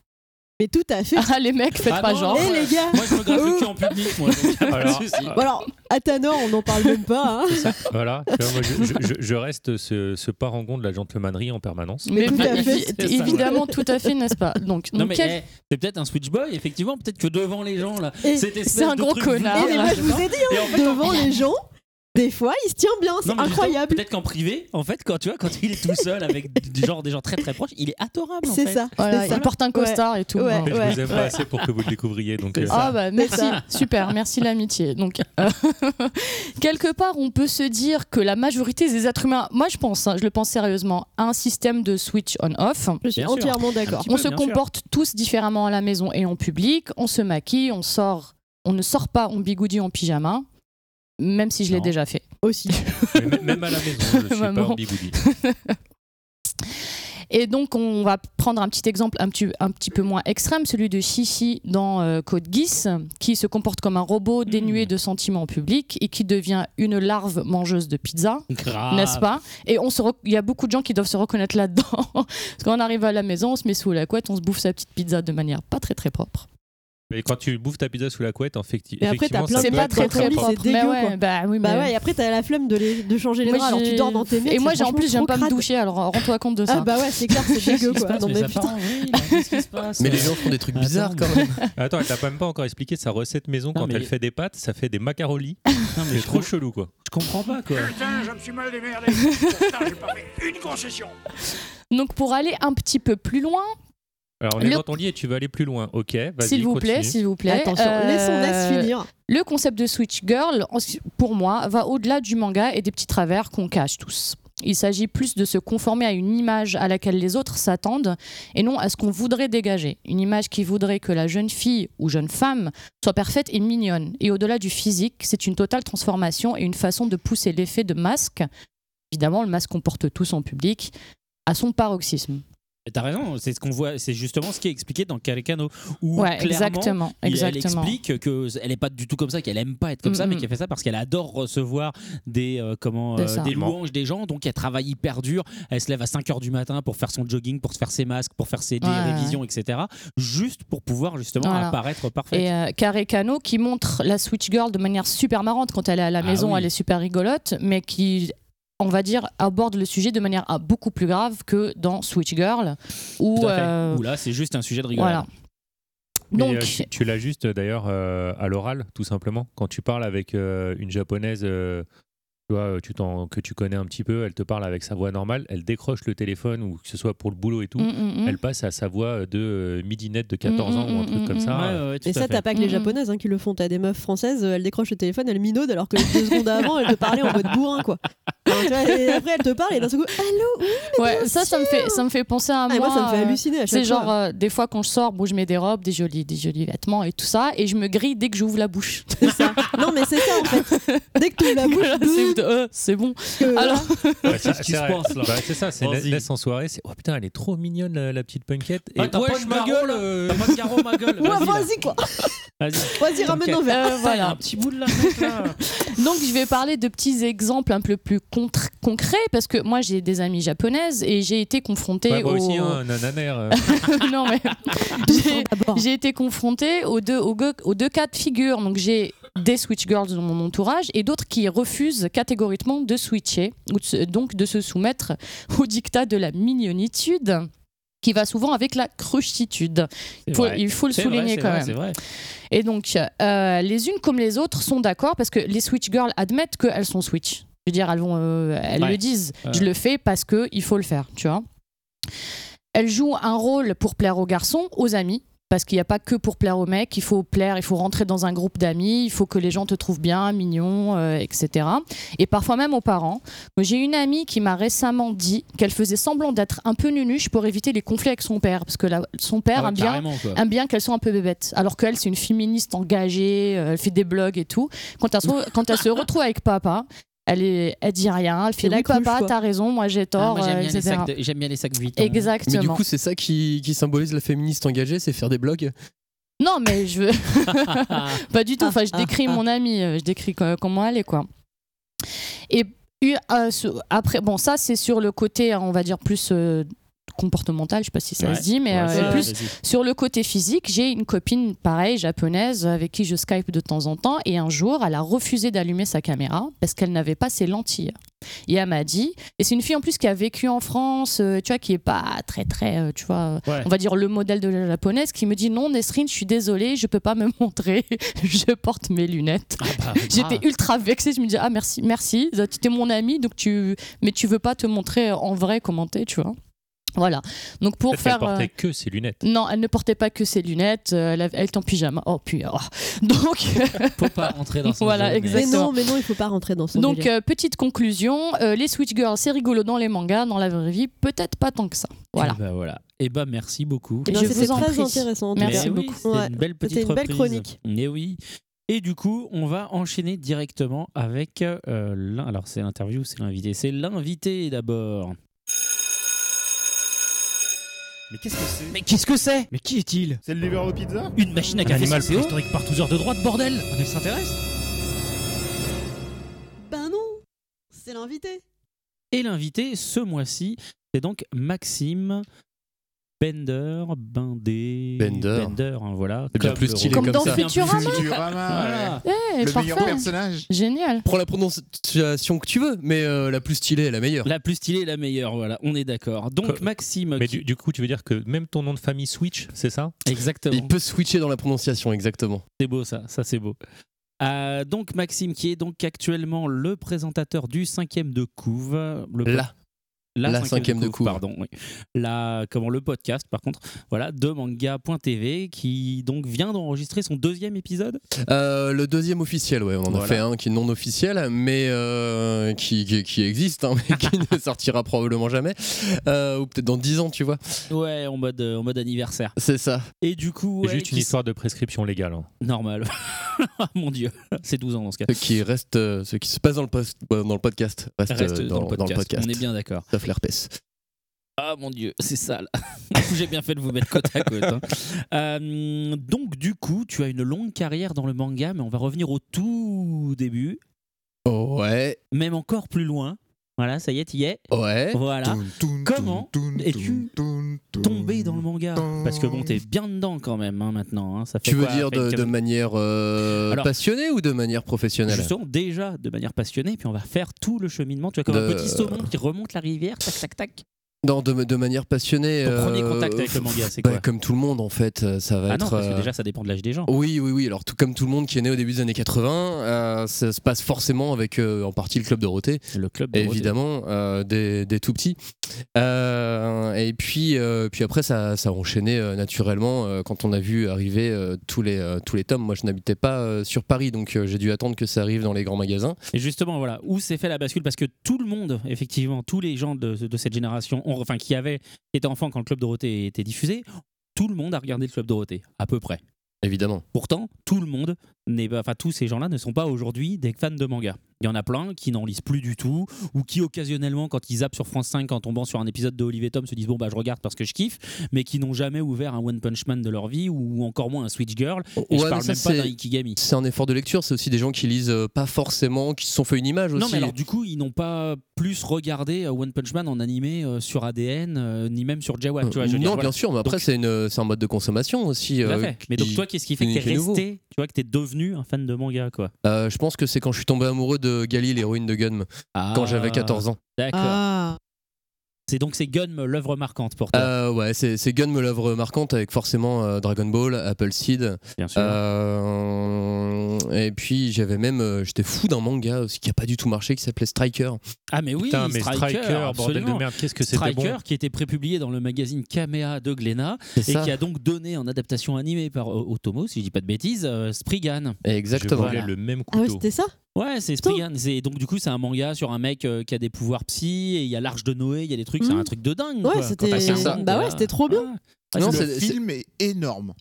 Mais tout à fait.
Ah, les mecs, faites
Ah
pas
non,
genre.
non,
Eh, les gars.
Moi, je me gratte le cul en public, moi. donc y a pas de
Alors,
souci.
Bon alors, Athanor, on n'en parle même pas. hein.
voilà, Tu vois, moi, je, je- je- je reste ce, ce parangon de la gentlemanerie en permanence.
Mais tout à
évi-
fait,
c'est ça,
évidemment, tout à fait, n'est-ce pas Donc,
Non,
donc,
mais
quel-
eh, c'est peut-être un Switch Boy, effectivement. Peut-être que devant les gens, là.
Et-
cette espèce
c'est un
de
gros
truc
connard,
blanc,
Eh, mais
là.
moi
je
je
sais
vous
pas.
ai dit,
Et
hein,
en fait,
devant les gens, des fois il se tient bien, c'est
Non, mais justement,
incroyable.
Peut-être qu'en privé, en fait, quand tu vois, quand il est tout seul avec du genre des gens très très proches, il est adorable. en
C'est
fait.
ça.
Voilà,
c'est
il
ça.
porte un costard et tout.
Ouais.
Hein.
Je vous aime
ouais.
pas assez pour que vous le découvriez. Donc,
C'est
euh,
ça.
Ah bah merci, super, merci l'amitié. Donc euh, quelque part, on peut se dire que la majorité des êtres humains, moi je pense, hein, je le pense sérieusement, à un système de switch on/off.
Je suis
Bien sûr.
entièrement d'accord.
petit
On
peu,
se
bien sûr.
comporte tous différemment à la maison et en public. On se maquille, on sort, on ne sort pas en bigoudi en pyjama, même si je l'ai
Non.
déjà fait.
Aussi.
mais même- même à la maison, je suis pas
Maman.
en bigoudi.
Et donc, on va prendre un petit exemple un petit, un petit peu moins extrême, celui de Shishi dans euh, Code Geass, qui se comporte comme un robot
Mm.
dénué de sentiments en public et qui devient une larve mangeuse de pizza,
Ah.
Grave.
n'est-ce pas Et on se rec- il y a beaucoup de gens qui doivent se reconnaître là-dedans. Parce qu'on arrive à la maison, on se met sous la couette, on se bouffe sa petite pizza de manière pas très très propre.
Mais quand tu bouffes ta pizza sous la couette, en fait,
Et après, t'as
effectivement,
plein
ça
de
C'est
peut
pas
être
très
propre,
très
c'est
propre. Mais
dégueu,
ouais,
quoi.
bah oui,
Bah
mais-
ouais, et après t'as la flemme de, les, de changer les
Moi,
draps alors
j'ai-
tu dors dans tes murs.
Et moi
c'est
j'ai en plus
franchement
j'aime pas
trop
me
crade.
doucher, alors rends-toi compte de ça.
Ah bah ouais, c'est clair, c'est dégueu quoi. Non mais putain.
bah, Qu'est-ce qui se passe euh
Mais les gens font des trucs
Attends,
bizarres quand
mais-
même.
Attends, elle t'a pas même pas encore expliqué sa recette maison
Non,
quand
mais-
elle fait des pâtes, ça fait des macarolis.
Non, mais
C'est
je,
trop
com-
chelou, quoi.
je comprends pas quoi.
Putain, je me suis mal démerdé. Putain, j'ai pas fait une concession.
Donc pour aller un petit peu plus loin,
Alors, on est
Le-
dans ton lit et tu vas aller plus loin. Ok, vas-y.
s'il vous plaît,
continue.
s'il vous plaît.
Attention,
euh,
laissons Ness finir.
Le concept de Switch Girl, en- pour moi, va au-delà du manga et des petits travers qu'on cache tous. Il s'agit plus de se conformer à une image à laquelle les autres s'attendent et non à ce qu'on voudrait dégager. Une image qui voudrait que la jeune fille ou jeune femme soit parfaite et mignonne. Et au-delà du physique, c'est une totale transformation et une façon de pousser l'effet de masque. Évidemment, le masque qu'on porte tous en public à son paroxysme.
Mais T'as raison, c'est ce qu'on voit, c'est justement ce qui est expliqué dans Caricano. Où
Ouais,
clairement,
exactement,
il-
exactement.
Elle explique qu'elle n'est pas du tout comme ça, qu'elle aime pas être comme ça,
Mm,
mais
mm.
qu'elle fait ça parce qu'elle adore recevoir des, euh, comment,
C'est
euh,
ça.
des louanges des gens. Donc elle travaille hyper dur. Elle se lève à 5 heures du matin pour faire son jogging, pour se faire ses masques, pour faire ses des
Ouais, ouais.
révisions, etc. Juste pour pouvoir justement
Voilà.
apparaître parfaite.
Et euh, Carré Cano qui montre la Switch Girl de manière super marrante quand elle est à la
Ah
maison,
oui.
elle est super rigolote, mais qui, on va dire, aborde le sujet de manière ah, beaucoup plus grave que dans Switch Girl. Où,
Tout à fait.
euh,
Ouh là, c'est juste un sujet de rigolade.
voilà.
Mais,
Donc,
euh, tu, tu l'as juste euh, d'ailleurs euh, à l'oral, tout simplement. Quand tu parles avec euh, une japonaise euh, tu vois, euh, tu t'en- que tu connais un petit peu, elle te parle avec sa voix normale, elle décroche le téléphone ou que ce soit pour le boulot et tout,
mm,
Mhm.
mm, mm.
elle passe à sa voix de euh, midinette de 14
Mm,
ans ou un
mm,
truc
Mhm,
mm,
comme
mm,
ça.
Ah, Ouais,
euh,
ouais, ouais, tout
Et
à
ça,
fait.
t'as pas que les
Mhm.
japonaises hein, qui le font. T'as des meufs françaises, euh, elles décrochent le téléphone, elles minaudent alors que deux secondes avant, elles te parlaient en mode bourrin, quoi. Enfin, tu vois, et après, elle te parle et d'un seul coup, allô, oui, mais
Ouais,
bien
ça, ça me fait, ça me fait penser à
Ah, et moi, ça me fait
euh,
halluciner à chaque
C'est genre
fois.
euh, des fois quand je sors, bon, je mets des robes, des jolis, des jolis vêtements et tout ça, et je me grille dès que j'ouvre la bouche.
Non, mais c'est ça en fait. Dès que tu ouvres la
Voilà,
bouche,
c'est euh, c'est bon.
que-
Alors,
Ouais,
c'est ce qui se
vrai.
passe, là.
Bah, c'est ça, c'est la-
Vas-y.
laisse en soirée. C'est oh putain, elle est trop mignonne la, la petite punkette.
Ah, t'as
wesh,
pas de marron, là euh, T'as pas de garrot, ma gueule
Ouais,
Vas-y, là.
vas-y quoi.
Vas-y.
Vas-y, ramène nos verres.
euh, voilà.
Un petit bout de la tête, là.
Donc je vais parler de petits exemples un peu plus contre- concrets parce que moi j'ai des amies japonaises et j'ai été confrontée
Ouais, moi
au-
aussi,
Oh.
hein, nananère. euh.
non mais Euh, j'ai- j'ai été confrontée aux deux, aux, go- aux deux cas de figure. Donc j'ai des switch girls dans mon entourage et d'autres qui refusent catégoriquement de switcher ou de se- donc de se soumettre au dictat de la mignonitude qui va souvent avec la crushitude.
C'est
Faut-
vrai.
il faut le
C'est vrai,
souligner
c'est
quand
vrai,
même.
C'est vrai.
Et donc, euh, les unes comme les autres sont d'accord parce que les Switch Girls admettent qu'elles sont Switch. Je veux dire, elles, vont, euh, elles
Ouais.
le disent.
Ouais.
Je le fais parce que il faut le faire, tu vois. Elles jouent un rôle pour plaire aux garçons, aux amis. Parce qu'il n'y a pas que pour plaire aux mecs, il faut plaire, il faut rentrer dans un groupe d'amis, il faut que les gens te trouvent bien, mignon, euh, etc. Et parfois même aux parents. Moi, J'ai une amie qui m'a récemment dit qu'elle faisait semblant d'être un peu nunuche pour éviter les conflits avec son père. Parce que la- son père
Ah ouais,
aime bien
carrément, quoi.
aime bien qu'elles soient un peu bébêtes. Alors qu'elle, c'est une féministe engagée, euh, elle fait des blogs et tout. Quand elle se, re- quand elle se retrouve avec papa, elle, est, elle dit rien, elle fait
C'est la
oui,
cruche,
papa,
quoi.
t'as raison, moi j'ai
Ah,
tort,
moi, j'aime
euh,
bien les
etc.
sacs de- J'aime bien les sacs Vuitton.
Mais du
Exactement.
coup, c'est ça qui, qui symbolise la féministe engagée, c'est faire des blogs.
Non, mais je veux. Pas du tout.
Ah,
Enfin, je
ah,
décris
ah.
mon amie, euh, je décris co- comment elle est, quoi. Et eu- euh, sur- après, bon, ça, c'est sur le côté, euh, on va dire, plus euh, comportemental, je sais pas si ça
Ouais.
se dit, mais
Ouais, c'est-
euh, plus
vas-y.
Sur le côté physique, j'ai une copine pareille, japonaise, avec qui je Skype de temps en temps. Et un jour, elle a refusé d'allumer sa caméra parce qu'elle n'avait pas ses lentilles. Et elle m'a dit, et c'est une fille en plus qui a vécu en France, euh, tu vois, qui est pas très, très, euh, tu vois,
Ouais.
on va dire le modèle de la japonaise, qui me dit non, Nesrine, je suis désolée, je peux pas me montrer, je porte mes lunettes.
Ah, bah,
J'étais ultra vexée, je me dis ah merci, merci, tu t'es mon amie, donc tu, mais tu veux pas te montrer en vrai comment t'es, tu vois. Voilà. Donc pour
Peut-être qu'elle
faire. euh,
portait que ses lunettes.
non, elle ne portait pas que ses lunettes, euh, elle, avait- elle était en pyjama. Oh, puis. oh. Donc,
faut pas rentrer dans son
Voilà,
jeu, mais-
Mais
exactement.
non, mais non, il faut pas rentrer dans son
donc
délire.
euh, petite conclusion euh, les Switch Girls, c'est rigolo dans les mangas, dans la vraie vie, peut-être pas tant que ça. Voilà.
Eh ben, voilà. Eh ben, merci beaucoup.
Eh ben,
euh, je
C'était
vous en
très
prie.
intéressant. en tout
Mais
Merci
cas.
oui,
beaucoup.
C'était
Ouais,
une belle
c'était
petite
une belle
reprise.
chronique.
Et oui. Et du coup, on va enchaîner directement avec euh, l'in- Alors, c'est l'interview, c'est l'invité. C'est l'invité d'abord.
Mais qu'est-ce que c'est
Mais qu'est-ce que c'est
Mais qui est-il C'est le livreur de pizza
Une machine à café
animal
sans CO?
préhistorique par tous heures de droite, bordel On s'intéresse
Ben non, c'est l'invité.
Et l'invité ce mois-ci, c'est donc Maxime Bender, Bindé,
Bender.
hein, voilà.
C'est bien
Comme
plus
le
stylé
roi.
Comme,
comme
dans
ça.
Futurama.
Futurama,
Voilà.
Eh,
ouais. le meilleur
parfait.
personnage.
Génial.
Prends la prononciation que tu veux, mais euh, la plus stylée est la meilleure.
La plus stylée, la meilleure, voilà, on est d'accord. Donc
Quoi-
Maxime,
Mais
qui-
du, du coup, tu veux dire que même ton nom de famille Switch, c'est ça
exactement,
Il peut switcher dans la prononciation, exactement.
c'est beau ça, ça c'est beau. Euh, donc Maxime, qui est donc actuellement le présentateur du cinquième de couve, le pod-
Là. la cinquième de couve.
pardon, oui. La, comment le podcast, par contre, voilà, de manga.tv, qui donc vient d'enregistrer son deuxième épisode.
Euh, le deuxième officiel, ouais, on en a
Voilà.
fait un qui est non officiel, mais euh, qui, qui, qui existe, hein, mais qui ne sortira probablement jamais. Euh, ou peut-être dans 10 ans, tu vois.
Ouais, en mode, euh, en mode anniversaire.
C'est ça.
Et du coup,
C'est
ouais,
juste une
qui-
histoire de prescription légale. hein.
normal. Ah, Mon Dieu, c'est 12 ans dans ce cas.
Ce qui reste, euh, ce qui se passe dans le, post- euh, dans le podcast reste,
Reste
euh, dans, dans le podcast.
On est bien d'accord.
Sauf l'herpès.
Ah mon dieu, c'est ça là. J'ai bien fait de vous mettre côte à côte. hein. Euh, donc du coup, tu as une longue carrière dans le manga, mais on va revenir au tout début,
Ouais,
même encore plus loin. Voilà, ça y est, y est.
ouais.
Voilà.
Toun, toun,
Comment
toun, toun,
es-tu
toun, toun,
Tombé dans le manga.
Toun.
Parce que bon, t'es bien dedans quand même hein, maintenant. hein. Ça fait
Tu veux
quoi,
dire
après
de,
une
de
quinzaine-
manière euh,
Alors-
passionnée ou de manière professionnelle
Justement, déjà de manière passionnée, puis on va faire tout le cheminement. Tu vois, comme un
De-
petit saumon qui remonte la rivière, tac tac tac.
Non, de, de manière passionnée.
Ton premier contact avec le manga, c'est
Euh, bah,
quoi
Comme tout le monde, en fait, euh, ça va
Ah
être.
non, parce que
euh,
déjà, ça dépend de l'âge des gens.
Oui, oui, oui. Alors, tout comme tout le monde qui est né au début des années 80, euh, ça se passe forcément avec euh, en partie le club Dorothée.
Le club
Dorothée. Évidemment, euh, des, des tout petits. Euh, et puis, euh, puis après, ça, ça a enchaîné euh, naturellement euh, quand on a vu arriver euh, tous, les, euh, tous les tomes. Moi, je n'habitais pas euh, sur Paris, donc euh, j'ai dû attendre que ça arrive dans les grands magasins.
Et justement, voilà, où s'est fait la bascule Parce que tout le monde, effectivement, tous les gens de, de cette génération, ont- enfin, qui avaient, qui étaient enfants quand le Club Dorothée était diffusé, tout le monde a regardé le Club Dorothée, à peu près.
Évidemment.
Pourtant, tout le monde n'est pas, enfin, tous ces gens-là ne sont pas aujourd'hui des fans de manga. Il y en a plein qui n'en lisent plus du tout, ou qui occasionnellement, quand ils zappent sur France 5 en tombant sur un épisode de Olivier Tom, se disent bon bah je regarde parce que je kiffe, mais qui n'ont jamais ouvert un One Punch Man de leur vie, ou encore moins un Switch Girl. Et je
Ouais,
parle
mais ça,
même pas d'un
c'est-
Ikigami.
C'est un effort de lecture, c'est aussi des gens qui lisent euh, pas forcément, qui se sont fait une image aussi.
Non, mais alors du coup, ils n'ont pas plus regardé euh, One Punch Man en animé euh, sur ADN, euh, ni même sur Jawa. Tu vois, je veux
Euh, non,
dire,
bien
voilà.
sûr, mais après,
Donc,
c'est une- c'est un mode de consommation aussi.
tout à
euh,
fait. Mais donc, toi, qu'est-ce qui fait que
qui
t'es
n'est nouveau.
resté Tu vois, que t'es devenu un fan de manga, quoi.
Euh, je pense que c'est quand je suis tombé amoureux de Gali, l'héroïne de Gunm, quand j'avais 14 ans.
Ah, D'accord.
Ah.
C'est donc c'est Gun l'œuvre marquante pour toi.
Euh, ouais, c'est c'est Gunm l'œuvre marquante avec forcément euh, Dragon Ball, Apple Seed.
Bien sûr.
euh, et puis j'avais même, euh, j'étais fou d'un manga aussi qui a pas du tout marché qui s'appelait Striker.
Ah mais oui,
Putain, mais
Striker,
Striker,
bordel de
absolument.
merde, qu'est-ce que c'était
Striker,
bon.
qui était prépublié dans le magazine Kamea de Glénat et
C'est ça.
qui a donc donné en adaptation animée par euh, Otomo, si je dis pas de bêtises, euh, Spriggan.
Exactement.
Je volais le
même
Ah oui, c'était ça
Ouais, c'est Spriggan. C'est donc du coup c'est un manga sur un mec euh, qui a des pouvoirs psy et il y a l'arche de Noé, il y a des trucs, c'est
Mhm.
un truc de dingue.
Ouais,
quoi.
c'était.
Quand t'as 15 ans,
Bah
t'es
ouais,
là.
c'était trop bien.
Ah,
Non,
c'est-
le film est énorme.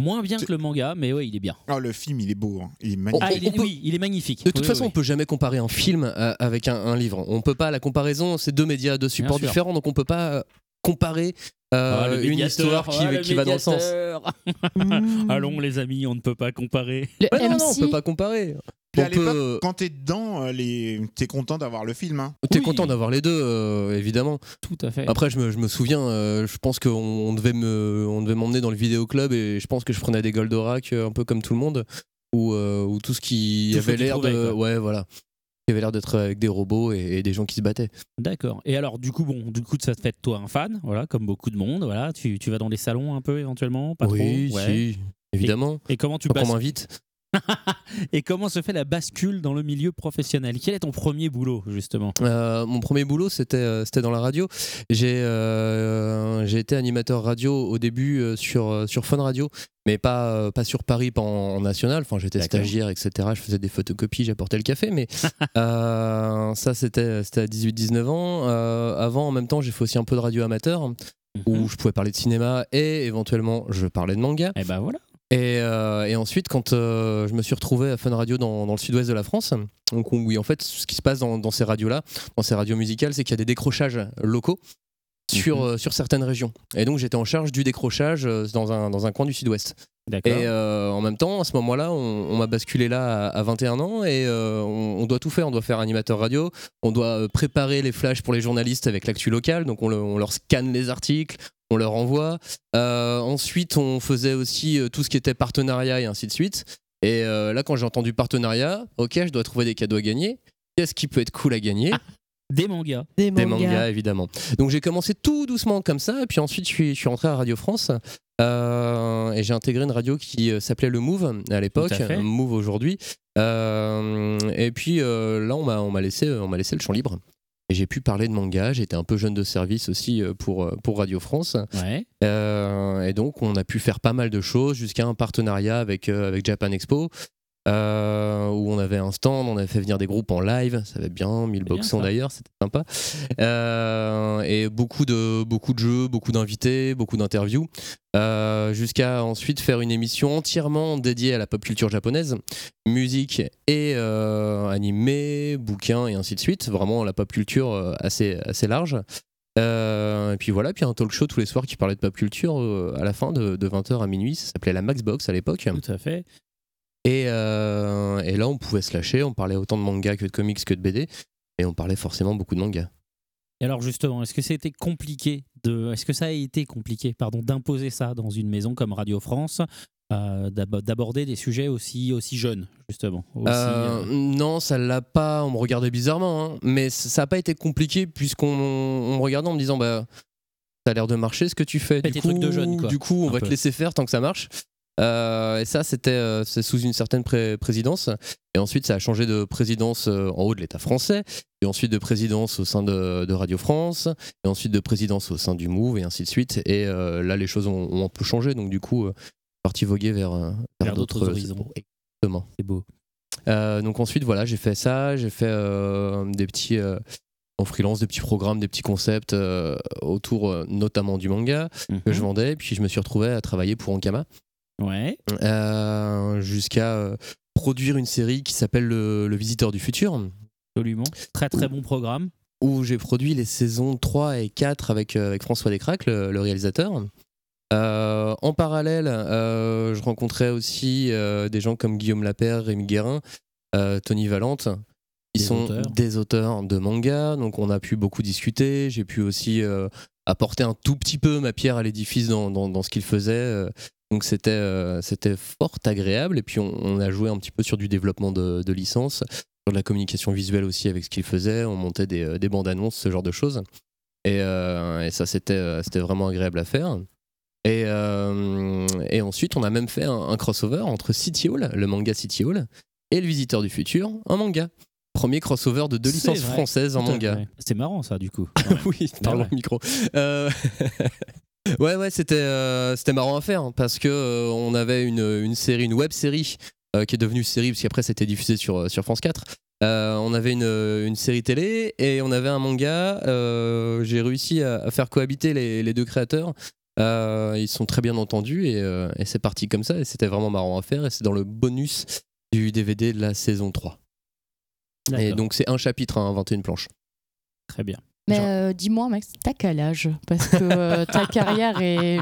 Moins bien que le manga, mais ouais, il est bien.
Ah, le film, il est beau. hein. Il est
Ah,
magnifique.
il est- oui, il est magnifique.
De toute
Oui,
façon,
oui.
on peut jamais comparer un film euh, avec un, un livre. On peut pas la comparaison, c'est deux médias, deux supports
sûr.
différents, donc on peut pas euh, comparer euh,
Ah, le
une
médiateur,
histoire qui,
ah, le
qui va dans le sens.
médiateur.
Mmh.
Hmm.
Allons les amis, on ne peut pas comparer.
Ouais, non, non, on peut pas comparer.
Ah,
Puis à
On peut-
l'époque, quand t'es dedans, euh, les... t'es content d'avoir le film. hein.
T'es content d'avoir les deux, euh, évidemment.
Tout à fait.
Après, je me, je me souviens, euh, je pense qu'on on devait me, on devait m'emmener dans le vidéoclub et je pense que je prenais des Goldorak euh, un peu comme tout le monde, ou euh, ou tout ce qui
Tout ce que
avait
tu
l'air de,
trouvais, quoi.
ouais, voilà, qui avait l'air d'être avec des robots et, et des gens qui se battaient.
D'accord. Et alors, du coup, bon, du coup, ça te fait de toi un fan, voilà, comme beaucoup de monde, voilà. Tu, tu vas dans les salons un peu éventuellement, pas
oui,
trop. ouais. Bah,
si, évidemment.
Et comment tu
Pas
passes
qu'on m'invite.
Et comment se fait la bascule dans le milieu professionnel Quel est ton premier boulot justement
Euh, mon premier boulot, c'était euh, c'était dans la radio. J'ai euh, j'ai été animateur radio au début euh, sur, euh, sur Fun Radio, mais pas, euh, pas sur Paris, pas en, en national. Enfin, j'étais
D'accord.
stagiaire, etc. Je faisais des photocopies, j'apportais le café, mais euh, ça, c'était c'était à 18-19 ans. Euh, avant, en même temps, j'ai fait aussi un peu de radio amateur,
Mmh.
où je pouvais parler de cinéma et éventuellement, je parlais de manga.
Eh ben voilà.
Et, euh, et ensuite, quand euh, je me suis retrouvé à Fun Radio dans, dans le sud-ouest de la France, donc où- oui, en fait, ce qui se passe dans, dans ces radios-là, dans ces radios musicales, c'est qu'il y a des décrochages locaux sur, euh, sur certaines régions. Et donc, j'étais en charge du décrochage euh, dans un, dans un coin du sud-ouest.
D'accord.
Et euh, en même temps, à ce moment-là, on, on m'a basculé là à, à 21 ans et euh, on, on doit tout faire. On doit faire animateur radio, on doit euh, préparer les flashs pour les journalistes avec l'actu locale, donc on, le- on leur scanne les articles, on leur envoie. Euh, ensuite, on faisait aussi euh, tout ce qui était partenariat et ainsi de suite. Et euh, là, quand j'ai entendu partenariat, ok, je dois trouver des cadeaux à gagner. Qu'est-ce qui peut être cool à gagner
Des mangas.
Des
des mangas, évidemment. Donc j'ai commencé tout doucement comme ça, et puis ensuite je suis, je suis rentré à Radio France. euh, et j'ai intégré une radio qui euh, s'appelait Le Move à l'époque,
Tout à fait.
Move aujourd'hui. Euh, et puis euh, là, on m'a, on, m'a laissé, on m'a laissé le champ libre. Et j'ai pu parler de manga, j'étais un peu jeune de service aussi euh, pour, euh, pour Radio France.
Ouais.
Euh, et donc, on a pu faire pas mal de choses jusqu'à un partenariat avec, euh, avec Japan Expo. euh, où on avait un stand, on avait fait venir des groupes en live, ça va bien, 1000
bien,
boxons
ça.
d'ailleurs, c'était sympa. Euh, et beaucoup de, beaucoup de jeux, beaucoup d'invités, beaucoup d'interviews, Euh, jusqu'à ensuite faire une émission entièrement dédiée à la pop culture japonaise, musique et euh, animé, bouquins et ainsi de suite, vraiment la pop culture euh, assez, assez large. Euh, et puis voilà, puis un talk show tous les soirs qui parlait de pop culture euh, à la fin de, 20h à minuit. Ça s'appelait la Maxbox à l'époque.
Tout à fait.
Et, euh, et là, on pouvait se lâcher. On parlait autant de manga que de comics que de BD. Et on parlait forcément beaucoup de manga.
Et alors justement, est-ce que c'était compliqué de, est-ce que ça a été compliqué, pardon, d'imposer ça dans une maison comme Radio France euh, d'ab- d'aborder des sujets aussi, aussi jeunes, justement. Aussi,
Euh,
euh,
Non, ça l'a pas. On me regardait bizarrement, hein, mais c- ça n'a pas été compliqué puisqu'on on me regardait en me disant bah ça a l'air de marcher ce que tu fais.
Fais
Du
tes
coup,
trucs de jeune, quoi,
du coup, on
un
va
peu.
te laisser faire tant que ça marche. Euh, et ça, c'était euh, c'est sous une certaine pré- présidence. Et ensuite, ça a changé de présidence euh, en haut de l'État français, et ensuite de présidence au sein de, de Radio France, et ensuite de présidence au sein du Move, et ainsi de suite. Et euh, là, les choses ont, ont un peu changé. Donc, du coup, euh, parti voguer vers, euh, vers,
Vers d'autres
d'autres
horizons.
Exactement.
C'est beau.
Euh, donc ensuite, voilà, j'ai fait ça, j'ai fait euh, des petits euh, en freelance, des petits programmes, des petits concepts euh, autour euh, notamment du manga
Mhm.
que je vendais. Puis je me suis retrouvé à travailler pour Ankama
ouais.
euh, jusqu'à euh, produire une série qui s'appelle le, Le Visiteur du Futur,
Absolument. Très très bon programme.
où j'ai produit les saisons 3 et 4 avec, euh, avec François Descraques, le, le réalisateur. Euh, en parallèle, euh, je rencontrais aussi euh, des gens comme Guillaume Lapère, Rémi Guérin, euh, Tony Valente. Ils
Des
sont
auteurs.
des auteurs de manga, donc on a pu beaucoup discuter. J'ai pu aussi euh, apporter un tout petit peu ma pierre à l'édifice dans, dans- dans ce qu'ils faisaient. euh, Donc c'était euh, c'était fort agréable. Et puis on, on a joué un petit peu sur du développement de, de licences, sur de la communication visuelle aussi avec ce qu'ils faisaient. On montait des, euh, des bandes annonces, ce genre de choses. Et, euh, et ça, c'était euh, c'était vraiment agréable à faire. Et, euh, et ensuite, on a même fait un, un crossover entre City Hall, le manga City Hall, et Le Visiteur du Futur, un manga. Premier crossover de deux
C'est
licences
vrai.
françaises en
Tout à
manga.
fait. C'est marrant ça, du coup.
oui,
Parlons
parlons au micro. Euh, ouais, ouais, c'était euh, c'était marrant à faire hein, parce que euh, on avait une, une série, une web série euh, qui est devenue série parce qu'après c'était diffusé sur, euh, sur France 4. Euh, on avait une, une série télé et on avait un manga. Euh, J'ai réussi à, à faire cohabiter les, les deux créateurs. Euh, ils sont très bien entendus et, euh, et c'est parti comme ça. Et c'était vraiment marrant à faire. Et c'est dans le bonus du DVD de la saison 3. Et
D'accord.
donc c'est un chapitre, hein, 21 planches.
Très bien.
Mais euh, dis-moi, Max, t'as quel âge Parce que euh, ta carrière est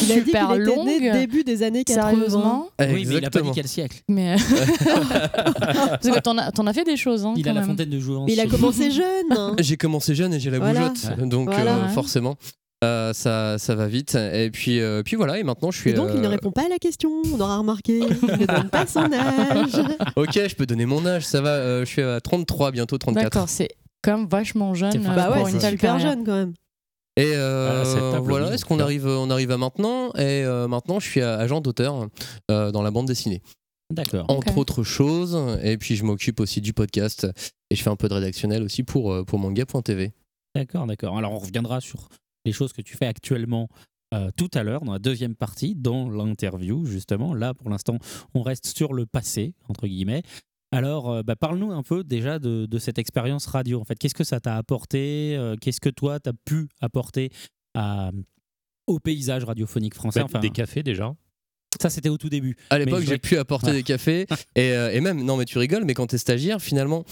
Il a dit qu'il
super
était
longue.
né début des années 80.
Sérieusement
Oui, mais il a pas dit quel siècle.
Mais. Parce que t'en as, t'en as fait des choses. Hein,
Il
quand
a la
même.
fontaine de jouance.
Mais il a commencé jeune. hein.
J'ai commencé jeune et j'ai la
Voilà.
bougeotte, donc
Voilà.
euh, forcément. euh, ça, ça va vite. Et puis, euh, puis voilà, et maintenant je suis.
Et donc, il ne
euh,
répond pas à la question. On aura remarqué. Il ne donne pas son âge.
Ok, je peux donner mon âge, ça va, euh, je suis à 33, bientôt 34.
D'accord, c'est quand même vachement
C'est
jeune euh,
Bah
pour
ouais,
une
c'est
telle
super
carrière.
jeune quand même.
Et euh,
Ah, cette table,
voilà,
oui,
est-ce qu'on
bien.
arrive, on arrive à maintenant Et euh, maintenant, je suis euh, agent d'auteur euh, dans la bande dessinée.
D'accord.
Entre autres choses, et puis je m'occupe aussi du podcast et je fais un peu de rédactionnel aussi pour, euh, pour manga.tv.
D'accord, d'accord. Alors on reviendra sur les choses que tu fais actuellement euh, tout à l'heure, dans la deuxième partie, dans l'interview, justement. Là, pour l'instant, on reste sur le passé, entre guillemets. Alors, euh, bah, parle-nous un peu déjà de, de cette expérience radio. En fait, qu'est-ce que ça t'a apporté Euh, Qu'est-ce que toi, t'as pu apporter à- au paysage radiophonique français
Bah,
Enfin,
Des cafés déjà.
ça, c'était au tout début.
À
Mais
l'époque,
je Ah.
j'ai
dirais
pu apporter
voilà.
des cafés. Et, euh, et même, non, mais tu rigoles, mais quand t'es stagiaire, finalement,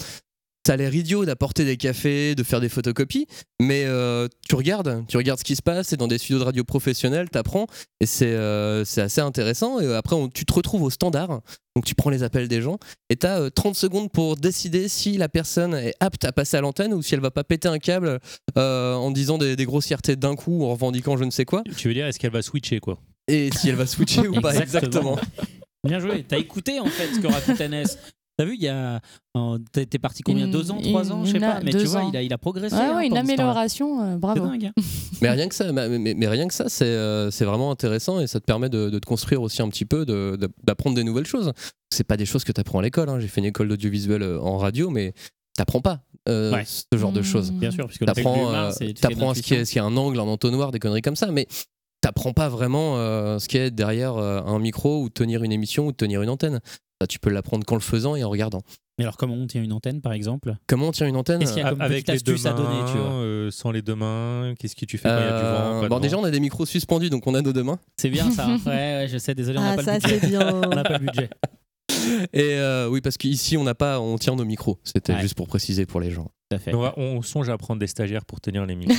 t'as l'air idiot d'apporter des cafés, de faire des photocopies. Mais euh, tu regardes, tu regardes ce qui se passe. Et dans des studios de radio professionnels, t'apprends. Et c'est euh, c'est assez intéressant. Et euh, après, on- tu te retrouves au standard. Donc, tu prends les appels des gens. Et t'as euh, 30 secondes pour décider si la personne est apte à passer à l'antenne ou si elle va pas péter un câble euh, en disant des, des grossièretés d'un coup, en revendiquant je ne sais quoi.
Tu veux dire, est-ce qu'elle va switcher quoi
Et si elle va switcher ou pas,
Exactement.
exactement.
Bien joué. T'as écouté, en fait, ce que racontait Ness. T'as vu, il y a. en- T'es t'es parti combien
Une-
Deux ans, trois
une-
ans Je sais
une-
pas. Mais tu
deux
vois,
ans.
il a, il a progressé.
Ouais,
hein,
ouais, une
pendant ce temps-là.
amélioration, euh,
C'est
bravo.
dingue. hein.
Mais rien que ça, mais, mais- mais rien que ça, c'est euh, c'est vraiment intéressant et ça te permet de, de te construire aussi un petit peu, de- de- d'apprendre des nouvelles choses. C'est pas des choses que t'apprends à l'école. hein. J'ai fait une école d'audiovisuel euh, en radio, mais t'apprends pas euh,
Ouais.
ce genre
Mmh.
de choses.
Mm.
Bien sûr, puisque
T'apprends
l'humain,
euh,
c'est- c'est
t'apprends à ce qu'il y, a-
l'intuition.
ce qu'il y a un angle, un entonnoir, des conneries comme ça, mais t'apprends pas vraiment euh, ce qu'il y a derrière euh, un micro ou tenir une émission ou tenir une antenne. Ça, tu peux l'apprendre qu'en le faisant et en regardant.
Mais alors, comment on tient une antenne, par exemple
Comment on tient une antenne
Est-ce qu'il y a comme
Avec
petite
les deux
astuce à donner, tu vois
mains, euh, sans les deux mains, qu'est-ce que tu fais quand il y a du
Euh,
vent pas de
bon,
vent
déjà, on a des micros suspendus, donc on a nos deux mains.
C'est bien ça. hein. Ouais, ouais, je sais, désolé, on n'a
Ah,
pas,
ça,
le budget.
c'est bien.
On n'a pas le budget.
Et euh, oui, parce qu'ici, on n'a pas, on tient nos micros. C'était
Ouais.
juste pour préciser pour les gens.
Tout à fait.
Mais on, va- on songe à prendre des stagiaires pour tenir les micros.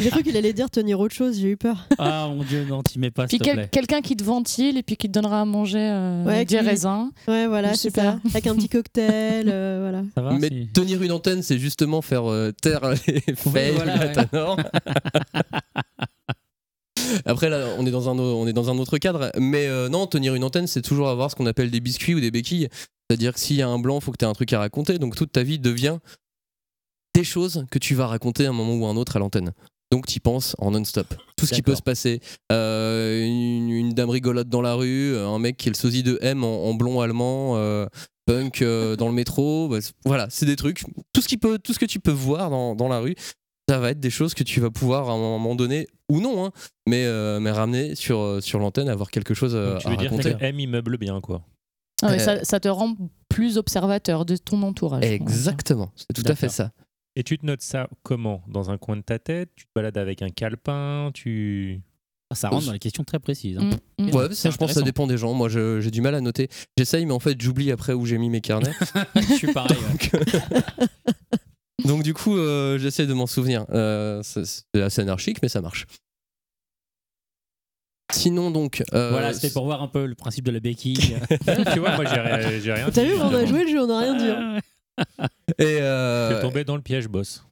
J'ai cru qu'il allait dire tenir autre chose. J'ai eu peur.
Ah, mon Dieu, non, t'y mets pas,
Puis
s'il te
quel-
plaît.
quelqu'un qui te ventile et puis qui te donnera à manger euh,
Ouais,
des
qui-
raisins.
Ouais, voilà, c'est
Super.
ça. Avec un petit cocktail. euh, voilà.
Ça va
Mais
si-
tenir une antenne, c'est justement faire euh, taire les feuilles
voilà,
la
ouais.
tanore. Après, là, on est dans un, au- on est dans un autre cadre. Mais euh, non, tenir une antenne, c'est toujours avoir ce qu'on appelle des biscuits ou des béquilles. C'est-à-dire que s'il y a un blanc, faut que tu aies un truc à raconter. Donc toute ta vie devient des choses que tu vas raconter à un moment ou à un autre à l'antenne. Donc tu penses en non-stop. Tout ce qui peut se passer. Euh, une, une dame rigolote dans la rue, euh, un mec qui est le sosie de M en, en blond allemand, euh, punk euh, dans le métro. Bah, c'est- voilà, c'est des trucs. Tout ce, qui peut, tout ce que tu peux voir dans, dans la rue, ça va être des choses que tu vas pouvoir à un moment donné, ou non, hein, mais, euh, mais ramener sur, euh, sur l'antenne, avoir quelque chose euh,
Tu
à
veux dire
raconter.
que M immeuble bien, quoi.
Ah ouais,
Euh,
ça, ça te rend plus observateur de ton entourage.
Exactement, c'est tout à fait ça.
Et tu te notes ça comment Dans un coin de ta tête Tu te balades avec un calepin Tu.
Ça rentre dans les questions très précises.
Mmh.
hein.
Mm. Ouais,
C'est
ça, je pense que ça
intéressant.
dépend des gens. Moi, je- j'ai du mal à noter. J'essaye, mais en fait, j'oublie après où j'ai mis mes carnets. euh,
je suis pareil. ouais.
Donc, du coup, euh, j'essaie de m'en souvenir. Euh, c'est c'est assez anarchique, mais ça marche. Sinon, donc. euh,
Voilà, c'était pour voir un peu le principe de la béquille.
tu vois, moi, j'ai ri- j'ai rien
T'as
dit,
vu, on a
évidemment.
joué le jeu, on n'a rien dit. hein.
Et,
T'es
euh,
tombé dans le piège, boss.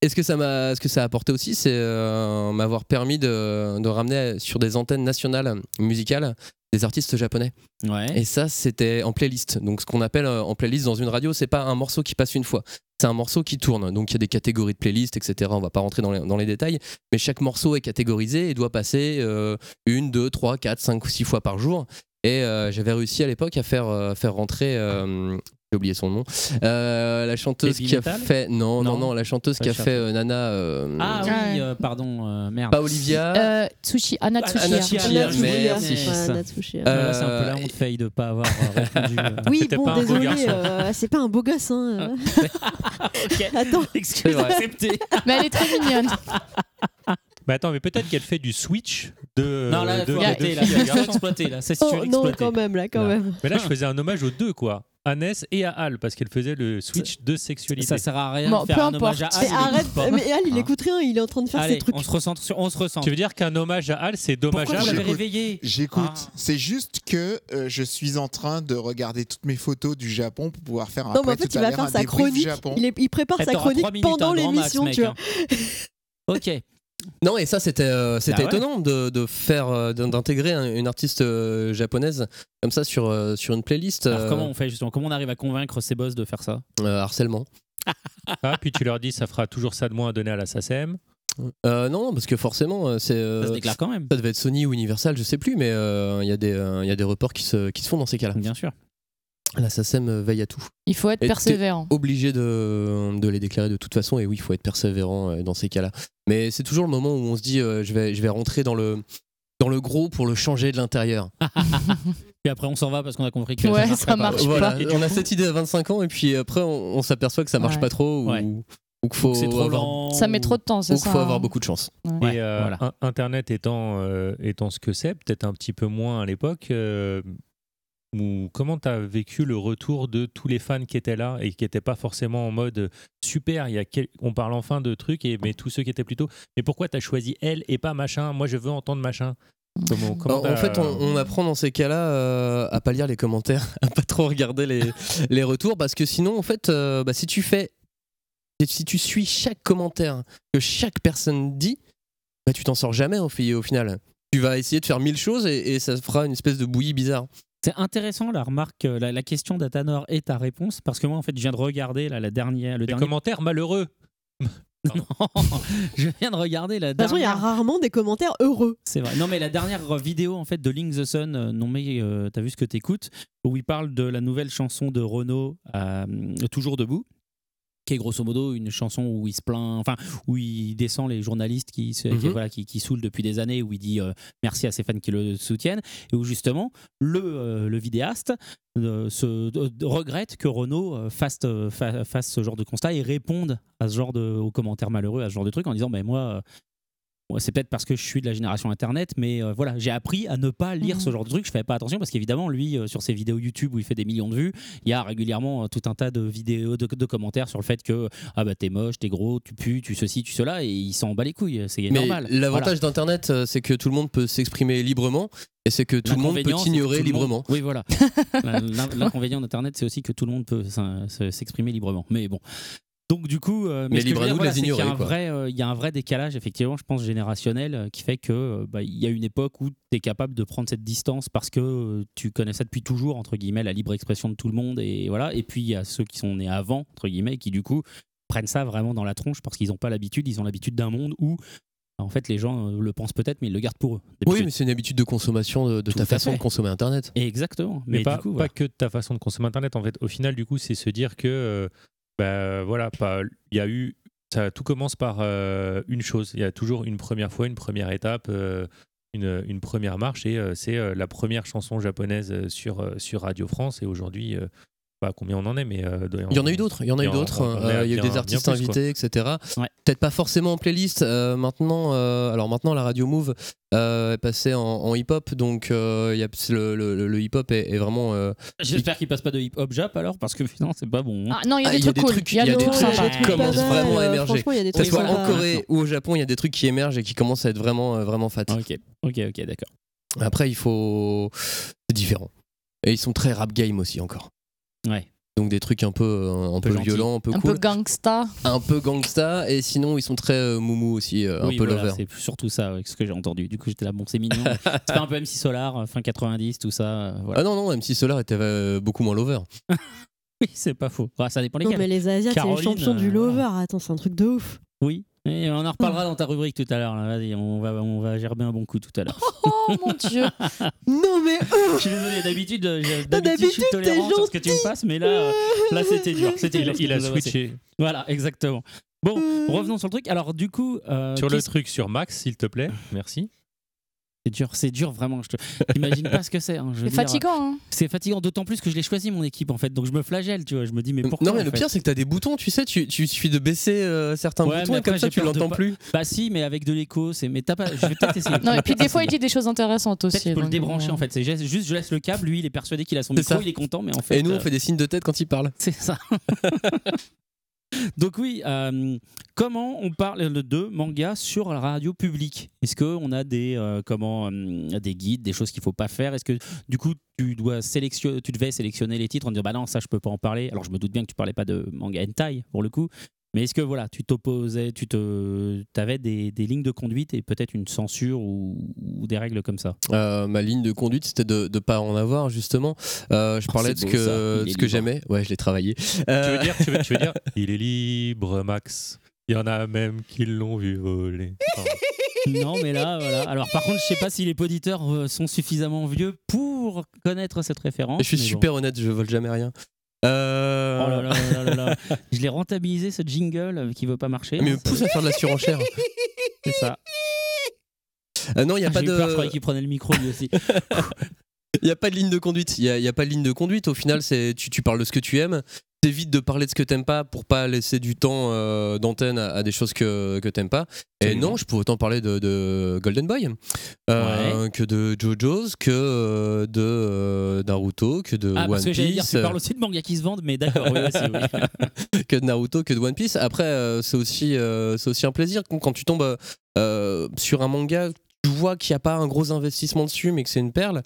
Est-ce que ça m'a, ce que ça a apporté aussi, c'est euh, m'avoir permis de, de ramener sur des antennes nationales musicales des artistes japonais.
Ouais.
Et ça, c'était en playlist. Donc, ce qu'on appelle euh, en playlist dans une radio, c'est pas un morceau qui passe une fois. C'est un morceau qui tourne. Donc, il y a des catégories de playlist, etc. On va pas rentrer dans les, dans les détails, mais chaque morceau est catégorisé et doit passer euh, une, deux, trois, quatre, cinq ou six fois par jour. Et euh, j'avais réussi à l'époque à faire, euh, faire rentrer. euh, j'ai oublié son nom. euh, la chanteuse
Baby
qui a
Metal
fait. Non, non,
Non.
non, la chanteuse
Pas
qui a
cher.
fait euh, Nana. euh,
Ah oui,
Ouais.
euh, pardon, euh, merde.
Pas Olivia.
Euh, Tsushi, Anna
Ah,
Tsushi.
Anna
Natsushia,
Natsushia, merci.
yes.
Ouais, Natsushia.
Ah, là, c'est un peu
Euh,
la honte, Faye, de pas avoir euh, répondu. euh.
Oui,
C'était
bon,
pas un beau
désolé,
garçon.
euh, c'est pas un beau gosse. Hein. Attends,
c'est
Excuse,
vrai.
acceptée.
Mais elle est très mignonne.
Bah attends, mais peut-être qu'elle fait du switch de.
Non, là,
de-
faut
de-
arrêter,
de-
là.
de-
Faut
garçon.
exploiter, là. C'est
oh,
sûr,
non,
exploiter.
quand même, là, quand
Non.
même.
Mais là, je faisais un hommage aux deux, quoi. À Ness et à Al, parce qu'elle faisait le switch de sexualité.
Ça sert à rien
Bon,
de faire
peu
un hommage à
importe.
Anne,
Mais
il
arrête,
écoute pas.
mais Al, il
Hein.
écoute rien, il est en train de faire
Allez,
ses trucs.
on se recentre sur- on se recentre.
Tu veux dire qu'un hommage à Al, c'est
Pourquoi vous
dommageable
l'avez
J'écoute.
réveillé
J'écoute.
Ah.
C'est juste que euh, je suis en train de regarder toutes mes photos du Japon pour pouvoir faire
Non, mais
après
en fait,
tout
il
à
va
l'heure
faire
un
sa
débrief
chronique.
Japon.
Il, est- il prépare
Eh,
sa
t'auras
chronique
trois minutes,
pendant
hein, grand max,
l'émission,
mec,
tu vois.
hein. ok.
Non, et ça, c'était euh, c'était
Bah ouais.
étonnant de, de faire euh, d'in- d'intégrer un- une artiste euh, japonaise comme ça sur, euh, sur une playlist.
Alors
euh,
comment on fait justement Comment on arrive à convaincre ces boss de faire ça
euh, harcèlement.
Ah, puis tu leur dis, ça fera toujours ça de moins à donner à la SACEM.
Euh, non, parce que forcément, euh, c'est. euh,
Ça se déclare quand même.
ça devait être Sony ou Universal, je sais plus, mais euh, il y, a des, euh, il y a des reports qui se, qui se font dans ces cas-là.
Bien sûr.
La SACEM euh, veille à tout.
Il faut être
Et
persévérant.
Obligé de, de les déclarer de toute façon, et oui, il faut être persévérant euh, dans ces cas-là. Mais c'est toujours le moment où on se dit euh, je, vais, je vais rentrer dans le, dans le gros pour le changer de l'intérieur.
Puis après on s'en va parce qu'on a compris que
Ouais,
marcherait
ça
pas.
marche.
Donc,
Euh, voilà,
Et du
on a cette idée à 25 ans et puis après on, on s'aperçoit que ça marche
Ouais.
pas trop ou,
Ouais.
ou qu'il faut,
C'est trop
avoir-
lent.
Ça met trop de temps,
ou
c'est
qu'il
ça.
faut
hein.
avoir beaucoup de chance.
Ouais,
et euh,
voilà.
in- Internet étant, euh, étant ce que c'est, peut-être un petit peu moins à l'époque, euh, ou comment tu as vécu le retour de tous les fans qui étaient là et qui n'étaient pas forcément en mode euh, super, il y a quel- on parle enfin de trucs, et, mais tous ceux qui étaient plutôt, mais pourquoi tu as choisi elle et pas machin Moi je veux entendre machin. Comment, comment
Bah, en
t'as-
fait, on, on apprend dans ces cas-là euh, à pas lire les commentaires, à pas trop regarder les, les retours parce que sinon, en fait, euh, bah, si tu fais, si tu suis chaque commentaire que chaque personne dit, bah, tu t'en sors jamais au, fi- au final. Tu vas essayer de faire mille choses et, et ça fera une espèce de bouillie bizarre.
C'est intéressant la remarque, euh, la, la question d'Atanor et ta réponse, parce que moi en fait je viens de regarder là, la dernière, le
Les
dernier.
commentaires malheureux.
Non, je viens de regarder la
De toute façon, il y a
dernière.
rarement des commentaires heureux.
C'est vrai. Non mais la dernière vidéo en fait de Link the Sun, euh, non mais euh, t'as vu ce que t'écoutes, où il parle de la nouvelle chanson de Renaud, euh, Toujours debout, qui est grosso modo une chanson où il se plaint, enfin où il descend les journalistes qui, se- qui,
Mhm.
voilà, qui, qui saoulent depuis des années, où il dit euh, merci à ses fans qui le soutiennent, et où justement le, euh, le vidéaste euh, se, de- de- regrette que Renault euh, fasse, euh, fa- fasse ce genre de constat et réponde à ce genre de, aux commentaires malheureux, à ce genre de truc en disant ben moi, euh, moi, c'est peut-être parce que je suis de la génération Internet, mais euh, voilà, j'ai appris à ne pas lire
Mhm.
ce genre de truc. Je fais pas attention parce qu'évidemment, lui, euh, sur ses vidéos YouTube où il fait des millions de vues, il y a régulièrement euh, tout un tas de vidéos, de, de commentaires sur le fait que ah bah t'es moche, t'es gros, tu pues, tu ceci, tu cela, et il s'en bat les couilles. C'est
Mais
normal.
l'avantage d'Internet, euh, c'est que tout le monde peut s'exprimer librement et c'est que tout le monde peut
L'inconvénient, c'est que
ignorer
tout le monde-
librement.
Oui, voilà. L'in- l'in- L'inconvénient d'Internet, c'est aussi que tout le monde peut s'in- se- s'exprimer librement. Mais bon. Donc du coup, euh,
Mais
ce que je veux
libre à
dire,
nous de
voilà,
les
c'est qu'il y a
ignorer,
un
quoi.
vrai, euh, Il y a un vrai décalage, effectivement, je pense générationnel, euh, qui fait que euh, bah, il y a une époque où tu es capable de prendre cette distance parce que euh, tu connais ça depuis toujours entre guillemets la libre expression de tout le monde et voilà. Et puis il y a ceux qui sont nés avant entre guillemets qui du coup prennent ça vraiment dans la tronche parce qu'ils n'ont pas l'habitude. Ils ont l'habitude d'un monde où en fait les gens euh, le pensent peut-être mais ils le gardent pour eux.
Oui, mais c'est une habitude de consommation de, de
Tout
ta
à
façon
fait.
de consommer Internet.
Exactement.
Mais,
Mais,
pas,
du coup,
pas
voilà.
que de ta façon de consommer Internet. En fait, au final, du coup, c'est se dire que, euh, bah, voilà, pas- il y a eu, ça, tout commence par euh, une chose. Il y a toujours une première fois, une première étape, euh, une, une première marche, et euh, c'est euh, la première chanson japonaise euh, sur, euh, sur Radio France. Et aujourd'hui, euh, bah, combien on en est, mais euh,
Il y en a eu d'autres, il y en a eu
on-
d'autres.
on en est
euh,
à
Il y a eu
bien-
des artistes
bien plus, quoi.
invités, etc.
Ouais.
Peut-être pas forcément en playlist. euh, maintenant, euh, alors maintenant, la radio Move euh, est passée en, en hip-hop, donc euh, il y a, le, le- le hip-hop est, est vraiment. euh,
J'espère qu'ils passent pas de hip hop jap alors parce que sinon c'est pas bon. hein.
Ah, non, il y a
ah,
des trucs cool.
il y a des
des
trucs
trucs
qui commencent
sympas.
vraiment à
Euh,
émerger.
franchement, il y a des
Que ce
trucs
soit en
sympas.
Corée ou au Japon, il y a des trucs qui émergent et qui commencent à être vraiment, euh, vraiment fat.
Ah, Ok, ok, ok, d'accord.
Après, il faut. C'est différent. Et ils sont très rap game aussi encore.
Ouais.
Donc des trucs un peu, euh, un
peu
peu,
gentil.
violents, un peu
Un
cool,
peu gangsta.
un peu gangsta. Et sinon, ils sont très euh, moumou aussi, euh,
Oui,
un peu
voilà,
lover.
C'est surtout ça, avec ce que j'ai entendu. Du coup, j'étais là, bon, c'est mignon. c'est pas un peu MC Solar, euh, fin 90, tout ça. euh, voilà.
Ah non, non, M6 Solar était euh, beaucoup moins lover.
Oui, c'est pas faux. Ah, ça dépend
Non, mais
lesquels.
les Asiates, c'est les
Caroline,
champions
euh,
du lover. Attends, c'est un truc de ouf.
Oui. Et on en reparlera dans ta rubrique tout à l'heure. là. Vas-y, on va, on va gerber un bon coup tout à l'heure.
Oh mon dieu.
Non, mais
je suis désolé, d'habitude, euh, j'ai- d'habitude,
d'habitude,
je suis
t'es
tolérant sur ce que tu me passes, mais là, euh, là c'était dur. C'était
Il,
dur ce
il
que
a
vous avez passé.
switché.
Voilà, exactement. Bon, revenons sur le truc. Alors, du coup, euh,
Sur le
qu'est-ce-
truc sur Max, s'il te plaît. Merci.
c'est dur, c'est dur vraiment. Je te- t'imagines pas ce que c'est. hein, je veux
C'est
dire.
fatigant, hein.
C'est fatigant, d'autant plus que je l'ai choisi mon équipe en fait. Donc je me flagelle, tu vois. Je me dis mais pourquoi
non, mais
en
le
fait
pire, c'est que t'as des boutons, tu sais, tu, tu suffit de baisser euh, certains
Ouais,
boutons
mais
et comme
après,
ça,
j'ai
tu
peur de
l'entends
pas-
plus.
Bah si, mais avec de l'écho, c'est. Mais t'as pas. Je vais peut-être essayer.
Non, et puis des fois, il dit des choses intéressantes
Peut-être
aussi.
je peux le
donc,
débrancher
euh,
en fait. C'est juste, juste, je laisse le câble. Lui, il est persuadé qu'il a son
C'est
micro,
ça.
il est content, mais en fait.
Et nous,
euh,
on fait des signes de tête quand il parle.
C'est ça. Donc oui, euh, comment on parle de manga sur la radio publique Est-ce qu'on a des euh, comment euh, des guides, des choses qu'il faut pas faire Est-ce que du coup tu dois sélectionner, tu devais sélectionner les titres en disant bah non ça je peux pas en parler. Alors je me doute bien que tu parlais pas de manga hentai pour le coup, mais est-ce que voilà tu t'opposais, tu te, t'avais des, des lignes de conduite et peut-être une censure ou, ou des règles comme ça
Euh, ma ligne de conduite, c'était de ne pas en avoir, justement. Euh, je
Oh,
parlais
c'est
de ce
beau,
que,
ça. Il est
ce que
libre.
j'aimais. Ouais, je l'ai travaillé.
Tu
Euh,
veux dire, tu veux, tu veux dire, il est libre, Max. Il y en a même qui l'ont vu voler. Pardon.
Non mais là voilà. Alors par contre je sais pas si les auditeurs euh, sont suffisamment vieux pour connaître cette référence.
je suis
mais bon.
super honnête, je vole jamais rien. Euh,
Oh là là là là là là. Je l'ai rentabilisé ce jingle euh, qui veut pas marcher.
Mais
Hein,
me pousse à faire de la surenchère.
C'est ça.
Euh, non, il n'y a,
Ah,
pas
J'ai eu peur, je
de...
croyais qu'il prenait le micro lui aussi.
il y a pas de ligne de conduite. Il n'y a, pas de ligne de conduite. Au final, c'est tu, tu parles de ce que tu aimes. T'évites de parler de ce que t'aimes pas pour pas laisser du temps euh, d'antenne à, à des choses que, que t'aimes pas. Et
Absolument.
non, je peux autant parler de, de Golden Boy euh, que de JoJo's, que euh, de euh, Naruto, que de
Ah,
One
parce que j'allais dire,
Piece.
tu parles aussi de mangas qui se vendent, mais d'accord, oui, aussi, oui.
que de Naruto, que de One Piece. Après, euh, c'est aussi, euh, c'est aussi un plaisir quand quand tu tombes euh, euh, sur un manga, tu vois qu'il n'y a pas un gros investissement dessus, mais que c'est une perle.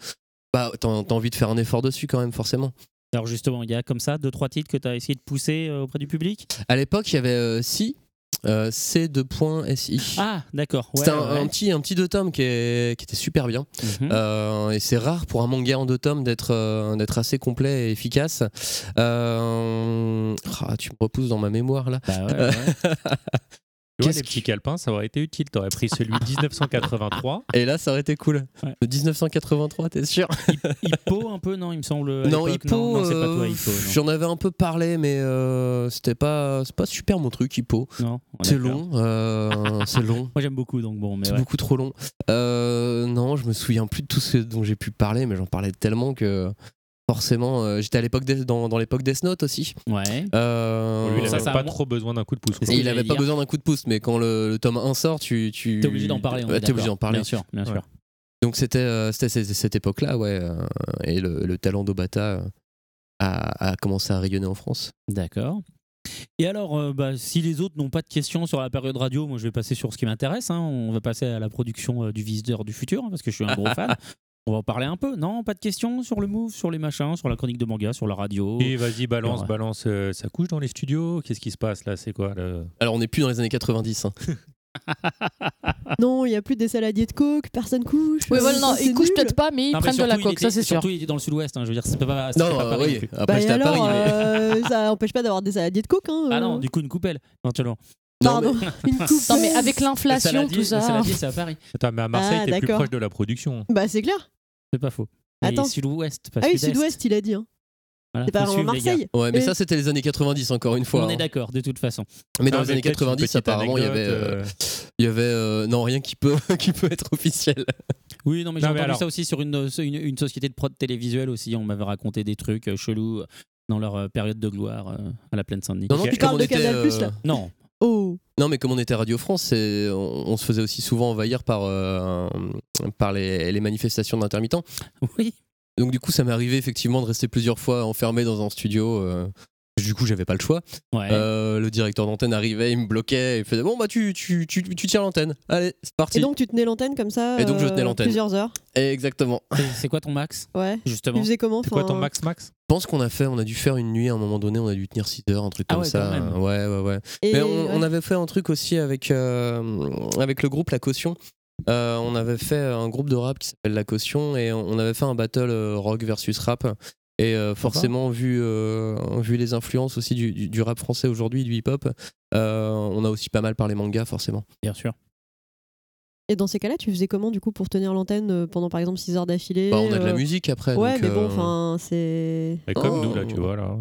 Bah, t'as t'as envie de faire un effort dessus quand même, forcément.
Alors justement, il y a comme ça deux trois titres que tu as essayé de pousser euh, auprès du public.
À l'époque, il y avait euh, Si, euh, C2.si.
Ah, d'accord. Ouais,
C'était un,
ouais.
un petit, un petit deux tomes qui, est- qui était super bien.
Mhm.
Euh, et c'est rare pour un manga en deux tomes d'être euh, d'être assez complet et efficace. Euh, ah, tu me repousses dans ma mémoire là.
Bah ouais, ouais.
Tu vois,
Qu'est-ce
les petits calepins, ça aurait été utile. T'aurais pris celui de 1983.
Et là, ça aurait été cool.
Ouais.
Le 1983, t'es sûr
Hippo un peu, non, il me semble. à
Non,
l'époque,
Hippo,
Non, non, c'est pas
euh,
toi, Hippo.
j'en avais un peu parlé, mais euh, c'était pas, c'est pas super mon truc, Hippo.
Non, Non,
C'est
d'accord.
long, euh, c'est long.
Moi j'aime beaucoup, donc bon, mais
C'est
ouais.
beaucoup trop long. Euh, non, je me souviens plus de tout ce dont j'ai pu parler, mais j'en parlais tellement que forcément, euh, j'étais à l'époque des- dans, dans l'époque Death Note aussi.
Ouais.
Euh,
Lui, il
Ça,
avait
ça a
pas
moins-
trop besoin d'un coup de pouce. quoi.
C'est ça.
et
que
il
j'allais
avait pas
dire.
besoin d'un coup de pouce, mais quand le, le tome 1 sort, tu, tu
T'es obligé d'en parler. on est
Ouais, T'es obligé
d'accord.
d'en parler.
Bien sûr, bien sûr.
Ouais.
Donc c'était euh, c'était c- cette époque-là, ouais. euh, et le, le talent d'Obata euh, a, a commencé à rayonner en France.
D'accord. Et alors, euh, bah, si les autres n'ont pas de questions sur la période radio, moi je vais passer sur ce qui m'intéresse. hein. On va passer à la production euh, du Visiteur du Futur, hein, parce que je suis un gros fan. On va en parler un peu. Non, pas de questions sur le move, sur les machins, sur la chronique de manga, sur la radio.
Et vas-y, balance,
Alors, euh,
balance. euh, ça couche dans les studios Qu'est-ce qui se passe là C'est quoi le...
Alors, on n'est plus dans les années 90. hein.
Non, il n'y a plus des saladiers de coke, personne couche.
Oui, voilà, non,
C'est
ils couchent
nul.
peut-être pas, mais ils
Non, mais
prennent de la
surtout, il
coque, ça
était-
c'est sûr.
Surtout, il était dans le sud-ouest, hein, je veux dire, c'est pas, c'était
Non,
pas
euh,
Paris non
oui.
plus.
Après,
Bah, et
j'étais à
alors,
Paris. mais-
euh, ça empêche pas d'avoir des saladiers de coke. Hein,
Ah
euh.
non, du coup, une coupelle, éventuellement.
Non,
Pardon, une coupe. euh,
Non, mais avec
Le
l'inflation,
saladier,
tout
le
ça.
saladier, c'est à Paris.
Attends, mais à Marseille,
Ah,
t'es plus
d'accord.
proche de la production.
Bah, c'est clair.
C'est pas faux. Mais
Attends.
sud-ouest, pas
Ah oui,
sud-est.
sud-ouest, il a dit. hein.
Voilà,
C'est pas
faut
vraiment
suivre, les gars.
Marseille.
Ouais, mais
Et-
ça, c'était les années 90, encore une fois.
On est
hein.
d'accord, de toute façon.
Mais dans
Ah,
les années
peut-être une
90,
petite
apparemment, il y avait,
anecdote,
euh, il y avait euh, non rien qui peut qui peut être officiel.
Oui, non, mais j'ai
Non,
entendu
mais alors-
ça aussi sur une, euh, une, une société de prod télévisuelle aussi. On m'avait raconté des trucs euh, chelous euh, dans leur euh, période de gloire euh, à la plaine Saint-Denis.
Non, non,
Ok.
puis
Tu
comme
parles
on
de
était,
Canal+,
euh,
là.
Non,
Oh,
Non, mais comme on était à Radio France, c'est- on, on se faisait aussi souvent envahir par euh, par les, les manifestations d'intermittents.
oui.
Donc du coup, ça m'est arrivé effectivement de rester plusieurs fois enfermé dans un studio. euh, du coup, j'avais pas le choix.
Ouais.
Euh, le directeur d'antenne arrivait, il me bloquait, il faisait bon bah tu tu tu, tu tiens l'antenne. Allez, c'est parti.
Et donc tu tenais l'antenne comme ça
Et donc, je
euh,
tenais l'antenne.
Plusieurs heures.
Exactement.
C'est- C'est quoi ton max,
Ouais. Tu
justement
faisais comment
C'est quoi ton
enfin,
max max
Je pense qu'on a fait, on a dû faire une nuit à un moment donné, on a dû tenir 6 heures, un truc
Ah
comme
ouais,
ça.
quand même.
Ouais, ouais, ouais.
et-
Mais Ben, on, on
ouais.
avait fait un truc aussi avec, euh, avec le groupe La Caution. Euh, on avait fait un groupe de rap qui s'appelle La Caution et on on avait fait un battle euh, rock versus rap. Et euh, forcément, vu, euh, vu les influences aussi du, du- du rap français aujourd'hui, du hip-hop, euh, on a aussi pas mal parlé manga, forcément.
Bien sûr.
Et dans ces cas-là, tu faisais comment du coup pour tenir l'antenne euh, pendant par exemple 6 heures d'affilée
Bah, on a de la
euh,
musique après.
Ouais,
donc,
mais bon,
euh,
enfin, c'est.
Et Comme
Oh.
nous, là, tu vois. là.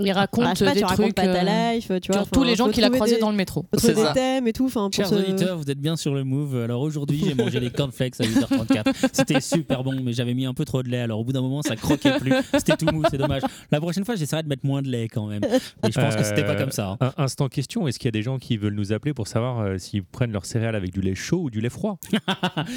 Ils racontent
Ah, je sais pas,
des
tu racontes
trucs.
pas
euh,
ta life, tu vois.
sur tous les gens qu'il a croisés dans le métro.
le.
C'est
des
ça.
thèmes et tout, enfin, pour
Chers
se-
auditeurs, vous êtes bien sur le move. Alors aujourd'hui, j'ai mangé les cornflakes à 8h34. C'était super bon, mais j'avais mis un peu trop de lait. Alors au bout d'un moment, ça croquait plus. C'était tout mou, c'est dommage. La prochaine fois, j'essaierai de mettre moins de lait quand même. Mais je pense que c'était pas
Euh,
comme ça. hein.
Un instant question, est-ce qu'il y a des gens qui veulent nous appeler pour savoir euh, s'ils prennent leurs céréales avec du lait chaud ou du lait froid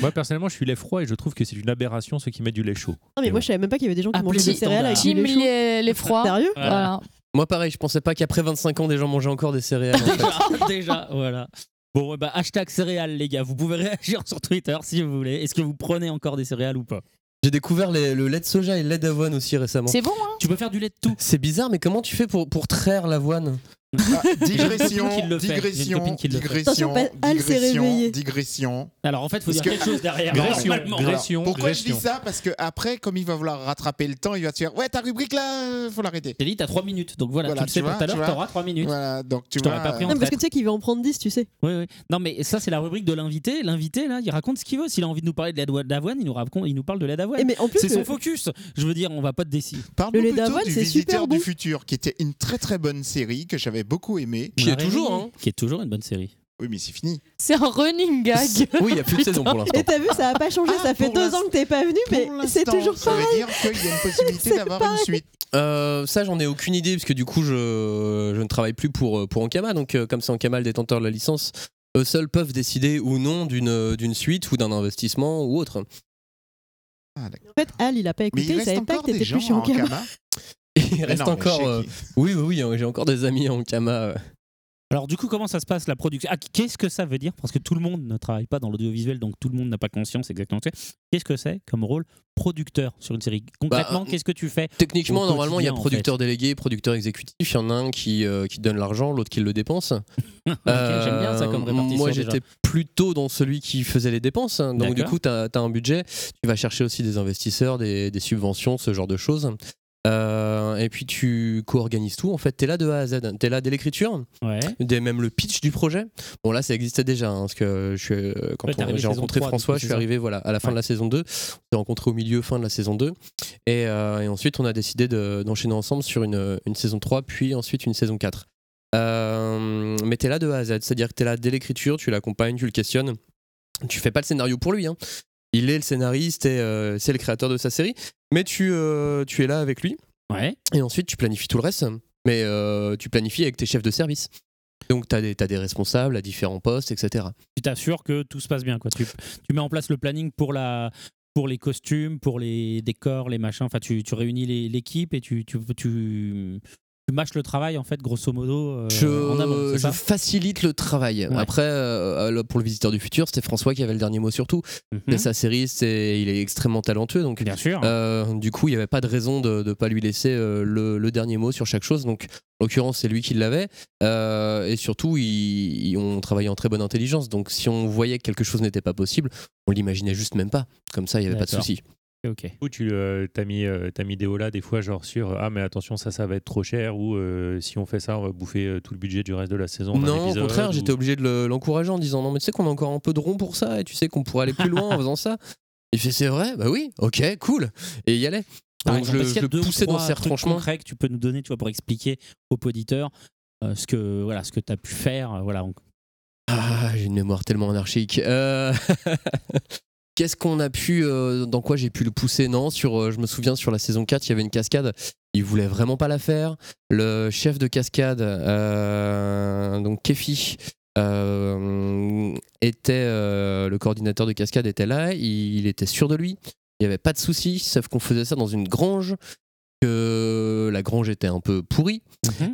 Moi personnellement, je suis lait froid et je trouve que c'est une aberration ceux qui mettent du lait chaud.
Non, mais moi, je savais même pas qu'il y avait des gens qui
Ah,
mangeaient
petit
des céréales avec
standard.
du
Team
lait chaud.
les, les froids.
Sérieux
Voilà.
Voilà.
Moi, pareil, je pensais pas qu'après 25 ans, des gens mangeaient encore des céréales. en fait.
Déjà, déjà, voilà. Bon, eh ben, hashtag céréales, les gars. Vous pouvez réagir sur Twitter si vous voulez. Est-ce que vous prenez encore des céréales ou pas
J'ai découvert les- le lait de soja et le lait d'avoine aussi récemment.
C'est bon, hein
Tu peux faire du lait de tout.
C'est bizarre, mais comment tu fais pour, pour traire l'avoine
Ah,
J'ai une copine qui
digression,
le fait. J'ai une
digression,
copine qui le fait.
digression,
Attention, Al s'est réveillée.
digression, digression.
Alors en fait, il faut
Parce
dire
que-
quelque chose derrière.
Gression,
normalement.
gression,
Pourquoi je
gression.
dis ça Parce que après, comme il va vouloir rattraper le temps, il va se faire ouais ta rubrique là, euh, faut l'arrêter.
J'ai dit, t'as 3 minutes. Donc voilà,
Voilà,
tu le sais
tu
pour
vois,
tout à l'heure,
tu vois.
t'auras 3 minutes.
Voilà, donc tu
Je t'aurais
vois. euh,
pas pris en-
Non, parce que tu sais qu'il va en prendre 10, tu sais.
Oui, oui. Non, mais ça, c'est la rubrique de l'invité. L'invité, là, il raconte ce qu'il veut. S'il a envie de nous parler de lait d'avo- d'avoine, il nous, raconte, il nous parle de lait d'avoine.
Et Eh, mais en plus, euh,
C'est son
le-
focus. Je veux dire, on va pas te décider.
Parle-nous
Le lait
plutôt
d'avoine,
du
c'est
Visiteur
super
du
bon.
futur, qui était une très très bonne série que j'avais beaucoup aimée.
Qui est toujours, hein
Qui est toujours une bonne série.
Oui, mais c'est fini.
C'est un running gag.
Oui, il y a plus de saison pour l'instant.
Et t'as vu, ça a pas changé,
Ah,
ça fait
pour
deux
l'instant-
ans que t'es pas venu, mais
Pour
c'est
l'instant,
toujours
Ça
pareil.
veut dire qu'il y a une possibilité
C'est
d'avoir une
pareil.
suite.
Euh, ça, j'en ai aucune idée, parce que du coup, je, je ne travaille plus pour, euh, pour Ankama. Donc, euh, comme c'est Ankama le détenteur de la licence, eux seuls peuvent décider ou non d'une euh, d'une suite ou d'un investissement ou autre.
Ah, d'accord.
En fait, Al, il a pas
mais
écouté,
il
il
reste
savait pas
encore
que t'étais
des gens
plus chez
à
Ankama.
Ankama.
Il
Mais
reste
non, mais
encore.
je sais
euh,
qui.
Oui, oui, oui, hein, j'ai encore des amis à Ankama. euh.
Alors, du coup, comment ça se passe la production Ah, Qu'est-ce que ça veut dire Parce que tout le monde ne travaille pas dans l'audiovisuel, donc tout le monde n'a pas conscience exactement de ce que c'est. Qu'est-ce que c'est comme rôle producteur sur une série Concrètement,
Bah, euh,
qu'est-ce que tu fais
Techniquement,
Au
normalement, il y a
quotidien, en
producteur délégué, producteur exécutif. Il y en a un qui, euh, qui donne l'argent, l'autre qui le dépense.
Bah, Ok, J'aime bien ça comme
Euh,
répartition.
Moi,
déjà.
j'étais plutôt dans celui qui faisait les dépenses. hein. Donc, du
D'accord.
coup, tu as, un budget. Tu vas chercher aussi des investisseurs, des, des subventions, ce genre de choses. Euh, et puis, tu co-organises tout. En fait, tu es là de A à Z. Tu es là dès l'écriture,
Ouais.
dès même le pitch du projet. Bon, là, ça existait déjà. hein, parce que je suis, euh, quand
Ouais, t'es
on-
arrivé
j'ai
saison
rencontré
3, du
François,
coup,
je
c'est
suis
ça.
arrivé voilà, à la fin
Ouais.
de la saison 2. On s'est rencontré au milieu, fin de la saison 2. Et, euh, et ensuite, on a décidé de- d'enchaîner ensemble sur une, une saison 3, puis ensuite une saison 4. Euh, mais t'es là de A à Z, c'est-à-dire que t'es là dès l'écriture, tu l'accompagnes, tu le questionnes. Tu fais pas le scénario pour lui, hein. il est le scénariste et euh, c'est le créateur de sa série, mais tu, euh, tu es là avec lui
Ouais.
et ensuite tu planifies tout le reste, mais euh, tu planifies avec tes chefs de service. Donc t'as des, t'as des responsables à différents postes, etc.
Tu t'assures que tout se passe bien. Quoi. Tu, tu mets en place le planning pour, la, pour les costumes, pour les décors, les machins. Enfin, tu, tu réunis les- l'équipe et tu, tu, tu, Tu mâches le travail, en fait, grosso modo, euh,
Je,
en amont, c'est
je
ça
facilite le travail.
Ouais.
Après, euh, là, pour le visiteur du futur, c'était François qui avait le dernier mot surtout. Mais Sa série, c'est, il est extrêmement talentueux, donc
Mhm. Bien sûr.
euh, du coup, il n'y avait pas de raison de ne pas lui laisser euh, le, le dernier mot sur chaque chose. Donc, en l'occurrence, c'est lui qui l'avait. Euh, et surtout, ils, ils ont travaillé en très bonne intelligence. Donc, si on voyait que quelque chose n'était pas possible, on l'imaginait juste même pas. Comme ça, il n'y avait pas de
D'accord.
souci.
Ok.
Du coup, tu euh, t'as mis, euh, t'as mis des holas des fois, genre sur euh, Ah, mais attention, ça, ça va être trop cher, ou euh, si on fait ça, on va bouffer euh, tout le budget du reste de la saison. en un
Non, au
épisode,
contraire,
ou-
j'étais obligé de le- l'encourager en disant non, mais tu sais qu'on a encore un peu de rond pour ça et tu sais qu'on pourrait aller plus loin en faisant ça. Il fait c'est vrai, bah oui, ok, cool. Et il y allait.
Par
Donc je,
exemple,
le-
est-ce
je
qu'il y a
le
deux ou
poussais dans
trois
ses
trucs
retranchements.
concrets que tu peux nous donner, tu vois, pour expliquer aux auditeurs euh, ce que voilà, ce que tu as pu faire, euh, voilà. on-
Ah, j'ai une mémoire tellement anarchique. Euh, Qu'est-ce qu'on a pu, euh, dans quoi j'ai pu le pousser Non, sur, euh, je me souviens sur la saison 4, il y avait une cascade. Il voulait vraiment pas la faire. Le chef de cascade, euh, donc Kefi, euh, était euh, le coordinateur de cascade était là. Il, il était sûr de lui. Il n'y avait pas de souci, sauf qu'on faisait ça dans une grange. Que la grange était un peu pourrie.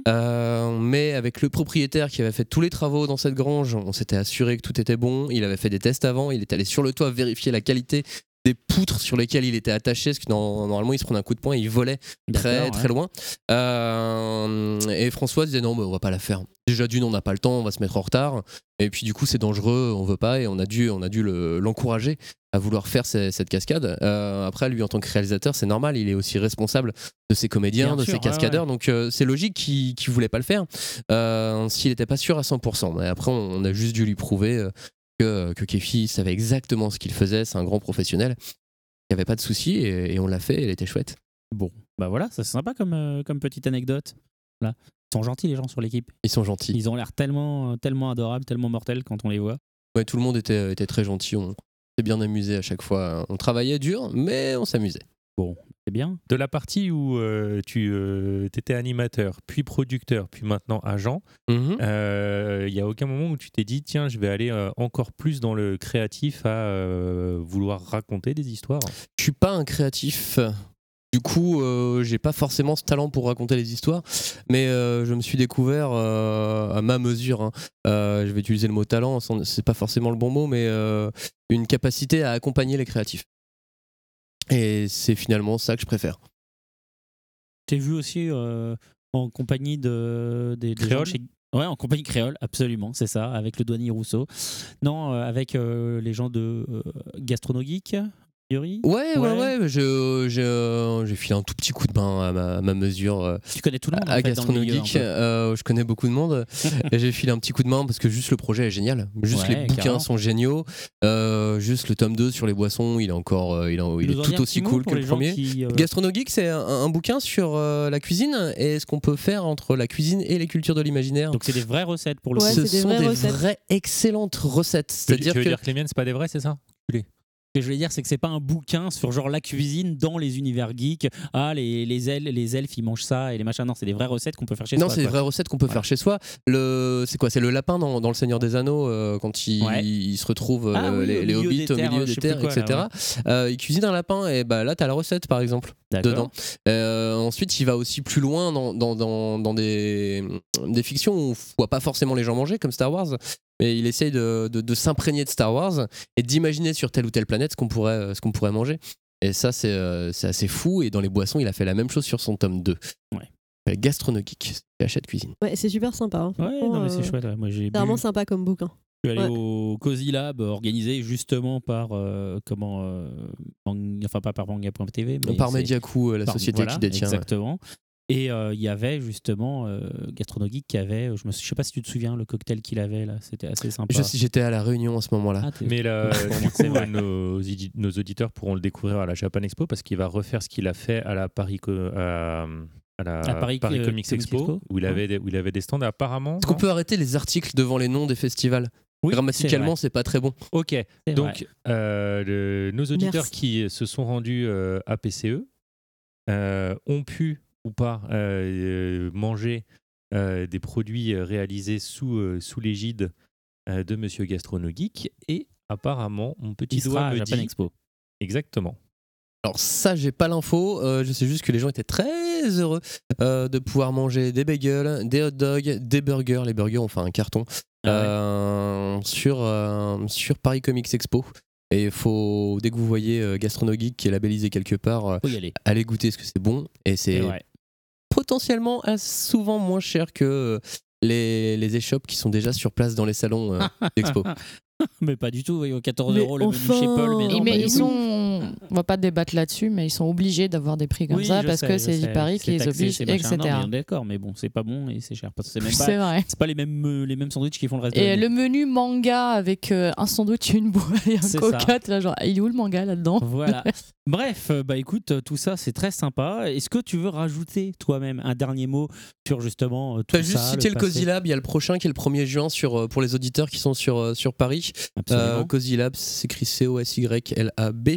Euh, mais avec le propriétaire qui avait fait tous les travaux dans cette grange, on s'était assuré que tout était bon. Il avait fait des tests avant. Il est allé sur le toit vérifier la qualité des poutres sur lesquelles il était attaché, parce que dans- normalement il se prenait un coup de poing et il volait très
D'accord,
très
ouais.
loin. Euh, et Françoise disait non, mais on va pas la faire. Déjà d'une, on n'a pas le temps, on va se mettre en retard. Et puis du coup, c'est dangereux, on veut pas, et on a dû, on a dû le- l'encourager à vouloir faire ces- cette cascade. Euh, après, lui en tant que réalisateur, c'est normal, il est aussi responsable de ses comédiens,
Bien
de
sûr,
ses
ouais,
cascadeurs. Donc euh, c'est logique qu'il ne voulait pas le faire euh, s'il n'était pas sûr à 100%. Mais après, on, on a juste dû lui prouver euh, que, que Kefi savait exactement ce qu'il faisait, c'est un grand professionnel. Il n'y avait pas de souci et, et on l'a fait, elle était chouette.
Bon, bah voilà, ça c'est sympa comme euh, comme petite anecdote. Là, ils sont gentils les gens sur l'équipe.
Ils sont gentils.
Ils ont l'air tellement euh, tellement adorables, tellement mortels quand on les voit.
Ouais, tout le monde était, euh, était très gentil, on s'est bien amusé à chaque fois. On travaillait dur, mais on s'amusait.
Bon, c'est bien.
De la partie où euh, tu étais animateur, puis producteur, puis maintenant agent,
Mhm.
Euh, Il y a aucun moment où tu t'es dit tiens je vais aller euh, encore plus dans le créatif à euh, vouloir raconter des histoires.
Je suis pas un créatif. Du coup, euh, j'ai pas forcément ce talent pour raconter les histoires, mais euh, je me suis découvert euh, à ma mesure. hein. Euh, je vais utiliser le mot talent, sans- c'est pas forcément le bon mot, mais euh, une capacité à accompagner les créatifs. Et c'est finalement ça que je préfère.
T'es vu aussi euh, en compagnie de des, des gens
Créole
de chez Ouais, en compagnie créole, absolument, c'est ça, avec le douanier Rousseau. Non, euh, avec euh, les gens de euh, Gastronogeek, a priori.
Ouais, ouais,
Ouais.
ouais. je- je- J'ai filé un tout petit coup de bain à ma, à ma mesure. euh,
Tu connais tout le monde en
à
fait, dans le milieu, un
Gastronomique, euh,
peu.
je connais beaucoup de monde. Et J'ai filé un petit coup de main parce que juste le projet est génial. Juste
Ouais,
les bouquins
carrément.
sont géniaux. Euh, juste le tome 2 sur les boissons, il est encore, euh, il, est- il
Nous
est
en dis
tout
un
aussi
petit mot
cool
pour
que
les
le
gens
premier.
qui, euh,
Gastronomique, c'est un, un bouquin sur euh, la cuisine et ce qu'on peut faire entre la cuisine et les cultures de l'imaginaire.
Donc c'est des vraies recettes pour le
Ouais,
coup.
c'est
Ce
des
sont
vraies
des
recettes.
vraies excellentes recettes. C'est-à-dire
tu veux
que
dire que les miennes c'est pas des vrais c'est ça
Ce que je voulais dire, c'est que c'est pas un bouquin sur genre la cuisine dans les univers geeks. Ah, les, les, elfes, les elfes, ils mangent ça et les machins. Non, c'est des vraies recettes qu'on peut faire chez
non,
soi.
c'est des
quoi.
vraies recettes qu'on peut
Ouais.
faire chez soi. Le, c'est quoi C'est le lapin dans, dans le Seigneur des Anneaux euh, quand il,
Ouais.
il se retrouve euh,
Ah oui,
les,
au
les
milieu
hobbits
des
au
terres,
milieu
je
des
sais plus
terres,
quoi, là,
etc. Euh, il cuisine un lapin et bah là t'as la recette par exemple
D'accord.
dedans. Euh, ensuite, il va aussi plus loin dans, dans, dans, dans des, des fictions où on voit pas forcément les gens manger comme Star Wars. Mais il essaye de, de, de s'imprégner de Star Wars et d'imaginer sur telle ou telle planète ce qu'on pourrait, ce qu'on pourrait manger. Et ça, c'est euh, c'est assez fou. Et dans les boissons, il a fait la même chose sur son tome 2.
Ouais.
Euh, Gastronomique, achète cuisine.
Ouais, c'est super sympa. hein.
Ouais, non, mais c'est
Euh,
chouette. ouais. Moi, j'ai
C'est vraiment
bu.
sympa comme bouquin.
Je suis allé
Ouais.
au Cozy Lab euh, organisé justement par euh, comment euh, Mang- enfin pas par manga.tv mais
Par
c'est-
Mediaku, euh, la
par-
société
voilà,
qui détient.
exactement. Et euh, il y avait justement euh, Gastronogeek qui avait, euh, je me sou- je sais pas si tu te souviens le cocktail qu'il avait là, c'était assez sympa.
Je- J'étais à la réunion à ce moment-là.
Ah, t'es-
Mais là,
Pour
du
moi, c'est
coup,
vrai.
nos, idi- nos auditeurs pourront le découvrir à la Japan Expo parce qu'il va refaire ce qu'il a fait à la Paris, Co- à, à la
À Paris,
Paris,
euh,
Comics
Comics
Expo,
Expo,
où, il
ouais.
avait des, où il avait des stands. Apparemment,
Est-ce qu'on peut arrêter les articles devant les noms des festivals
Oui,
Grammaticalement, c'est pas très bon.
ok.
c'est vrai.
Donc, euh, le- nos auditeurs
Merci.
qui se sont rendus euh, à PCE euh, ont pu ou pas euh, manger euh, des produits euh, réalisés sous, euh, sous l'égide euh, de Monsieur Gastronogeek et apparemment, mon petit
il sera
doigt
à
me
Japan
dit
Expo.
exactement.
Alors ça, j'ai pas l'info. euh, je sais juste que les gens étaient très heureux euh, de pouvoir manger des bagels, des hot dogs, des burgers. Les burgers ont fait un carton
Ah
euh, sur, euh, sur Paris Comics Expo. Et faut, dès que vous voyez euh, Gastrono Geek qui est labellisé quelque part, euh,
Faut y aller.
allez goûter ce que c'est bon. Et c'est
Ouais.
potentiellement euh, souvent moins cher que euh, les, les échoppes qui sont déjà sur place dans les salons euh, d'expo.
mais pas du tout, voyons, 14
Mais
euros le
enfin.
menu chez Paul. Mais, non,
Et mais
pas du
ils
tout.
sont, on va pas débattre là-dessus, mais ils sont obligés d'avoir des prix comme
Oui,
ça
je
parce
sais,
que
je
c'est
sais,
Paris
c'est
qui les
taxé,
oblige,
c'est machin.
etc.
Non, mais on est D'accord, mais bon, c'est pas bon et c'est cher. Parce que c'est même
C'est
pas,
vrai.
c'est pas les mêmes, euh, les mêmes sandwichs qu'ils font le reste de
Et
l'année.
le menu manga avec euh, un sandwich, une boîte et
C'est ça.
un cocotte, là, genre, il est où le manga là-dedans
Voilà. Bref, euh, bah écoute, euh, tout ça c'est très sympa. Est-ce que tu veux rajouter toi-même un dernier mot sur justement euh, tout
T'as juste
ça,
cité le,
passé
Cozy Lab, il y a le prochain qui est le 1er juin sur, euh, pour les auditeurs qui sont sur, euh, sur Paris.
Absolument.
Euh, Cozy Lab, c'est écrit C-O-S-Y-L-A-B.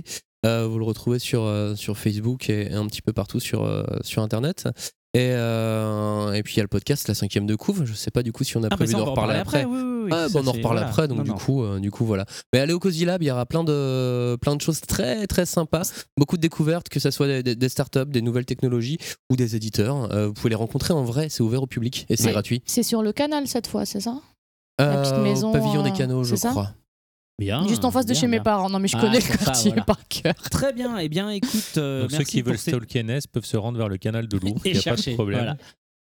Euh, vous le retrouvez sur, euh, sur Facebook et, et un petit peu partout sur, euh, sur Internet. Et, euh, et puis il y a le podcast La cinquième de couve. Je sais pas du coup si on a
Ah, bah
prévu
ça, on
d'en
va en
reparler
parler
après.
après. oui, oui, oui,
Ah,
ça,
bah, on en
c'est-
reparle
voilà.
après, donc
Non,
du,
non.
Coup, euh, du coup voilà. Mais allez au Cozy Lab, il y aura plein de, plein de choses très très sympas, beaucoup de découvertes, que ce soit des, des- des startups, des nouvelles technologies ou des éditeurs. Euh, vous pouvez les rencontrer en vrai, c'est ouvert au public et c'est
Ouais.
gratuit.
C'est sur le canal cette fois, c'est ça La petite
Euh, au
maison,
pavillon
euh,
des canaux, je
c'est ça
crois.
Bien,
Juste en face de
Ah, bien,
chez mes
bien.
parents. Non, mais je
Ah,
connais
c'est
le
ça,
quartier
voilà.
par cœur.
Très bien. Eh bien, écoute, euh,
Donc
merci
ceux qui veulent
pour ces-
stalker NS peuvent se rendre vers le canal de Lourdes,
et
il n'y a pas
chercher,
de problème.
voilà.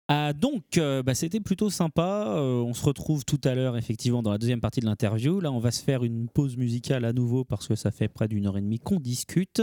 Ah, donc, euh, bah, c'était plutôt sympa. Euh, on se retrouve tout à l'heure, effectivement, dans la deuxième partie de l'interview. Là, on va se faire une pause musicale à nouveau parce que ça fait près d'une heure et demie qu'on discute.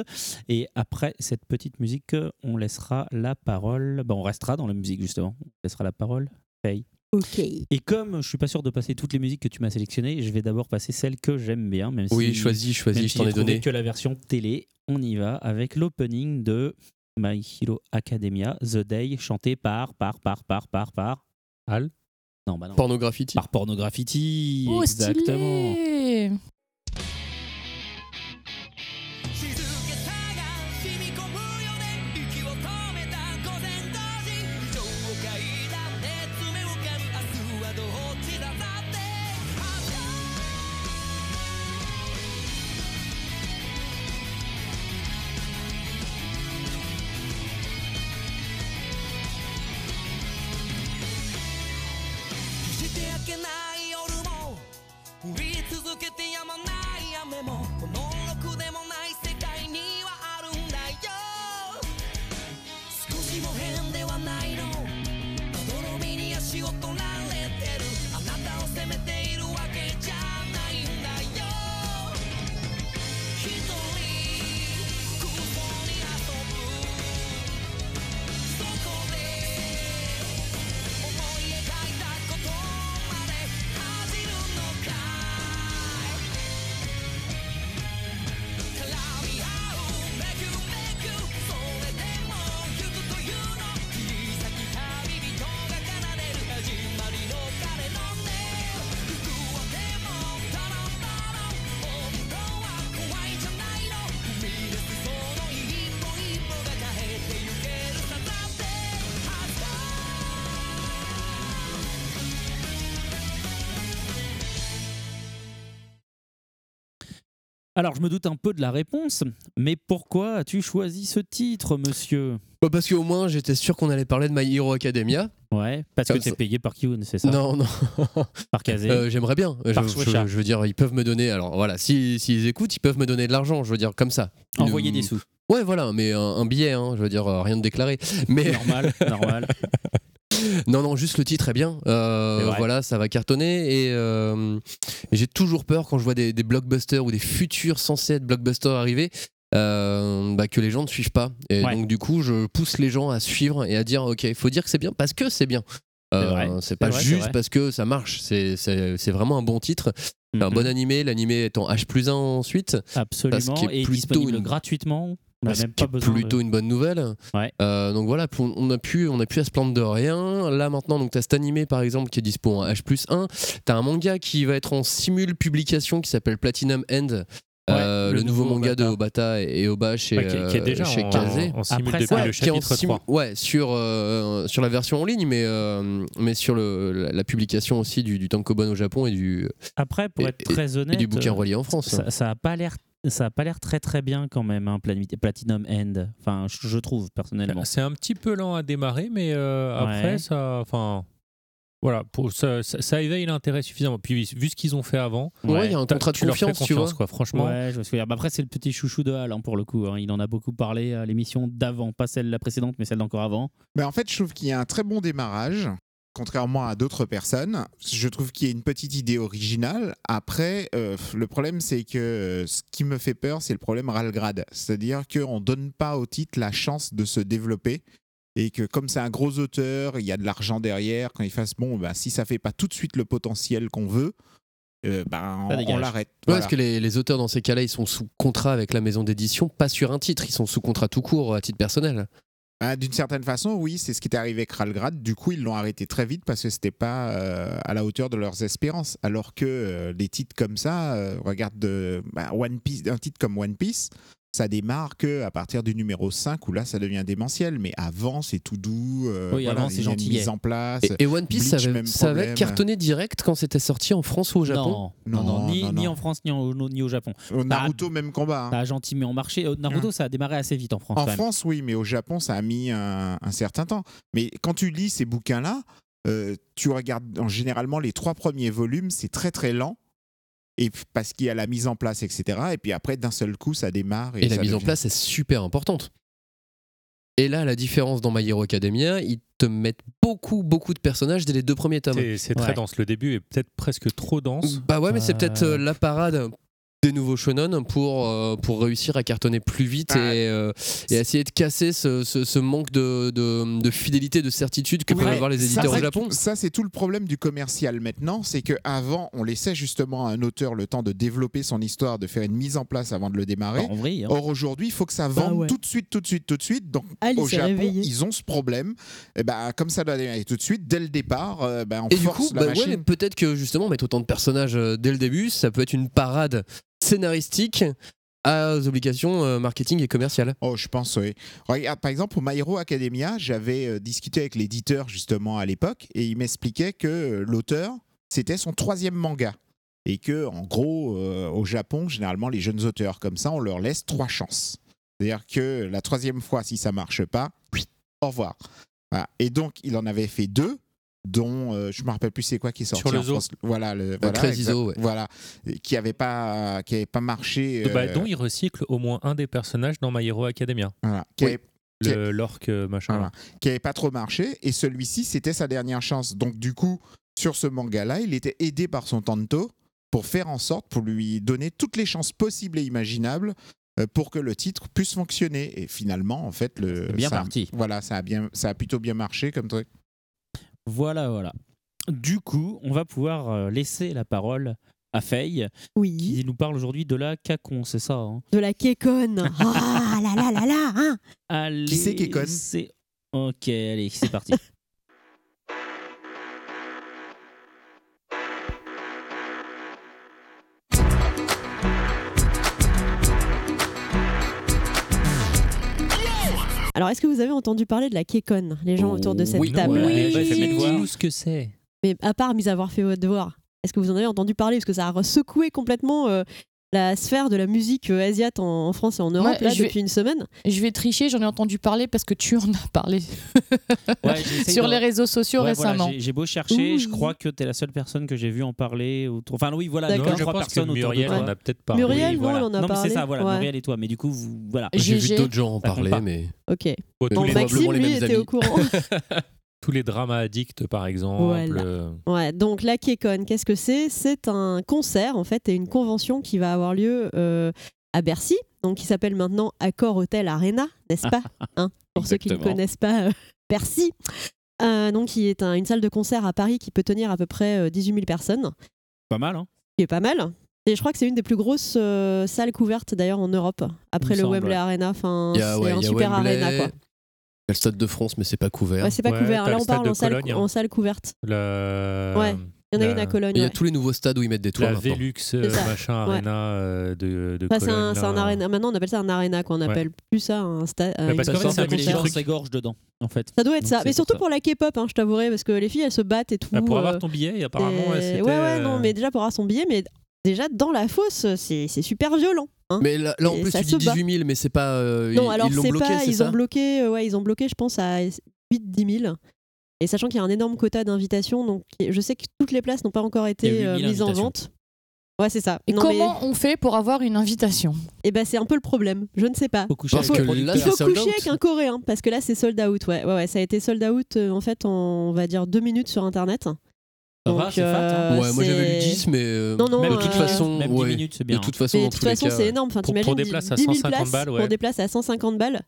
Et après cette petite musique, euh, on laissera la parole. Bah, on restera dans la musique, justement. On laissera la parole. Faye.
Ok.
Et comme je suis pas sûr de passer toutes les musiques que tu m'as sélectionnées, je vais d'abord passer celles que j'aime bien, même
Oui,
si
choisis,
même
choisis,
si
je t'en
j'ai
ai
trouvé
donné.
que la version télé. On y va avec l'opening de My Hero Academia, The Day, chanté par, par, par, par, par, par.
Al
Non, bah non.
Pornographie.
par Pornograffiti.
Oh,
exactement.
stylé
「静けさが染み込むよね」「息を止めた午前同時」「情を嗅いだ熱目を噛む」「明日はどっちださって」「あんた決して明けない夜も降り続けてやまない雨もこのろくでもない世界にはあるんだよ少しも変ではないのまどろみに足を取られてるあなたを責めているわけじゃないんだよ一人空想に遊ぶそこで思い描いたことまで恥じるのかい絡み合うめくめくそれでもゆくというの切り裂き旅人が奏でる始まりの彼の音服はでもたらんだろ本当は怖いじゃないの踏み出すその一歩一歩が変えてゆけるさだってあった
Alors, je me doute un peu de la réponse, mais pourquoi as-tu choisi ce titre, monsieur
Bah, parce qu'au moins, j'étais sûr qu'on allait parler de My Hero Academia.
Ouais, parce que
Comme
t'es
ça.
payé par Kyun, c'est ça
Non, non.
Par Kazé
Euh, J'aimerais bien. Je,
Par
je-
Swisha.
je veux dire, ils peuvent me donner. Alors voilà, s'ils si, s'ils écoutent, ils peuvent me donner de l'argent. Je veux dire, comme ça. Une-
Envoyer des sous.
Ouais, voilà, mais un, un billet, hein, je veux dire, euh, rien de déclaré. Mais
Normal, normal.
non, non, juste le titre est bien. Euh,
C'est vrai.
voilà, ça va cartonner. Et euh, j'ai toujours peur quand je vois des, des blockbusters ou des futurs censés être blockbusters arriver. euh, bah, que les gens ne suivent pas et
Ouais.
donc du coup je pousse les gens à suivre et à dire ok faut dire que c'est bien parce que c'est bien Euh,
vrai.
c'est pas
vrai, c'est
juste
vrai. Mm-hmm.
parce que ça marche c'est- c'est c'est vraiment un bon titre un bon animé l'animé étant H plus 1 ensuite
Mhm. Absolument.
parce qu'il est
Et
plutôt
disponible
une-
gratuitement. On n'a
c'est
même pas besoin. de-
plutôt une bonne nouvelle.
Ouais.
Euh, donc voilà, pour- on a pu, on a pu à se plaindre de rien. Là maintenant, donc t'as cet animé par exemple qui est dispo en H 1 T'as un manga qui va être en simul publication qui s'appelle Platinum End. Euh,
Ouais,
le,
le
nouveau,
nouveau
manga de Obata et, et Oba chez,
Ouais, qui, qui est
euh,
déjà
chez
en,
Kazé.
en simul
Après,
depuis
ça-
le
qui est en
chapitre
simu-
3.
Ouais, sur, euh, sur la version en ligne, mais, euh, mais sur le, la, la publication aussi du, du Tankobon au Japon et du,
Après, pour
Et-
être très
et
honnête, euh,
du bouquin relié en France. hein.
ça, ça a pas l'air ça a pas l'air très très bien quand même, hein, Plani- Platinum End. Enfin, je, je trouve
Ah,
personnellement.
C'est un petit peu lent à démarrer, mais euh, après,
Ouais.
ça. Enfin. Voilà, pour, ça, ça- ça éveille l'intérêt suffisamment. Puis, vu ce qu'ils ont fait avant.
Ouais, il y a un
t'as-
contrat de
tu leur fais
confiance, tu vois.
quoi, franchement.
Ouais, je me souviens. Bah, après, c'est le petit chouchou de Hal hein, pour le coup. hein. Il en a beaucoup parlé à l'émission d'avant, pas celle la précédente, mais celle d'encore avant.
Ben, en fait, je trouve qu'il y a un très bon démarrage, contrairement à d'autres personnes. Je trouve qu'il y a une petite idée originale. Après, euh, le problème, c'est que euh, ce qui me fait peur, c'est le problème Ralgrad. C'est-à-dire qu'on ne donne pas au titre la chance de se développer. Et que comme c'est un gros auteur, il y a de l'argent derrière, quand il fasse bon, ben, si ça fait pas tout de suite le potentiel qu'on veut, euh, ben,
Ça
on- on,
dégage.
l'arrête.
Ouais,
Voilà.
parce que les, les auteurs dans ces cas-là, ils sont sous contrat avec la maison d'édition, pas sur un titre, ils sont sous contrat tout court à titre personnel.
Ah, D'une certaine façon, oui, c'est ce qui est arrivé avec Ralgrad. Du coup, ils l'ont arrêté très vite parce que c'était pas euh, à la hauteur de leurs espérances. Alors que euh, des titres comme ça, euh, regarde de, bah, One Piece, un titre comme One Piece, ça démarre que à partir du numéro 5 où là, ça devient démentiel. Mais avant, c'est tout doux. euh,
Oui, avant, c'est
il y a une
gentil.
Mise en place.
Et, et One Piece, ça
Bleach,
avait,
même
ça avait
problème.
cartonné direct quand c'était sorti en France ou au Japon.
Non, non, non,
Non,
ni,
non,
ni
non.
en France, ni, en- ni au Japon.
Euh, Naruto, même combat. hein.
Ça a gentil mis en marché. Euh, Naruto, ça a démarré assez vite en France.
Ah. En
quand même.
France, oui, mais au Japon, ça a mis un, un certain temps. Mais quand tu lis ces bouquins-là, euh, tu regardes en généralement les trois premiers volumes, c'est très très lent. Et puis, parce qu'il y a la mise en place, etc. Et puis après, d'un seul coup, ça démarre. Et,
Et la
ça
mise en
devient-
place est super importante. Et là, la différence dans My Hero Academia, ils te mettent beaucoup, beaucoup de personnages dès les deux premiers tomes.
C'est c'est très
Ouais.
dense. Le début est peut-être presque trop dense.
Bah ouais, mais c'est
Euh,
peut-être euh, la parade des nouveaux shonen pour, euh, pour réussir à cartonner plus vite
Ah.
et, euh, et essayer de casser ce, ce- ce manque de, de- de fidélité, de certitude que
Oui,
peuvent
mais
avoir les
ça,
éditeurs au
c'est
Japon.
tout- Ça, c'est tout le problème du commercial maintenant. C'est que avant, on laissait justement à un auteur le temps de développer son histoire, de faire une mise en place avant de le démarrer.
En vrai, hein.
Or aujourd'hui, il faut que ça vende
Bah ouais.
tout de suite, tout de suite, tout de suite. Donc
Alice
au
est
Japon,
réveillée.
ils ont ce problème. Et ben comme ça doit aller tout de suite, dès le départ, euh, ben, on
Et du
force
coup,
la
bah ouais,
machine.
mais peut-être que justement mettre autant de personnages euh, dès le début, ça peut être une parade scénaristique à- aux obligations euh, marketing et commerciales.
Oh, je pense, oui. Regarde, par exemple, pour My Hero Academia, j'avais euh, discuté avec l'éditeur justement à l'époque et il m'expliquait que euh, l'auteur, c'était son troisième manga. Et que, en gros, euh, au Japon, généralement, les jeunes auteurs comme ça, on leur laisse trois chances. C'est-à-dire que la troisième fois, si ça marche pas, au revoir. Voilà. Et donc, il en avait fait deux, dont euh, je me rappelle plus c'est quoi qui est sorti
Sur le
en
zoo.
France. Voilà, le, voilà,
Crazy
exact-
Zoo, ouais.
voilà, Et qui avait pas, qui avait pas marché.
Bah,
euh,
dont ils recyclent au moins un des personnages dans My Hero Academia.
voilà, qui
Oui.
avait-
Le- L'orque euh, machin.
Voilà. qui n'avait pas trop marché, et celui-ci, c'était sa dernière chance. Donc, du coup, sur ce manga-là, il était aidé par son Tanto pour faire en sorte, pour lui donner toutes les chances possibles et imaginables euh, pour que le titre puisse fonctionner. Et finalement, en fait, le.
C'est bien
Oh, ça,
parti.
Voilà, ça a, bien, ça a plutôt bien marché comme truc.
Voilà, voilà. Du coup, on va pouvoir euh, laisser la parole à Faye,
Oui.
qui nous parle aujourd'hui de la cacon, c'est ça hein
De la kékonne. Ah là là là là hein.
Allez,
Qui c'est qui est conne
c'est- Ok, allez, c'est parti.
Alors, est-ce que vous avez entendu parler de la kékonne, les gens autour de cette
Oui,
table
ouais. Oui.
Vas-y,
Fais mes devoirs.
dis-nous ce que c'est.
Mais à part, mis avoir fait votre devoir, est-ce que vous en avez entendu parler Parce que ça a secoué complètement euh, la sphère de la musique euh, asiate en, en France et en Europe
Ouais,
là,
je vais-
depuis une semaine.
Je vais tricher, j'en ai entendu parler parce que tu en as parlé
Ouais, j'essaye
sur
de-
les réseaux sociaux
Ouais, voilà,
récemment.
j'ai- J'ai beau chercher, je
Oui.
crois que t'es la seule personne que j'ai vue en parler. autour- Enfin, oui, voilà,
D'accord.
deux,
Non,
Quand
je
trois
pense que
personnes autour de
Muriel
toi.
en a peut-être parlé.
Muriel,
Oui,
non,
voilà.
elle en a
Non, mais c'est
parlé.
ça, voilà,
Ouais.
Muriel et toi. Mais du coup, vous- voilà.
J'ai vu
GG.
d'autres gens en
Ça compte
parler,
pas.
mais
Ok.
Oh,
Non,
tous, les,
Max-
Maxime,
probablement les
lui,
mêmes
était
amis.
au courant.
tous les dramas addicts, par exemple.
Voilà.
euh,
Ouais, donc la Kécon, qu'est-ce que c'est C'est un concert en fait et une convention qui va avoir lieu euh, à Bercy, donc qui s'appelle maintenant Accor Hotel Arena, n'est-ce pas Hein Pour ceux qui ne
Exactement.
connaissent pas euh, Bercy. Euh, donc qui est un- une salle de concert à Paris qui peut tenir à peu près euh, 18 000 personnes,
Pas mal, hein
ce qui est pas mal. Et je crois que c'est une des plus grosses euh, salles couvertes d'ailleurs en Europe, après
Il me
le
semble,
Wembley
ouais.
Arena. Enfin,
il y a,
c'est
ouais,
un
il y a
super
Wembley,
arena quoi.
il y a le Stade de France, mais c'est pas couvert.
Ouais, c'est pas
Ouais,
couvert.
t'as
Là
le
on
stade
parle
de
en salle,
Cologne, hein.
en salle couverte.
la...
Ouais, Il y en a
la-
une à Cologne.
Il y a
ouais.
tous les nouveaux stades où ils mettent des toits
La
maintenant.
Velux,
C'est
euh,
ça.
machin,
Ouais.
arena euh, de, de
Enfin, c'est un,
Cologne,
c'est un
là.
arena. Maintenant, on appelle ça un arena, qu'on
Ouais.
appelle plus ça un stade.
Mais
Parce
parce qu'en fait,
que
c'est un
ça, les
petit
gens
truc.
s'égorgent dedans, en fait.
Ça doit être
Donc,
ça.
c'est
Mais
pour
surtout
ça.
pour la K-pop, hein, je t'avouerai, parce que les filles, elles se battent et tout.
Ah, pour
euh,
avoir ton billet, apparemment,
et-
c'était,
Ouais, ouais, non,
euh,
mais déjà pour avoir son billet, mais déjà dans la fosse, c'est c'est super violent. hein.
Mais là, là, en
Et
plus,
ça
tu dis
se bat.
18 000, mais c'est pas. euh,
non,
ils-
alors
ils l'ont
c'est
bloqué,
pas,
c'est
ils
ça
ont bloqué, euh, ouais, ils ont bloqué, je pense à 8-10 000. Et sachant qu'il y a un énorme quota d'invitations, donc je sais que toutes les places n'ont pas encore
Il y
été
a
euh,
8 000
mises en
invitations.
vente. Ouais, c'est ça.
Et comment on fait pour avoir une invitation
Et ben c'est un peu le problème. Je ne sais pas.
Faut coucher
Parce
avec
que
le producteur.
là,
Il faut
c'est sold
coucher
out.
avec un Coréen parce que là c'est sold out. Ouais, ouais, ouais, ça a été sold out euh, en fait en on va dire deux minutes sur internet.
Ça va, c'est fat, hein.
euh,
Ouais, moi j'avais lu
c'est-
10, mais. euh,
Non, non,
de
Même
toute
euh,
façon,
Même 10
ouais.
minutes, c'est
De
bien.
toute façon,
Mais
dans
de toute
tous les
façon,
cas,
c'est énorme. Enfin,
Pour- pour
t'imagines,
des
dix-
places à
10 000
150
places
balles, ouais.
Pour des places à 150 balles,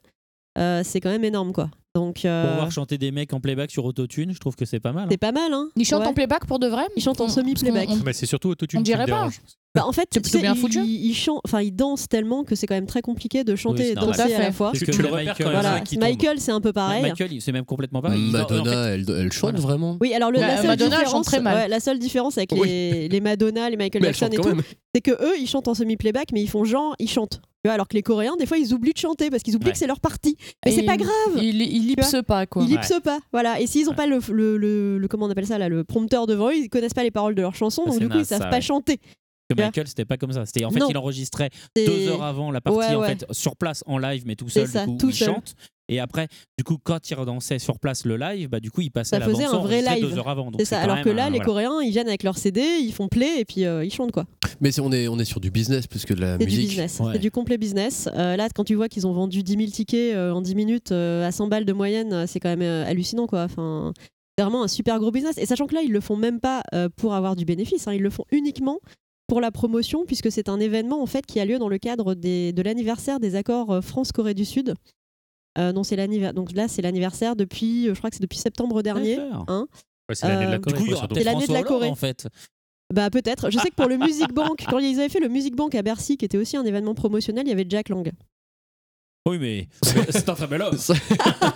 euh, c'est quand même énorme, quoi. Donc, euh,
Pour voir chanter des mecs en playback sur autotune, je trouve que c'est pas mal.
c'est pas mal, hein.
Ils chantent
Ouais.
en playback pour de vrai
Ils chantent en
On-
semi-playback.
parce qu'on-
Ah, Mais c'est surtout autotune
On
qui me
dirait pas.
dérange.
Bah, en fait, tu
plutôt
sais,
bien
ils,
foutu.
ils chantent- enfin, ils dansent tellement que c'est quand même très compliqué de
Oui,
chanter
c'est
et
normal.
danser
Tout à
à
fait.
la fois.
Parce
Tu-
que
tu le
même
repères
Michael-
quand même,
Voilà.
ça,
Voilà.
qui tombe.
Michael, c'est un peu pareil.
Michael, il- c'est même complètement pareil. Ils ont- en
euh, Madonna, elle, elle chante
Voilà.
vraiment.
Oui, alors le-
Ouais,
la, seule
Bah, Madonna, elle chante
différence,
très mal.
ouais, la seule différence avec
Oui.
les, les Madonna, les Michael
Mais elle
Jackson
chante
et
quand
tout,
même.
c'est que eux ils chantent en semi-playback mais ils font genre ils chantent Tu vois, alors que les coréens des fois ils oublient de chanter parce qu'ils oublient
Ouais.
que c'est leur partie mais
Et
c'est pas grave
Ils ils
Tu vois
lipsent pas, quoi.
ils
Ouais.
lipsent pas voilà et s'ils ont
Ouais.
pas le, le, le- le- comment on appelle ça là le prompteur devant eux ils connaissent pas les paroles de leur chanson
Ça, Bah,
donc
c'est
du coup
naze,
ils savent
ça,
pas
ouais.
chanter
Que Michael, c'était pas comme ça. C'était en fait,
Non.
il enregistrait
C'est-
deux heures avant la partie
Ouais,
en
ouais.
fait sur place en live, mais tout
C'est
seul.
ça,
du coup,
tout
il
seul.
chante. Et après, du coup, quand il redansait sur place le live, bah du coup, il passait
Ça
à la
faisait
bande
un vrai
enregistrée
live.
deux heures avant. Donc
c'est ça
quand
alors
même
que
un-
là les
voilà.
coréens ils viennent avec leur CD ils font play et puis euh, ils chantent quoi
Mais c'est- on est, on est sur du business plus que de la
c'est du
musique.
business
Ouais.
c'est du complet business Euh, là quand tu vois qu'ils ont vendu 10 000 tickets euh, en 10 minutes euh, à 100 balles de moyenne euh, c'est quand même euh, hallucinant quoi enfin c'est vraiment un super gros business et sachant que là ils le font même pas euh, pour avoir du bénéfice hein. ils le font uniquement pour la promotion puisque c'est un événement en fait qui a lieu dans le cadre des- de l'anniversaire des accords euh, France-Corée du Sud Euh, non, c'est l'anniversaire. Donc là, c'est l'anniversaire depuis, euh, je crois que c'est depuis septembre dernier.
D'accord.
Ouais, c'est l'année de la
Euh,
Du
Corée,
coup, il y
quoi,
aura
surtout.
peut-être
C'est l'année de
François
la
Hollande,
Corée.
en fait.
Bah peut-être. Je sais que pour le Music Bank, quand ils avaient fait le Music Bank à Bercy, qui était aussi un événement promotionnel, il y avait Jack Lang.
Oui, mais c'est un très bel homme.
Ça-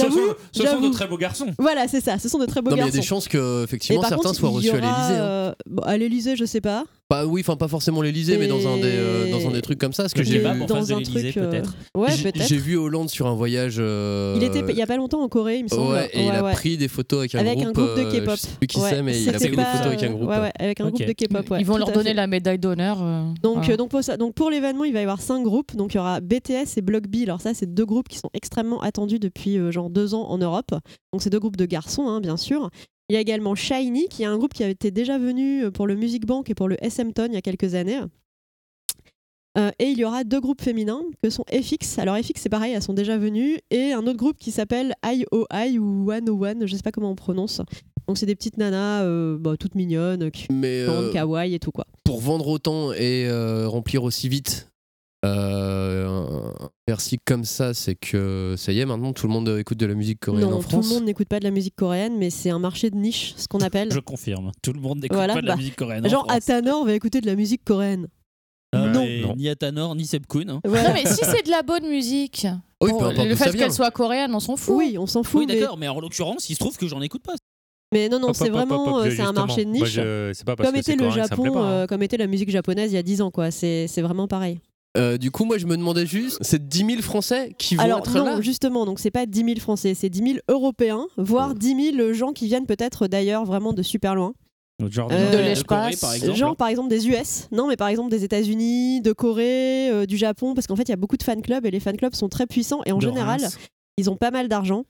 J'avoue,
ce sont de
j'avoue.
très beaux garçons.
Voilà, c'est ça. Ce sont de très beaux
Non, mais il y a
garçons.
des chances que
Et
effectivement
par
certains
contre,
soient
il y
reçus à hein.
aura,
l'Elysée.
euh, bon, à l'Elysée, je sais pas.
Bah oui, enfin pas forcément l'Elysée, mais dans un des euh, dans un des trucs comme ça. Ce que
Le
j'ai
débat
vu-
en face de l'Élysée,
euh,
peut-être.
Ouais,
j'ai-
peut-être.
j'ai vu Hollande sur un voyage. euh,
Il était il y a pas longtemps en Corée, il me semble.
Ouais, et il a
ouais.
pris des photos avec un
Avec
groupe,
un groupe de
euh,
K-pop.
Je sais plus qui
Ouais,
c'est, mais il a
c'était
pris des
pas,
photos avec un
euh,
groupe.
Ouais, ouais, avec un
Ok.
groupe de K-pop. ouais,
Ils vont
tout
leur
à
donner
fait.
la médaille d'honneur. euh,
Donc,
voilà.
euh, donc pour ça, donc pour l'événement, il va y avoir cinq groupes. Donc il y aura BTS et Block B. Alors ça, c'est deux groupes qui sont extrêmement attendus depuis euh, genre deux ans en Europe. Donc c'est deux groupes de garçons, hein, bien sûr. Il y a également Shiny, qui est un groupe qui avait été déjà venu euh, pour le Music Bank et pour le SM-Ton il y a quelques années. Euh, et il y aura deux groupes féminins que sont FX. Alors FX, c'est pareil, elles sont déjà venues. Et un autre groupe qui s'appelle IOI ou 101, je sais pas comment on prononce. Donc c'est des petites nanas euh, bah, toutes mignonnes, euh, qui
Mais
chantent
euh,
kawaii et tout quoi.
pour vendre autant et euh, remplir aussi vite euh, un Bercy comme ça, c'est que ça y est, maintenant tout le monde écoute de la musique coréenne
non,
en France.
tout le monde n'écoute pas de la musique coréenne, mais c'est un marché de niche, ce qu'on appelle.
Je confirme. Tout le monde n'écoute
Voilà,
pas de la
bah,
musique coréenne. en
Genre,
France.
Atanor va écouter de la musique coréenne.
Ah,
non.
et
Non.
Ni Atanor, ni Sebkun. hein.
Voilà.
Non, mais si c'est de la bonne musique,
Oui,
bon,
peu importe
le
d'où ça
fait
vient.
qu'elle soit coréenne, on s'en fout.
Oui, on s'en fout.
Oui,
mais,
d'accord, mais en l'occurrence, il se trouve que j'en écoute pas.
mais non, non,
Hop,
c'est
hop, hop, hop,
vraiment euh, c'est
justement.
un marché de
Bah,
niche.
je- C'est pas parce
Comme
que c'est
était le
coréen que ça me
Japon,
plaît pas, hein.
euh, comme était la musique japonaise il y a 10 ans, quoi. C'est c'est vraiment pareil.
Euh, du coup, moi, je me demandais juste, c'est 10 000 Français qui vont
Alors,
être
non,
là
justement, donc c'est pas 10 000 Français, c'est 10 000 Européens, voire 10 000 gens qui viennent peut-être d'ailleurs vraiment de super loin.
Donc, Genre
Euh,
Corée,
l'espace,
par exemple.
Genre par exemple des US, non mais par exemple des États-Unis, de Corée, euh, du Japon, parce qu'en fait il y a beaucoup de fan clubs et les fan clubs sont très puissants et en
De
général
Reims.
ils ont pas mal d'argent.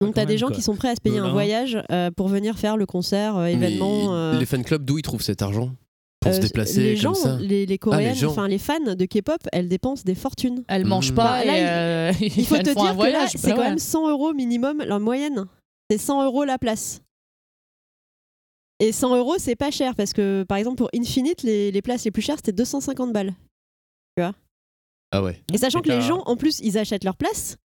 Ah, quand
Donc t'as des
même,
gens
quoi.
qui sont prêts à se payer
Melun.
un voyage euh, pour venir faire le concert, euh,
Mais
événement. euh,
Les fan clubs, d'où ils trouvent cet argent Pour se
euh,
déplacer
les
comme
gens,
ça
Ah,
Les, les coréennes,
gens.
enfin les fans de K-pop, elles dépensent des fortunes.
Elle mange
Mm.
pas.
Bah, là,
et,
il-
euh,
Il faut
elles
te
font un
dire que là,
voyage.
c'est
Bah
quand
ouais.
même 100 euros minimum la moyenne. C'est 100 euros la place. Et 100 euros, c'est pas cher parce que par exemple pour Infinite, les, les places les plus chères c'était 250 balles.
Ah ouais.
hein.
Et sachant
Et
que les
t'as-
gens, en plus, ils achètent leur place,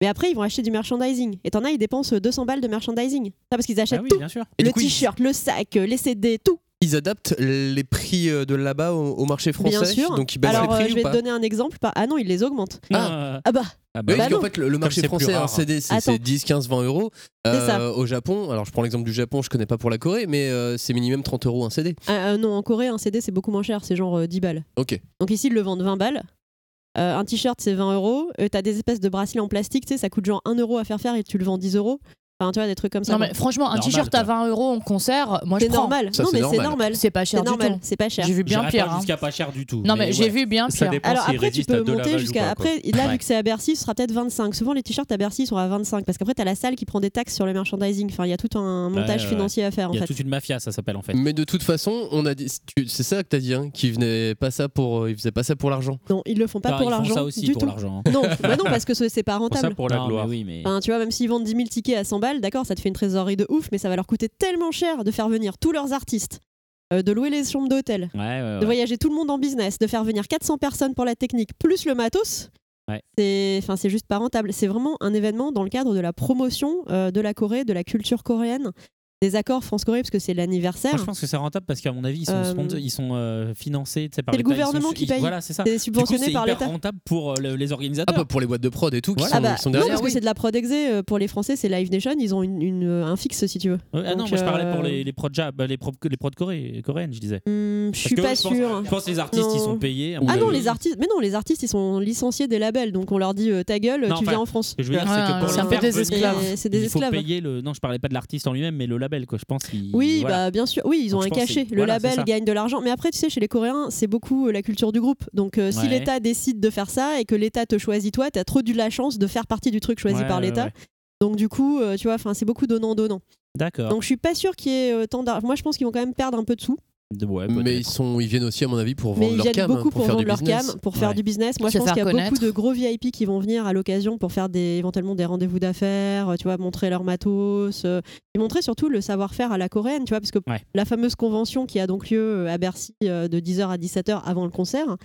mais après, ils vont acheter du merchandising. Et t'en as, ils dépensent 200 balles de merchandising. Ça, parce qu'ils
Ah
achètent
oui,
tout
bien sûr.
hein. Et du
le
coup, ils-
t-shirt, le sac, euh, les CD, tout.
Ils adaptent les prix euh, de là-bas au, au marché français,
bien sûr.
donc ils baissent
Alors,
les
euh,
prix
je
ou
vais
pas
te donner un exemple. Pas- Ah non, ils les augmentent.
Ah,
Ah bah,
ah bah,
Oui,
Bah
parce qu'en
non.
fait, le, le
c'est
marché
plus
français, un
rare.
CD, c'est c'est
Attends.
10, 15, 20 euros.
C'est ça.
Euh, Au Japon, alors je prends l'exemple du Japon, je connais pas pour la Corée, mais euh, c'est minimum 30 euros un CD.
ah, ah non, en Corée, un CD, c'est beaucoup moins cher. C'est genre euh, 10 balles.
Ok.
Donc ici, ils le vendent 20 balles. Euh, un t-shirt, c'est 20 euros. Euh, T'as des espèces de bracelets en plastique, tu sais, ça coûte genre 1 euro à faire faire et tu le vends 10 euros. Enfin, tu vois, des trucs comme ça.
Non,
quoi.
mais franchement, un t-shirt à 20 euros en concert, moi je
C'est
prends.
normal. non, mais c'est normal.
C'est pas cher
C'est
du
normal.
tout.
C'est pas cher.
J'ai vu bien
J'irai
pire.
pas
hein.
jusqu'à pas cher du tout.
Non, mais, j'ai
ouais.
vu bien
Ça
pire.
dépend
Alors
s'il
après, tu
résiste à
peux
de
monter
lavage ou
jusqu'à.
pas, quoi.
Après, là,
Ouais.
vu que c'est à Bercy, ce sera peut-être 25. Souvent, les t-shirts à Bercy sont à 25 parce qu'après, t'as la salle qui prend des taxes sur le merchandising. Enfin, il y a tout un montage
ouais, ouais.
financier à faire en
Il y a
fait.
toute une mafia, ça s'appelle en fait.
Mais de toute façon, on a dit, tu- c'est ça que t'as dit, hein, qu'ils venaient pas ça pour, euh, ils faisaient pas ça pour l'argent.
Non, ils le font pas
Ah,
pour
ils font ça
l'argent.
aussi
du
pour
tout.
l'argent. hein.
Non, bah non, parce que ce- c'est pas
Pour ça,
rentable.
pour la
Non, mais
gloire.
oui, mais
Enfin, tu vois, même s'ils vendent 10 000 tickets à 100 balles, d'accord, ça te fait une trésorerie de ouf, mais ça va leur coûter tellement cher de faire venir tous leurs artistes, euh, de louer les chambres d'hôtel,
Ouais, ouais,
de
ouais.
voyager tout le monde en business, de faire venir 400 personnes pour la technique, plus le matos.
Ouais.
C'est, enfin, c'est juste pas rentable. C'est vraiment un événement dans le cadre de la promotion euh, de la Corée, de la culture coréenne, des accords France-Corée, parce que c'est l'anniversaire.
Moi, je pense que c'est rentable parce qu'à mon avis, ils sont,
Euh,
sponsor- ils sont euh, financés tu sais, par
c'est le
l'État, ils
gouvernement
sont-
qui
ils-
paye.
Voilà, c'est ça.
c'est
Du coup,
subventionné
c'est
par
hyper
l'État.
rentable pour euh, le- les
Ah
organisateurs.
bah pour les boîtes de prod et tout, qui
Voilà.
sont,
Ah bah,
ils sont
non,
derrière.
parce que c'est de la prod exé, euh, pour les Français, c'est Live Nation, ils ont une, une, euh, un fixe si tu veux.
Ouais, ah non,
Donc,
moi je parlais pour
euh,
les, les prods jab- les prods les prods coré- coréennes, je disais.
Hum, je
Parce
suis
que
pas
je pense-
sûre.
Je pense que les artistes, ils
Non.
sont payés. à mon
Ah non,
avis.
les artistes, mais non, les artistes, ils sont licenciés des labels, donc on leur dit euh, ta gueule,
Non,
tu
enfin,
viens en France.
Ce que je veux dire, c'est
Ouais,
que pour
c'est un
les
peu
faire
des
venir,
esclaves.
Et C'est des
il faut
esclaves.
payer le. Non, je parlais pas de l'artiste en lui-même, mais le label, quoi. Je pense qu'il.
Oui,
voilà.
bah bien sûr. Oui, ils ont
Donc, je pense
un
que
cachet.
c'est-
Le
voilà, c'est ça.
label gagne de l'argent, mais après, tu sais, chez les Coréens, c'est beaucoup euh, la culture du groupe. Donc, euh,
Ouais.
si l'État décide de faire ça et que l'État te choisit toi, t'as trop de la chance de faire partie du truc choisi
Ouais,
par
ouais,
l'État.
ouais. Ah.
Donc, du coup, euh, tu vois, enfin, c'est beaucoup donnant donnant.
D'accord.
Donc, je suis pas sûr qu'il y ait euh, tant d'argent. Moi, je pense qu'ils vont quand même perdre un peu de sous,
De- ouais,
Mais
peut-être.
ils sont, ils viennent aussi à mon avis pour
mais
vendre
ils
leur
viennent
cam, hein,
beaucoup pour
faire
vendre
du
leur
business.
cam, pour faire
Ouais.
du business. Moi,
Se
je pense
faire
qu'il y a beaucoup
connaître.
de gros VIP qui vont venir à l'occasion pour faire des, éventuellement des rendez-vous d'affaires, euh, tu vois, montrer leur matos, euh, et montrer surtout le savoir-faire à la coréenne, tu vois, parce que
Ouais.
la fameuse convention qui a donc lieu à Bercy euh, de 10h à 17h avant le concert,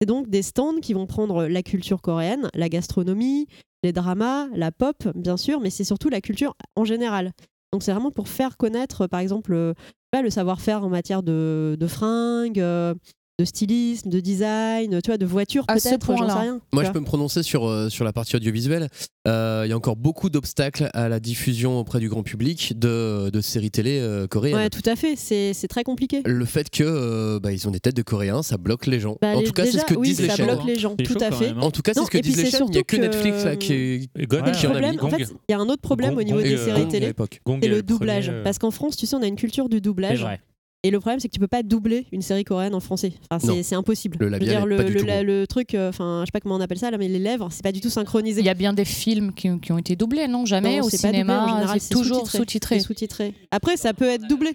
c'est donc des stands qui vont prendre la culture coréenne, la gastronomie, les dramas, la pop, bien sûr, mais c'est surtout la culture en général. Donc c'est vraiment pour faire connaître, euh, par exemple, euh, bah, le savoir-faire en matière de, de fringues, euh, de stylisme, de design, tu vois, de voiture
À ce
peut-être, j'en
point-là.
sais rien.
Moi, je
tu vois.
peux me prononcer sur, euh, sur la partie audiovisuelle. Euh, Il y a encore beaucoup d'obstacles à la diffusion auprès du grand public de, de séries télé euh, coréennes.
Ouais, tout à fait, c'est c'est très compliqué.
Le fait que euh, bah, ils ont des têtes de coréens, ça bloque les gens.
Bah,
en
les-
tout cas, c'est
déjà,
ce que
oui,
disent les
ça
chaînes.
bloque les gens,
C'est
tout
chaud,
à
quand
fait.
même, hein.
En tout cas, c'est
Non,
ce que
et puis
disent les
c'est
chaînes. Il n'y a que
surtout que-
Netflix là, qui,
Et God,
Ouais.
qui
Le
en a mis
problème, en
Gong.
fait, il y a un autre problème
Gong,
au niveau
Gong,
des
euh,
séries
Gong, à
télé,
l'époque.
Gong est
c'est le
premier,
doublage.
euh,
Parce qu'en France, tu sais, on a une culture du
C'est
doublage.
vrai.
Et le problème, c'est que tu peux pas doubler une série coréenne en français. Enfin, c'est-
Non.
c'est impossible.
Le
Je veux
labial
dire,
est
le,
pas du
le
tout
la-
bon.
le truc, euh, enfin, je sais pas comment on appelle ça là, mais les lèvres, c'est pas du tout synchronisé.
Il y a bien des films qui, qui ont été doublés, non Jamais
Non,
au
c'est pas doublé, en
cinéma, euh,
général,
c'est
c'est
toujours
sous-titré.
sous-titré.
C'est sous-titré. Après, ça peut être doublé.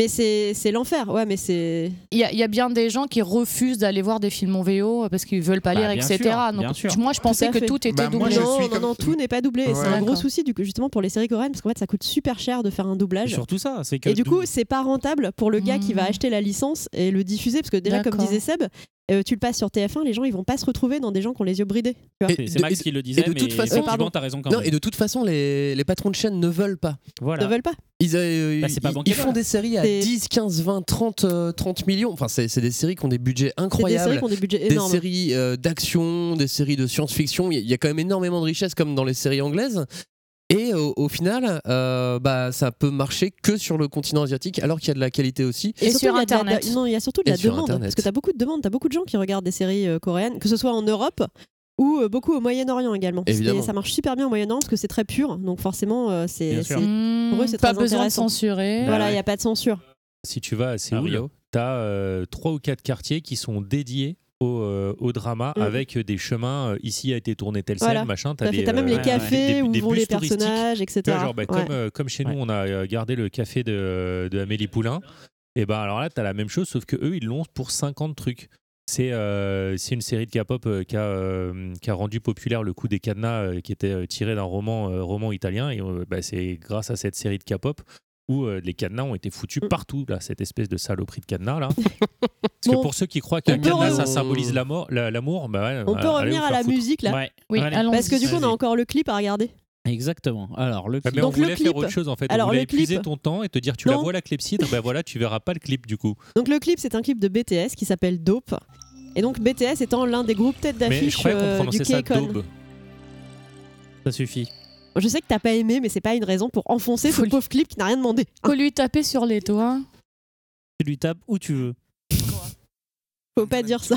Mais c'est c'est l'enfer. Ouais, mais c'est.
Il y, a- il y a bien des gens qui refusent d'aller voir des films en VO parce qu'ils veulent pas
Bah,
lire,
bien
etc.
sûr, bien
Donc
sûr.
moi, je pensais
à
que
fait.
tout était
Bah, moi,
non,
doublé.
je suis
non,
comme-
non, tout n'est pas doublé.
Ouais.
C'est un gros
D'accord.
souci du coup, justement pour les séries coréennes parce qu'en fait, ça coûte super cher de faire un
Et
doublage.
surtout ça, c'est que.
Et du
d'où-
coup, c'est pas rentable pour le gars qui
Hmm.
va acheter la licence et le diffuser parce que déjà, comme
D'accord.
disait Seb, euh, tu le passes sur TF1, les gens ils vont pas se retrouver dans des gens qui ont les yeux bridés. tu vois.
C'est c'est
de-
Max qui le disait,
de
Ah, mais
toute façon-
effectivement,
pardon.
t'as raison quand
Non,
même.
et de toute façon, les, les patrons de chaînes ne veulent pas.
Ils ne
Voilà.
veulent pas.
Ils, euh,
Bah, c'est pas
ils-
bancable.
ils font des séries à
C'est-
10, 15, 20, 30, euh, 30 millions. Enfin, c'est c'est des séries qui ont des budgets
C'est des séries
incroyables.
qui ont des budgets
Des
énormes.
séries euh, d'action, des séries de science-fiction. Il y a- il y a quand même énormément de richesses comme dans les séries anglaises. Et au, au final, euh, bah, ça peut marcher que sur le continent asiatique, alors qu'il y a de la qualité aussi.
Et
surtout,
sur
il y a de la-
Internet.
non, il y a surtout de
Et
la
sur
demande.
Internet.
Parce que tu as beaucoup de demandes, tu as beaucoup de gens qui regardent des séries euh, coréennes, que ce soit en Europe ou euh, beaucoup au Moyen-Orient également. C'est-
Évidemment.
Ça marche super bien au Moyen-Orient parce que c'est très pur. Donc forcément, euh,
Bien
c'est.
sûr.
c'est-
Hmm,
Pour eux, c'est
pas
très
besoin de
intéressant.
Bah
censurer.
Voilà, il
ouais.
n'y a pas de censure.
euh, Si tu vas à Séoul,
Rio.
t'as as trois ou quatre quartiers qui sont dédiés au, euh, au drama
Mm.
avec des chemins. euh, ici a été tourné telle
Voilà.
scène, machin. T'as
T'as fait-
des,
T'as même
euh,
les
ouais,
cafés
des-
où
des
vont
bus
les
touristiques.
personnages, etc.
Tu vois, genre, bah,
Ouais.
comme, euh, comme chez nous,
Ouais.
on a euh, gardé le café de, de Amélie Poulain. Et ben alors là, t'as la même chose, sauf que eux, ils l'ont pour 50 trucs. C'est euh, c'est une série de K-pop euh, qui a, euh, qui a rendu populaire le coup des cadenas euh, qui était euh, tiré d'un roman, euh, roman italien. Et euh, bah, c'est grâce à cette série de K-pop où euh, les cadenas ont été foutus
Mm.
partout, là, cette espèce de saloperie de cadenas. Là. Parce que
Bon,
pour ceux qui croient qu'un
on peut
cadenas, ça
revenir-
symbolise la mort- la- l'amour, bah ouais,
on peut
allez vous
revenir à
faire
la
foutre.
musique là.
Ouais.
Oui,
Allez.
allons-y.
Parce que du coup, on a
Vas-y.
encore le clip à regarder.
Exactement. Alors, le
Ah,
clip.
Ouais, Ah, mais on
Donc, le
voulait faire
clip.
autre chose en fait.
Alors,
on voulait
le clip.
épuiser ton temps et te dire tu la
Non.
vois la clepsydre, ben voilà, tu verras pas le clip du coup.
Donc le clip, c'est un clip de BTS qui s'appelle Dope. Et donc BTS étant l'un des groupes tête
Mais je
d'affiche
croyais qu'on
euh, du
prononçait ça
K-Con.
daube.
Ça suffit.
Je sais que t'as pas aimé, mais c'est pas une raison pour enfoncer
Faut
ce
lui-
pauvre clip qui n'a rien demandé.
Faut lui taper sur les doigts.
Tu lui tapes où tu veux.
Faut pas dire ça.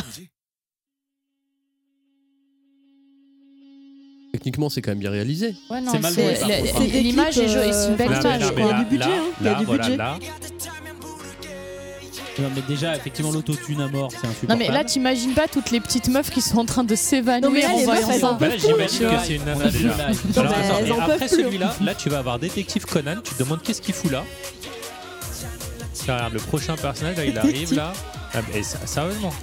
techniquement, c'est quand même bien réalisé.
Ouais, non, C'est mal c'est- joué, par la- contre, hein. c'est- l'image est jo- c'est une
euh,
belle
Non, mais
image.
non, mais
Il y a
là-
du budget,
là-
hein,
il y a
là,
du
voilà,
budget.
là,
Non, mais déjà, effectivement, l'autotune à mort, c'est
Non
insupportable.
mais là t'imagines pas toutes les petites meufs qui sont en train de
Non, mais
s'évanouir
là,
en
les
voyant
meufs, elles en
ça.
Bah là, j'imagine
tu vois.
que c'est une
On
nana
a vu,
déjà.
là.
Alors,
Bah,
attends,
elles
et
en
après
peuvent plus.
celui-là, là tu vas avoir Détective Conan, tu te demandes qu'est-ce qu'il fout là. Tu regardes le prochain personnage, là il arrive
Détective.
là. Ah, mais ça- sérieusement,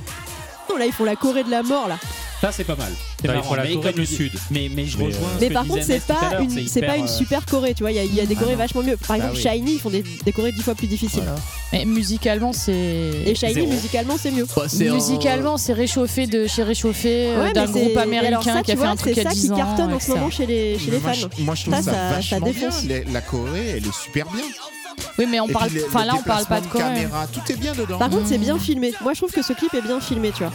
Non, là, ils font la Corée de la mort, là.
Ça, c'est pas mal. C'est
Là, ils
marrant,
font la
mais
Corée
comme
du
je-
Sud.
Mais, mais je
Mais,
rejoins.
euh,
ce
Mais
que
par
disait
contre, c'est
Ness tout à
pas
l'heure,
une, c'est pas
hyper,
une super Corée, tu vois. Il y, a- il y a des Corées vachement mieux. Par exemple,
oui.
Shiny, ils font des, des Corées dix fois plus difficiles.
Mais musicalement c'est.
Et Shiny, musicalement, c'est mieux.
Bah,
Musicalement, c'est réchauffé de chez réchauffé euh,
Ouais,
d'un
mais c'est-
groupe
mais alors
américain
ça,
qui a
tu
fait un
vois,
truc
c'est
à
ça
10
qui
ans.
cartonne en
etc.
ce moment chez les, chez les
moi,
fans.
Je, moi, je trouve ça,
ça
vachement
défonce.
bien. La, la Corée, elle est super bien.
Oui, mais on
Et
parle.
puis, le-
Enfin
le
là, on parle pas de
déplacement
Corée.
caméra, tout est bien dedans.
Par contre, c'est bien filmé. Moi, je trouve que ce clip est bien filmé, tu vois.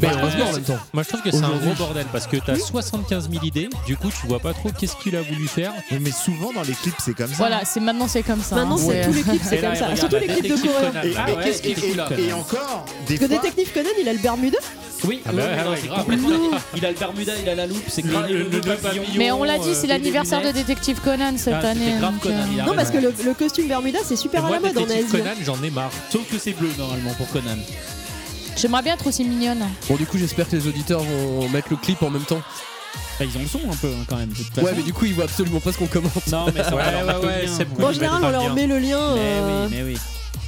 Mais
Bah, heureusement, en même temps.
Moi je trouve que c'est un
Aujourd'hui.
gros bordel parce que t'as 75 000 idées, du coup tu vois pas trop qu'est-ce qu'il a voulu faire.
Mais, mais souvent dans les clips, c'est comme ça.
Voilà, c'est maintenant c'est comme ça.
Maintenant,
hein,
c'est tous les clips, c'est
Et là,
comme ça.
regarde,
Surtout
la
les clips de
détective
Corée.
Conan.
Et,
Ah
et
ouais,
qu'est-ce qu'il-
détective Conan.
et, et encore, des
Parce que
fois,
Détective Conan, il a le Bermuda.
Oui,
Ah
non, mais
bah, ouais,
non,
ouais,
c'est
grave.
complètement- Il a le Bermuda, il a la loupe, c'est grave.
Le- le- le
papillon,
papillon,
Mais on l'a dit,
euh,
c'est
et
l'anniversaire
des
de
lunettes.
Détective Conan cette
Ah, c'était
année.
grave
donc,
Conan,
euh,
il a
Non, parce que
raison.
le, le costume Bermuda, c'est super à
Moi
la mode en
Détective
Asie.
Conan j'en ai marre.
Sauf que c'est bleu normalement pour Conan.
euh, J'aimerais bien être aussi mignonne.
Bon, du coup, j'espère que les auditeurs vont mettre le clip en même temps.
Enfin, ils ont le son un peu hein, quand même. de toute
Ouais,
façon.
mais du coup, ils voient absolument pas ce qu'on commente.
Non, mais ça
Ouais,
va leur
ouais,
mettre
ouais,
bien,
c'est
ouais.
bon.
Bon, en général, on leur met le lien.
Mais
euh,
oui, mais oui.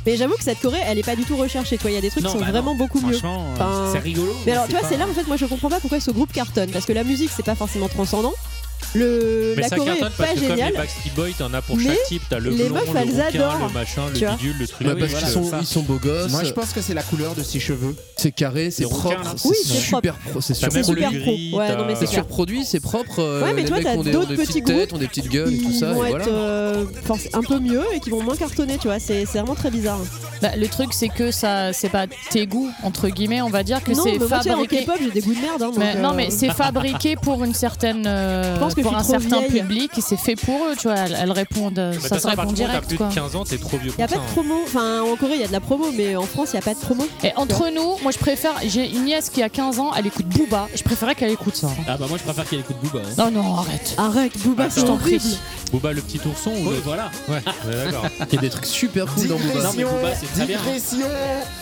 Mais j'avoue que cette Corée, elle est pas du tout recherchée, toi. Il y a des trucs
Non,
qui sont
bah non,
vraiment beaucoup mieux.
Franchement, euh,
Enfin,
c'est rigolo.
Mais alors, tu vois,
pas-
c'est là en fait, moi je comprends pas pourquoi ce groupe cartonne. Parce que la musique, c'est pas forcément transcendant. Le...
Mais
La
ça
Corée
cartonne parce
est pas
que comme les
géniale.
Backstreet Boys, t'en as pour
Mais
chaque type. T'as le
les
blond,
meufs,
le
elles
rouquin,
adorent,
le machin, le
tu vois.
bidule, le truc.
Bah,
oui,
parce
voilà,
qu'ils sont,
ça.
ils sont beaux gosses,
moi, je pense que c'est la couleur de ses cheveux.
c'est carré, c'est
Les requins, là.
propre,
Oui,
c'est
c'est
super pro, c'est
T'as
sur-
c'est
Bah, même
super
le euh,
pro.
gris.
Ouais,
t'as-
non, mais
c'est
super.
surproduit, c'est propre. euh,
Ouais, mais
les
toi,
mecs
t'as
ont des, ont
d'autres
des
petits
petites têtes,
groupes
ont des petites gueules et tout
Ils
ça.
vont
et
être
voilà.
euh, forc- un peu mieux et qui vont moins cartonner, tu vois. C'est c'est vraiment très bizarre.
Bah, le truc, c'est que ça, c'est pas tes goûts entre guillemets. On va dire que
non, mais
c'est
moi, tu sais, en
fabriqué.
K-pop, j'ai des goûts de merde. hein, donc,
Mais, Non,
euh,
mais c'est fabriqué pour une certaine, euh,
Je pense que
pour
je
un
suis trop
certain
vieille.
public et c'est fait pour eux. Tu vois, elles, elles répondent, euh,
Bah,
ça
t'as
se
ça, par
répond
contre, T'as
direct.
plus
Quoi.
de 15 ans, t'es trop vieux
Y
pour
a pas
ça.
de
hein.
promo, enfin en Corée il y a de la promo, mais en France il y a pas de promo.
Et entre nous, moi, je préfère. J'ai une nièce qui a 15 ans, elle écoute Booba. Je préférais qu'elle écoute ça.
Ah bah moi je préfère qu'il écoute Booba. hein.
Non, non, arrête.
Arrête, Booba,
Je
c'est
t'en
horrible.
prie.
Booba, le petit ourson ou
Ouais,
le.
voilà.
Ouais, on est d'accord.
Il y a des trucs super cool dans Booba.
Non, mais Booba, c'est très bien.
Digression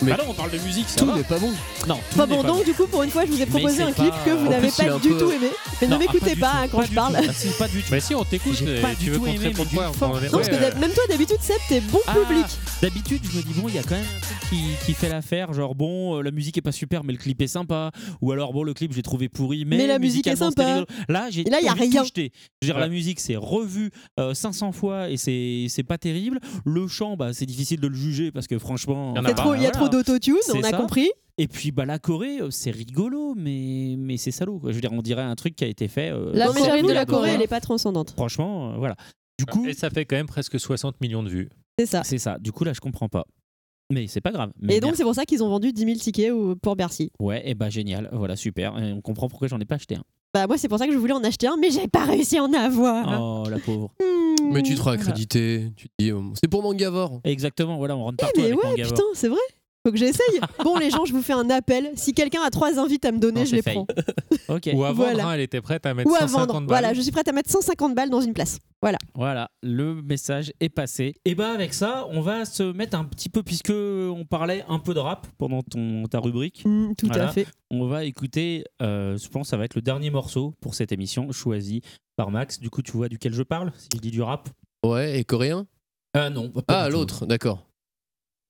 Mais-
Ah non, on parle de musique, ça
Tout
va.
n'est pas bon.
Non, tout
Enfin
n'est
bon,
pas
donc du coup pour une fois je vous ai proposé
c'est
un clip
pas-
que vous
En
n'avez
plus, il est
pas
un
du
peu-
tout aimé. Mais
Non,
ne m'écoutez
du
pas
tout,
hein, quand
pas
je
du
parle.
tout. Ah, si, pas du tout.
Mais si, on t'écoute,
J'ai
et
pas du
tu veux
tout
qu'on te
aimé,
réponde
mais d'une
quoi on- on est-
force.
Non,
ouais,
parce que
ouais.
d'hab- même toi d'habitude Seb t'es bon
Ah.
public.
D'habitude, je me dis, bon, il y a quand même un truc qui, qui fait l'affaire. Genre, bon, euh, la musique est pas super, mais le clip est sympa. Ou alors, bon, le clip, j'ai trouvé pourri, mais,
Mais la musique est
musicalement, c'était
sympa.
rigolo. Là, j'ai
Et là, il y a
envie de
rien.
tout jeter. Je veux dire, la musique, c'est revu euh, 500 fois et c'est c'est pas terrible. Le chant, bah, c'est difficile de le juger parce que franchement.
Il y en
C'est
Ah
trop-
bah,
Il y a
voilà.
trop d'autotune,
C'est
on a
ça.
compris.
Et puis, bah, la Corée, euh, c'est rigolo, mais, mais c'est salaud. quoi. Je veux dire, on dirait un truc qui a été fait. euh,
La
Non,
sans
mais j'avoue,
Corée de
la
la
Corée
Corée.
elle est pas transcendante.
Franchement, euh, voilà. Du coup,
Et ça fait quand même presque 60 millions de vues.
C'est ça.
c'est ça. Du coup, là, je comprends pas. Mais c'est pas grave. Mais
Et donc c'est pour ça qu'ils ont vendu 10 000 tickets au- pour Bercy.
Ouais, et bah génial, voilà, super. Et on comprend pourquoi j'en ai pas acheté un.
Bah moi c'est pour ça que je voulais en acheter un, mais j'ai pas réussi à en avoir.
Oh, la pauvre.
Hmm.
Mais tu te accrédité, tu te dis, euh, c'est pour Mangavor.
Exactement, voilà, on rentre
Eh,
partout
mais
avec
ouais,
Mangavor.
putain, c'est vrai. Faut que j'essaye. bon, les gens, je vous fais un appel. Si quelqu'un a trois invites à me donner,
Non,
je
c'est
les
fail.
prends.
Ok,
Ou à
Voilà.
vendre, hein, elle était prête à mettre
Ou à
150
vendre.
balles.
Voilà, je suis prête à mettre 150 balles dans une place. Voilà.
voilà, le message est passé. Et bah avec ça, on va se mettre un petit peu, puisque on parlait un peu de rap pendant ton, ta rubrique,
Hmm, tout
Voilà.
à fait.
on va écouter, euh, je pense que ça va être le dernier morceau pour cette émission, choisi par Max. Du coup, tu vois duquel je parle, si je dis du rap
Ouais, et coréen
Ah non, pas
Ah,
du tout.
l'autre, d'accord.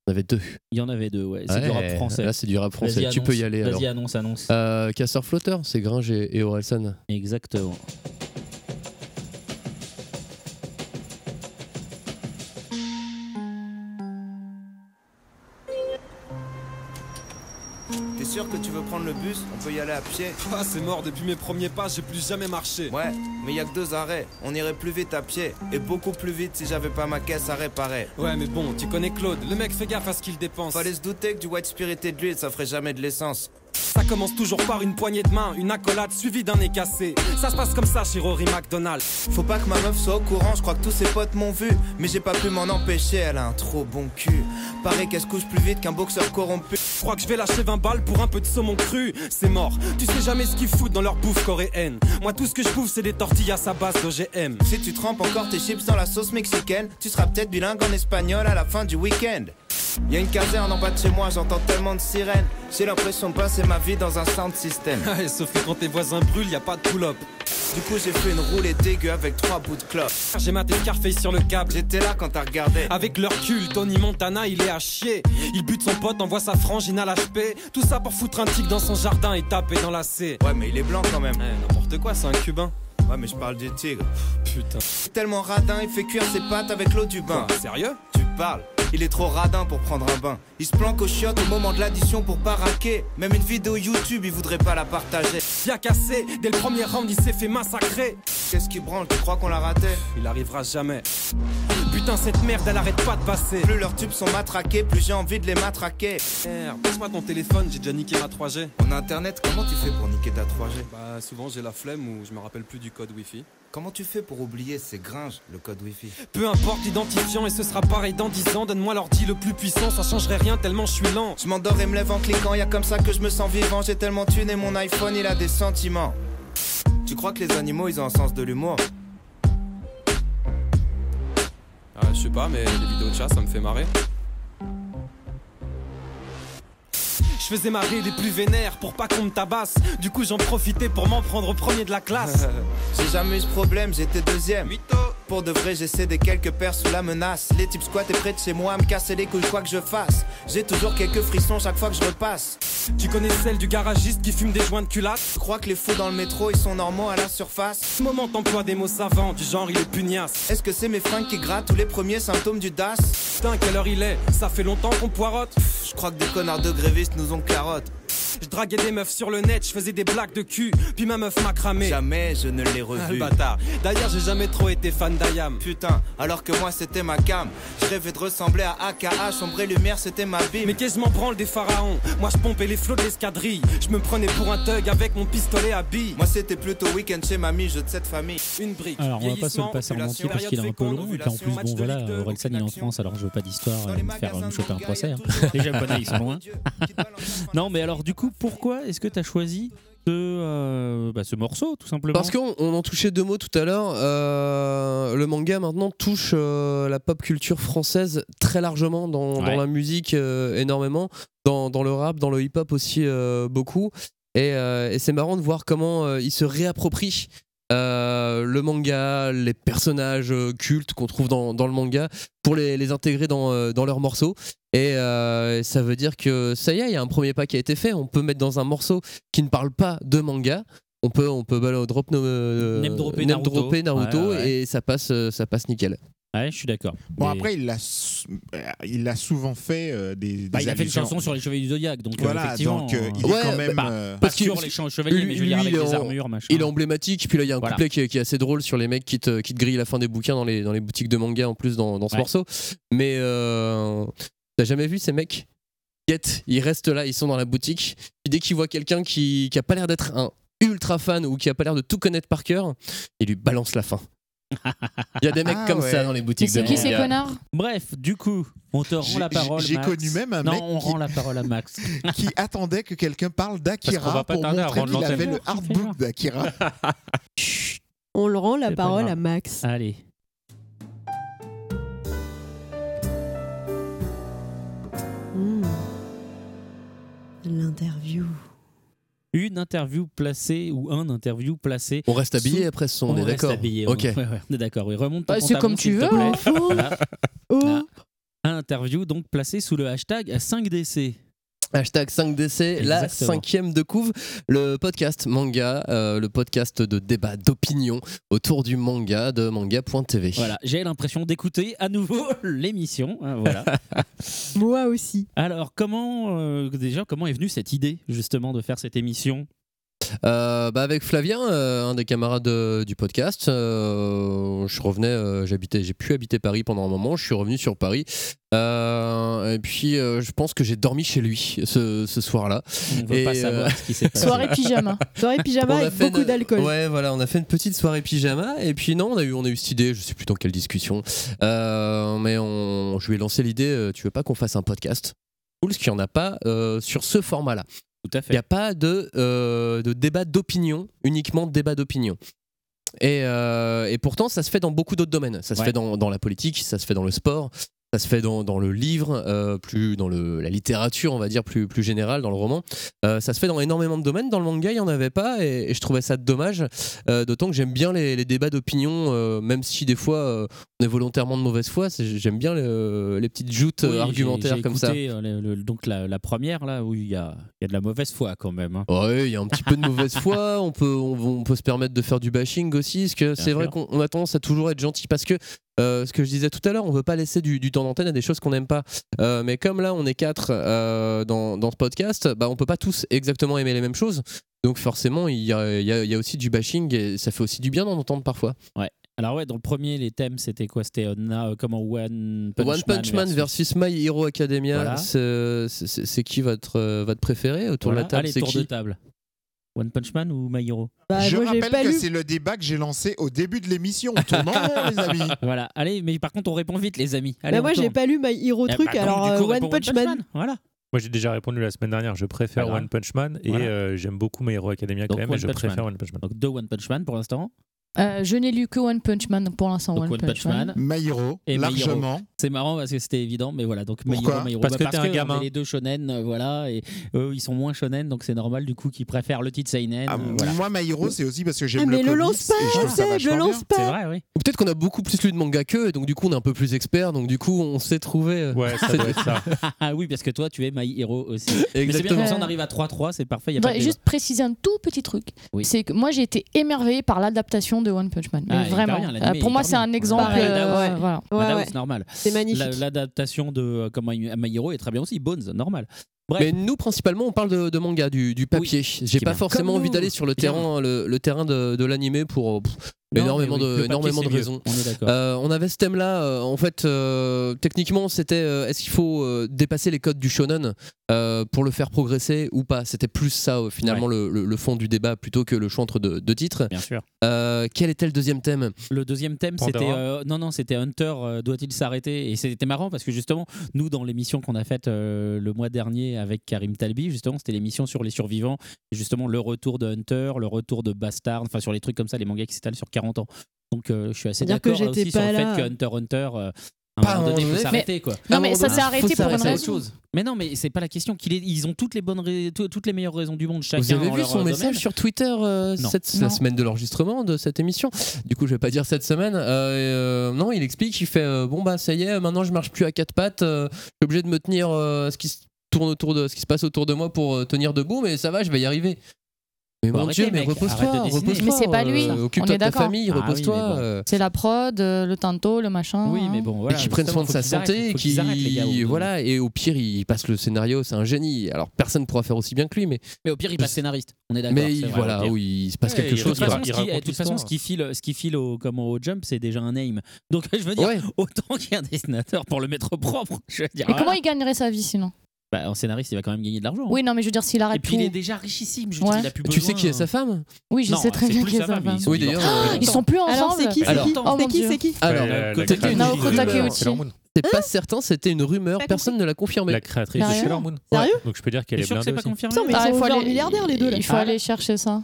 On avait deux.
Il y en avait deux, ouais, c'est du
Ouais,
rap français.
Là, c'est du rap français.
Vas-y,
Tu peux y
annonce.
aller alors.
Vas-y, annonce, annonce.
Ah.
Euh, Casseur Flotteur, c'est Gringe et, et Orelsan.
Exactement.
T'es sûr que tu veux prendre le bus On peut y aller à pied
Ah, c'est mort, depuis mes premiers pas, j'ai plus jamais marché.
Ouais, mais y a que deux arrêts. On irait plus vite à pied. Et beaucoup plus vite si j'avais pas ma caisse à réparer.
Ouais, mais bon, tu connais Claude, le mec fait gaffe à ce qu'il dépense.
Fallait se douter que du white spirit et de l'huile, ça ferait jamais de l'essence.
Ça commence toujours par une poignée de main, une accolade suivie d'un nez cassé. Ça se passe comme ça chez Rory McDonald.
Faut pas que ma meuf soit au courant, je crois que tous ses potes m'ont vu. Mais j'ai pas pu m'en empêcher, elle a un trop bon cul. Pareil qu'elle se couche plus vite qu'un boxeur corrompu.
Je crois que je vais lâcher 20 balles pour un peu de saumon cru. C'est mort, tu sais jamais ce qu'ils foutent dans leur bouffe coréenne. Moi, tout ce que je bouffe, c'est des tortillas à base d'OGM.
Si tu trempes encore tes chips dans la sauce mexicaine, tu seras peut-être bilingue en espagnol à la fin du week-end. Y a une caserne en bas de chez moi, j'entends tellement de sirènes. J'ai l'impression de passer ma vie dans un sound system.
Ouais, Sauf que quand tes voisins brûlent, y a pas de pull-up.
Du coup, j'ai fait une roulée dégueu avec trois bouts de clope.
J'ai maté Scarface sur le câble.
J'étais là quand t'as regardé.
Avec leur cul, Tony Montana, il est à chier. Il bute son pote, envoie sa frangine à l'HP. Tout ça pour foutre un tic dans son jardin et taper dans la C.
Ouais, mais il est blanc quand même.
N'importe quoi, c'est un cubain.
Ouais, mais je parle du tigre.
Putain.
Tellement radin, il fait cuire ses pattes avec l'eau du bain.
Quoi, sérieux
Tu parles. Il est trop radin pour prendre un bain. Il se planque aux chiottes au moment de l'addition pour pas raquer. Même une vidéo YouTube, il voudrait pas la partager.
Bien cassé, dès le premier round, il s'est fait massacrer.
Qu'est-ce qui branle Tu crois qu'on l'a raté
Il arrivera jamais. Putain, cette merde, elle arrête pas de passer.
Plus leurs tubes sont matraqués, plus j'ai envie de les matraquer.
Merde, passe-moi ton téléphone, j'ai déjà niqué ma 3G.
En internet, comment tu fais pour niquer ta 3G
Bah, souvent j'ai la flemme ou je me rappelle plus du code Wi-Fi.
Comment tu fais pour oublier ces gringes, le code Wi-Fi
Peu importe l'identifiant et ce sera pareil dans 10 ans. Donne-moi l'ordi le plus puissant, ça changerait rien tellement je suis lent.
Je m'endors et me lève en cliquant, y a comme ça que je me sens vivant. J'ai tellement tuné mon iPhone, il a des sentiments. Tu crois que les animaux, ils ont un sens de l'humour
Ah, je sais pas, mais les vidéos de chat, ça me fait marrer. Je faisais marrer les plus vénères pour pas qu'on me tabasse. Du coup, j'en profitais pour m'en prendre au premier de la classe.
J'ai jamais eu ce problème, j'étais deuxième. Pour de vrai, j'essaie des quelques paires sous la menace. Les types squat est près de chez moi, à me casser les couilles quoi que je fasse. J'ai toujours quelques frissons chaque fois que je repasse.
Tu connais celle du garagiste qui fume des joints de culasse
Je crois que les fous dans le métro, ils sont normaux à la surface.
Ce moment, t'emploies des mots savants, du genre il est pugnace.
Est-ce que c'est mes fringues qui grattent ou les premiers symptômes du DAS
Putain, quelle heure il est Ça fait longtemps qu'on poirote.
Je crois que des connards de grévistes nous ont carottes.
Je draguais des meufs sur le net, je faisais des blagues de cul, puis ma meuf m'a cramé.
Jamais je ne l'ai
Ah,
revu.
le bâtard. D'ailleurs, j'ai jamais trop été fan d'Ayam.
Putain, alors que moi c'était ma cam. Je rêvais de ressembler à AKA, sombre et lumière c'était ma bim.
Mais qu'est-ce que je m'en branle des pharaons Moi je pompais les flots de l'escadrille. Je me prenais pour un thug avec mon pistolet à billes.
Moi c'était plutôt week-end chez mamie, jeu de cette famille.
Une brique.
Alors, on va pas se
vieillissement,
le passer en entier
ovulation,
parce qu'il est un peu
période
long. Et
féconde,
puis en plus,
ovulation,
bon,
match de
voilà,
Ligue deux,
Orelsan, il est en France, alors je veux pas d'histoire euh, me faire euh, me choper un procès. hein. Les Japonais, ils sont loin. Non, mais alors, du coup, pourquoi est-ce que tu as choisi ce, euh, bah, ce morceau, tout simplement
Parce qu'on on en touchait deux mots tout à l'heure. euh, le manga maintenant touche euh, la pop culture française très largement dans, dans
Ouais.
la musique euh, énormément, dans, dans le rap, dans le hip-hop aussi euh, beaucoup. Et, euh, et c'est marrant de voir comment euh, il se réapproprie euh, le manga, les personnages euh, cultes qu'on trouve dans, dans le manga pour les, les intégrer dans, euh, dans leurs morceaux. Et euh, ça veut dire que ça y est, il y a un premier pas qui a été fait. On peut mettre dans un morceau qui ne parle pas de manga. On peut, on peut bah, drop nos, euh,
Name dropper
name
Naruto.
dropper Naruto,
Ouais, ouais, ouais.
et ça passe, euh, ça passe nickel.
Ah Ouais, je suis d'accord.
Bon,
Mais-
après, il l'a s- euh, il a souvent fait euh, des. des
Bah, il a fait une
allusions.
chanson sur les chevaliers du Zodiac, donc euh,
Voilà,
effectivement.
donc euh, il
Ouais,
est quand même.
bah,
euh,
Pas
Parce que-
sur les champs- chevaliers, mais je veux dire
lui,
avec
il est
les
en-
armures, machin.
Il est emblématique, puis là il y a un
Voilà.
couplet qui est, qui est assez drôle sur les mecs qui te, qui te grillent la fin des bouquins dans les, dans les boutiques de manga en plus dans, dans ce
Ouais.
morceau. Mais euh, t'as jamais vu ces mecs Get, ils restent là, ils sont dans la boutique. Puis dès qu'ils voient quelqu'un qui, qui a pas l'air d'être un ultra fan ou qui a pas l'air de tout connaître par cœur, ils lui balancent la fin. Il y a des mecs
Ah
comme
ouais.
ça dans les
Mais
boutiques de
c'est qui ces
manga.
connards
Bref, du coup, on te rend
J'ai-
la parole.
j'ai
Max.
connu même un
Non,
mec
on
qui-
rend la parole à Max.
qui attendait que quelqu'un parle
Parce qu'on
d'Akira
va pas
pour
tarder à
montrer
rendre
qu'il
l'antenne.
avait le hardbook d'Akira.
Bah, On le rend la
C'est pas
parole
grave.
à Max.
Allez. Ah.
Hmm. L'interview.
Une interview placée ou un interview placé.
On reste habillé
Sous-
après ce son, on, est
reste
d'accord.
habillé,
Ok.
ouais, ouais, ouais, on est d'accord. Oui, remonte ton
Bah, C'est
pantalon,
comme tu
s'il te
veux.
plaît.
hein.
Voilà. Ah.
Oh,
Interview donc placée sous le hashtag 5DC.
Hashtag 5DC, la
Exactement.
cinquième de couve, le podcast manga, euh, le podcast de débat, d'opinion autour du manga de manga.tv.
Voilà, j'ai l'impression d'écouter à nouveau l'émission. hein, voilà.
moi aussi.
Alors, comment euh, déjà comment est venue cette idée justement de faire cette émission
Euh, bah, avec Flavien, euh, un des camarades euh, du podcast, euh, je revenais, euh, j'habitais, j'ai pu habiter Paris pendant un moment, je suis revenu sur Paris. Euh, et puis, euh, je pense que j'ai dormi chez lui ce, ce soir-là.
On veut
Et, euh,
pas savoir ce qui s'est passé.
Soirée pyjama.
Soirée pyjama
On a
avec
fait
beaucoup
une-
d'alcool.
Ouais, voilà, on a fait une petite soirée pyjama. Et puis non, on a eu, on a eu cette idée, je sais plus dans quelle discussion, euh, mais on, je lui ai lancé l'idée. euh, tu veux pas qu'on fasse un podcast Cool, parce qu'il n'y en a pas euh, sur ce format-là.
Tout à fait.
Il n'y a pas de, euh, de débat d'opinion, uniquement débat d'opinion. Et, euh, et pourtant, ça se fait dans beaucoup d'autres domaines. Ça se
Ouais.
fait dans, dans la politique, ça se fait dans le sport, ça se fait dans, dans le livre, euh, plus dans le, la littérature, on va dire, plus, plus générale, dans le roman. Euh, ça se fait dans énormément de domaines. Dans le manga, il n'y en avait pas et, et je trouvais ça dommage. Euh, D'autant que j'aime bien les, les débats d'opinion, euh, même si des fois euh, on est volontairement de mauvaise foi. c'est- J'aime bien le- les petites joutes euh,
Oui, j'ai-
argumentaires
j'ai
comme ça.
écouté, euh, le- le- donc la, la première, là, où il y a, il y a de la mauvaise foi quand même. hein.
Ouais, il y a un petit peu de mauvaise foi, on peut, on, on peut se permettre de faire du bashing aussi, parce que c'est vrai
sûr.
qu'on on a tendance à toujours être gentil, parce que euh, ce que je disais tout à l'heure, on veut pas laisser du, du temps d'antenne à des choses qu'on n'aime pas. Euh, mais comme là, on est quatre euh, dans, dans ce podcast, bah, on peut pas tous exactement aimer les mêmes choses, donc forcément, il y a, il y a- il y a aussi du bashing, et ça fait aussi du bien d'en entendre parfois.
Ouais. Alors ouais, dans le premier, les thèmes, c'était quoi C'était euh, Na- euh, comment One Punch,
One Punch Man versus My Hero Academia,
Voilà.
c'est- c'est c'est qui votre, euh, votre préféré autour de
Voilà.
la table
Allez,
C'est
tour
qui
de table. One Punch Man ou My Hero
Bah,
je rappelle que c'est le débat que j'ai lancé au début de l'émission. On tourne en rond, les amis.
Voilà, allez, mais par contre, on répond vite, les amis. Allez,
Bah,
on
moi, j'ai
tourne.
pas lu My Hero
Eh bah,
truc,
donc,
alors
du coup,
euh,
on répond
One Punch Man.
Voilà.
Moi, j'ai déjà répondu la semaine dernière. Je préfère
Voilà.
One Punch Man et
Voilà.
euh, j'aime beaucoup My Hero Academia quand
Donc,
même,
One
mais je
Punch
préfère
Man.
One Punch Man.
Donc deux One Punch Man pour l'instant.
Euh, je n'ai lu que One Punch Man donc pour l'instant.
Donc
One, Punch Man.
My Hero,
et My Hero.
largement.
C'est marrant parce que c'était évident, mais voilà. Donc My
Pourquoi
Hero, My Hero.
Parce
Bah,
que t'es un
on est
gamin.
les deux shonen, euh, voilà, et eux ils sont moins shonen, donc c'est normal du coup qu'ils préfèrent le titre seinen.
Ah,
euh, voilà.
Moi, My Hero, c'est aussi parce que
Ah,
j'aime le
mais le
comics
lance pas,
et je trouve ça
Seb, le
vachement
lance
C'est
pas.
vrai, oui.
Ou Peut-être qu'on a beaucoup plus lu de manga qu'eux, et donc du coup on est un peu plus expert, donc du coup on euh, s'est trouvé.
Ouais, ça doit être ça.
Ah oui, parce que toi tu es My Hero aussi. mais c'est bien
Exactement.
comme ça, on arrive à 3-3, c'est parfait. Y a
Bah,
pas
Faudrait
de
Bah, juste préciser un tout petit truc.
Oui.
C'est que moi j'ai été émerveillée par l'adaptation de One Punch Man. Mais
Ah, il est
vraiment.
pas bien, l'animé,
Euh,
il
pour
est
moi
pas
c'est
bien.
un exemple.
Pareil,
euh,
ouais.
voilà.
Ouais,
Madame,
ouais.
c'est Bah, normal.
C'est
La-
magnifique.
L'adaptation de euh, comme My My Hero est très bien aussi. Bones, normal. Bref.
Mais nous principalement on parle de, de manga, du, du papier. J'ai
qui est
pas
bien.
forcément
Comme
envie
nous.
d'aller sur le
Bien.
terrain, le, le terrain de, de l'animé pour euh, pff,
Non,
énormément
mais oui, le
de,
papier,
énormément
c'est
de
mieux.
raisons.
On est d'accord.
Euh, on avait ce thème là, en fait euh, techniquement c'était euh, est-ce qu'il faut euh, dépasser les codes du shonen euh, pour le faire progresser ou pas C'était plus ça euh, finalement le, le- le fond du débat plutôt que le choix entre deux, deux titres.
Bien sûr.
Euh, quel était le deuxième thème
Le deuxième thème,
Pandora.
c'était euh, non non, c'était Hunter. euh, Doit-il s'arrêter Et c'était marrant parce que justement, nous dans l'émission qu'on a faite euh, le mois dernier avec Karim Talbi, justement, c'était l'émission sur les survivants et justement le retour de Hunter, le retour de Bastard, enfin sur les trucs comme ça, les mangas qui s'étallent sur 40 ans. Donc euh, je suis assez
Dire que
d'accord là
j'étais
aussi sur
pas
le
là.
fait que Hunter Hunter. euh, à un
Pas
moment
un
donné, il
moment
faut
donné.
s'arrêter quoi.
Non mais
Ah,
ça
faut
s'est arrêté pour une
s'arrêter.
raison.
Mais non, mais c'est pas la question. Qu'il est, ils ont toutes les bonnes, rais- tout- toutes les meilleures raisons du monde. Chacun
Vous avez
en
vu
leur
son
domaine.
message sur Twitter euh,
Non.
cette,
Non.
la semaine de l'enregistrement de cette émission Du coup, je vais pas dire cette semaine. Euh, euh, non, il explique, il fait euh, bon bah ça y est, maintenant je marche plus à quatre pattes. euh, je suis obligé de me tenir euh, à ce qui se tourne autour de ce qui se passe autour de moi pour euh, tenir debout, mais ça va, je vais y arriver. Mais
Bon,
mon
arrêtez,
Dieu, mais
mec,
repose-toi,
arrête de dessiner.
repose-toi.
Mais c'est pas lui, on
Occupe-toi
est
de ta
d'accord.
famille,
Ah oui,
repose-toi.
mais bon.
euh,
C'est la prod, euh, le tinto, le machin.
Oui, mais
hein.
bon, voilà.
et qui prenne
justement,
soin de
faut
sa
qu'ils arrêtent,
santé,
faut
et
qu'ils arrêtent, les gars, au bout
qui
d'un moment.
voilà, et au pire il passe le scénario, c'est un génie. Alors personne pourra faire aussi bien que lui, mais
Mais au pire, il passe scénariste. On est d'accord.
mais
c'est vrai, au
voilà,
pire.
oui, il se passe
Ouais,
quelque
il
De toute
chose.
façon,
raconte- il
ce qui-
raconte
de toute façon,
l'histoire.
ce qui file, ce qui file au, comment, au jump, c'est déjà un name. Donc, je veux dire,
Ouais.
autant qu'il y a un dessinateur pour le mettre au propre. Je veux dire,
Mais comment
voilà.
il gagnerait sa vie sinon
Bah, en scénariste, il va quand même gagner de l'argent.
Oui, non, mais je veux dire, s'il
Et
arrête
puis,
tout.
il est déjà richissime. Je veux dire,
Ouais.
il a plus
Tu sais qui est
besoin.
sa femme
Oui, je
Non,
sais très
c'est
bien
plus
qui est
sa
sa
femme,
femme.
ils sont
Oui d'ailleurs.
divorcés.
euh,
Ils sont plus ensemble.
Alors, c'est qui C'est
Alors,
qui
oh mon
C'est qui
Dieu.
C'est
Bah,
qui
Ah
Alors,
Ouais, la-
Kotaki
la créatrice
Naoko
de-
Takeuchi.
Sailor Moon.
c'est pas certain, c'était une rumeur,
Pas
personne ne l'a confirmé.
La créatrice de
Sérieux
Sailor Moon.
Sérieux
Donc je peux dire qu'elle
T'es
est
sûr que
blindée
c'est pas
aussi.
confirmé
Putain, mais ils
Ah,
sont
il faut
ouverts
aller
milliardaires les deux là.
Il faut
Ah,
aller chercher ça.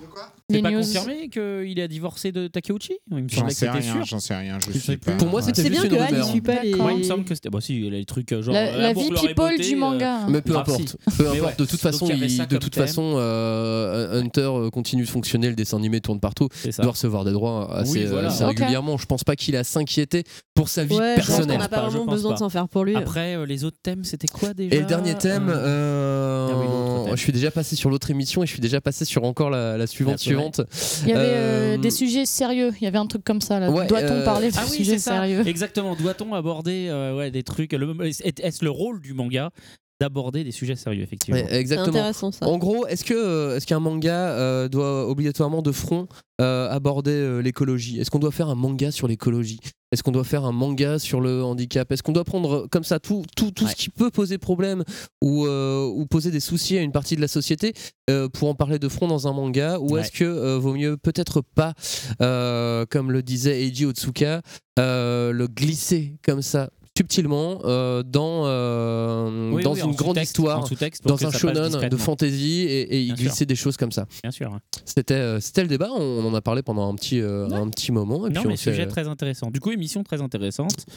C'est
Les
pas
news.
confirmé qu'il a divorcé de Takeuchi Il me
J'en
semblait que
sais
c'était
rien,
sûr.
j'en sais rien. Je
Tu sais
sais pas.
plus.
Pour moi,
Ouais.
c'était
C'est
juste une
bien que Anne ne
rumeur.
suit pas les.
Moi, il me semble que c'était. Bah, si, les trucs euh, genre.
La, la
amour,
vie
gloire et
people
beauté,
du
euh,
manga.
Mais peu
Ah,
importe,
si.
peu
Mais
importe.
ouais.
De toute
Donc,
façon,
il y avait
il-
ça
de
comme
toute
thème.
façon, euh, Hunter euh, continue de fonctionner, le dessin animé tourne partout,
C'est ça.
doit recevoir des droits assez,
Oui, voilà.
assez
Ok.
régulièrement. Je pense pas qu'il a à s'inquiéter pour sa vie
Ouais, je pense qu'on
personnelle.
n'a
Je
pas
pense
vraiment
pas.
besoin de s'en faire pour lui.
Après, euh, les autres thèmes, c'était quoi déjà
Et le dernier thème,
Euh,
euh,
Ah oui, l'autre thème.
je suis déjà passé sur l'autre émission et je suis déjà passé sur encore la, la suivante
Ah, c'est vrai.
suivante.
Il y avait euh,
Euh,
des sujets sérieux. Il y avait un truc comme ça. là.
Ouais,
Doit-on
euh,
parler de
Ah oui,
sujets
c'est ça.
sérieux
Exactement. Doit-on aborder euh, ouais, des trucs le- Est-ce le rôle du manga d'aborder des sujets sérieux, effectivement.
Ouais, exactement. En gros, est-ce que euh, est-ce qu'un manga euh, doit obligatoirement de front euh, aborder euh, l'écologie Est-ce qu'on doit faire un manga sur l'écologie Est-ce qu'on doit faire un manga sur le handicap Est-ce qu'on doit prendre euh, comme ça tout tout, tout ce qui peut poser problème ou euh, ou poser des soucis à une partie de la société euh, pour en parler de front dans un manga Ou
Ouais.
est-ce que euh, vaut mieux peut-être pas, euh, comme le disait Eiji Otsuka, euh, le glisser comme ça subtilement euh, dans euh,
Oui,
dans
oui, en
une grande
sous-texte, en
histoire,
sous-texte pour
dans
que
un
ça passe
shonen de
discrètement.
fantasy et, et il
Bien
glissait
sûr.
des choses comme ça.
Bien sûr. hein.
C'était euh, c'était le débat, on, on en a parlé pendant un petit euh, un petit moment et
non, mais
puis on euh, s'est-
sujet très intéressant. Du coup, émission très intéressante.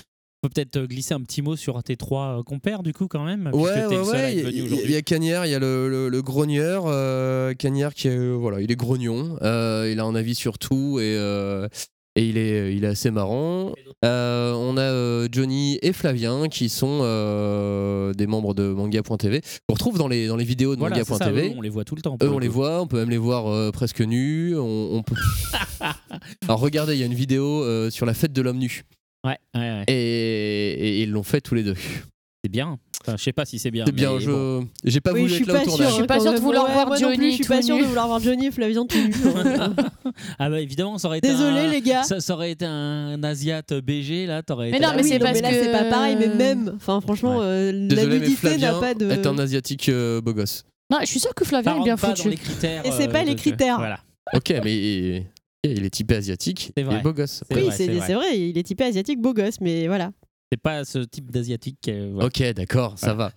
On peut peut-être euh, glisser un petit mot sur tes trois euh, compères, du coup, quand même. puisque
Ouais,
t'es
ouais,
le seul à
ouais.
être venu
Il y,
aujourd'hui.
a Cagnard, il y a le, le- le grogneur. euh, Cagnard, qui est, euh, voilà, il est grognon. euh, il a un avis sur tout et, euh, et il, est, il est assez marrant. Euh, on a euh, Johnny et Flavien qui sont euh, des membres de manga.tv. On retrouve dans les, dans les vidéos de
Voilà, c'est ça,
manga.tv.
eux, on les voit tout le temps. pour
Eux,
le
on les
coup.
voit, on peut même les voir euh, presque nus. On, on peut... Alors regardez, il y a une vidéo euh, sur la fête de l'homme nu.
Ouais, ouais, ouais.
Et, et ils l'ont fait tous les deux.
C'est bien. Enfin, je sais pas si c'est bien.
C'est bien,
mais
je
bon.
j'ai pas voulu être là au tournage.
hein, quand même. Ouais, moi non plus, Je suis
tout
pas sûr
nu.
de vouloir voir Johnny et Flavien tout nu.
Ah bah évidemment, ça aurait été.
Désolé,
un-
les gars.
Ça, ça aurait été un Asiate BG là, t'aurais.
Mais
été-
non, mais c'est parce que là, c'est pas pareil, mais même. Enfin, franchement, euh, la
Désolé, mais
nudité n'a
Flavien
pas de.
est un asiatique euh, beau gosse.
Non, je suis sûr que Flavien est bien foutu.
critères. euh,
Et c'est pas les critères.
Ok, mais il, il est typé asiatique, il est beau gosse.
Oui, c'est c'est vrai. il est typé asiatique, beau gosse, mais voilà.
C'est pas ce type d'asiatique. euh, voilà.
Ok, d'accord, ça va.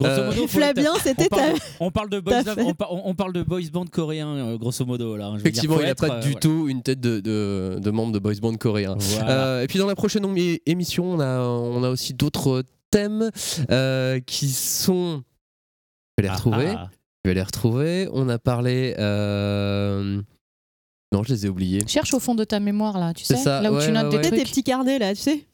Grosso
Euh,
modo, faut
Flavien,
le taper.
c'était
on parle,
ta-
on parle de boys love-
ta fête.
on, par- on- on parle de boys band coréen euh, grosso modo là. hein, je veux dire,
Effectivement,
faut
il n'a
être,
pas
euh,
du
voilà.
tout une tête de, de, de membre de boys band coréen.
Voilà.
Euh, et puis dans la prochaine émi- émission, on a, on a aussi d'autres thèmes euh, qui sont. Je vais les
Ah,
retrouver.
ah.
Je vais les retrouver. On a parlé. euh, Non, je les ai oubliés.
Cherche au fond de ta mémoire là, tu
C'est
sais,
ça,
là où
ouais,
tu notes
ouais,
des
ouais.
trucs.
Tes petits carnets là, tu sais.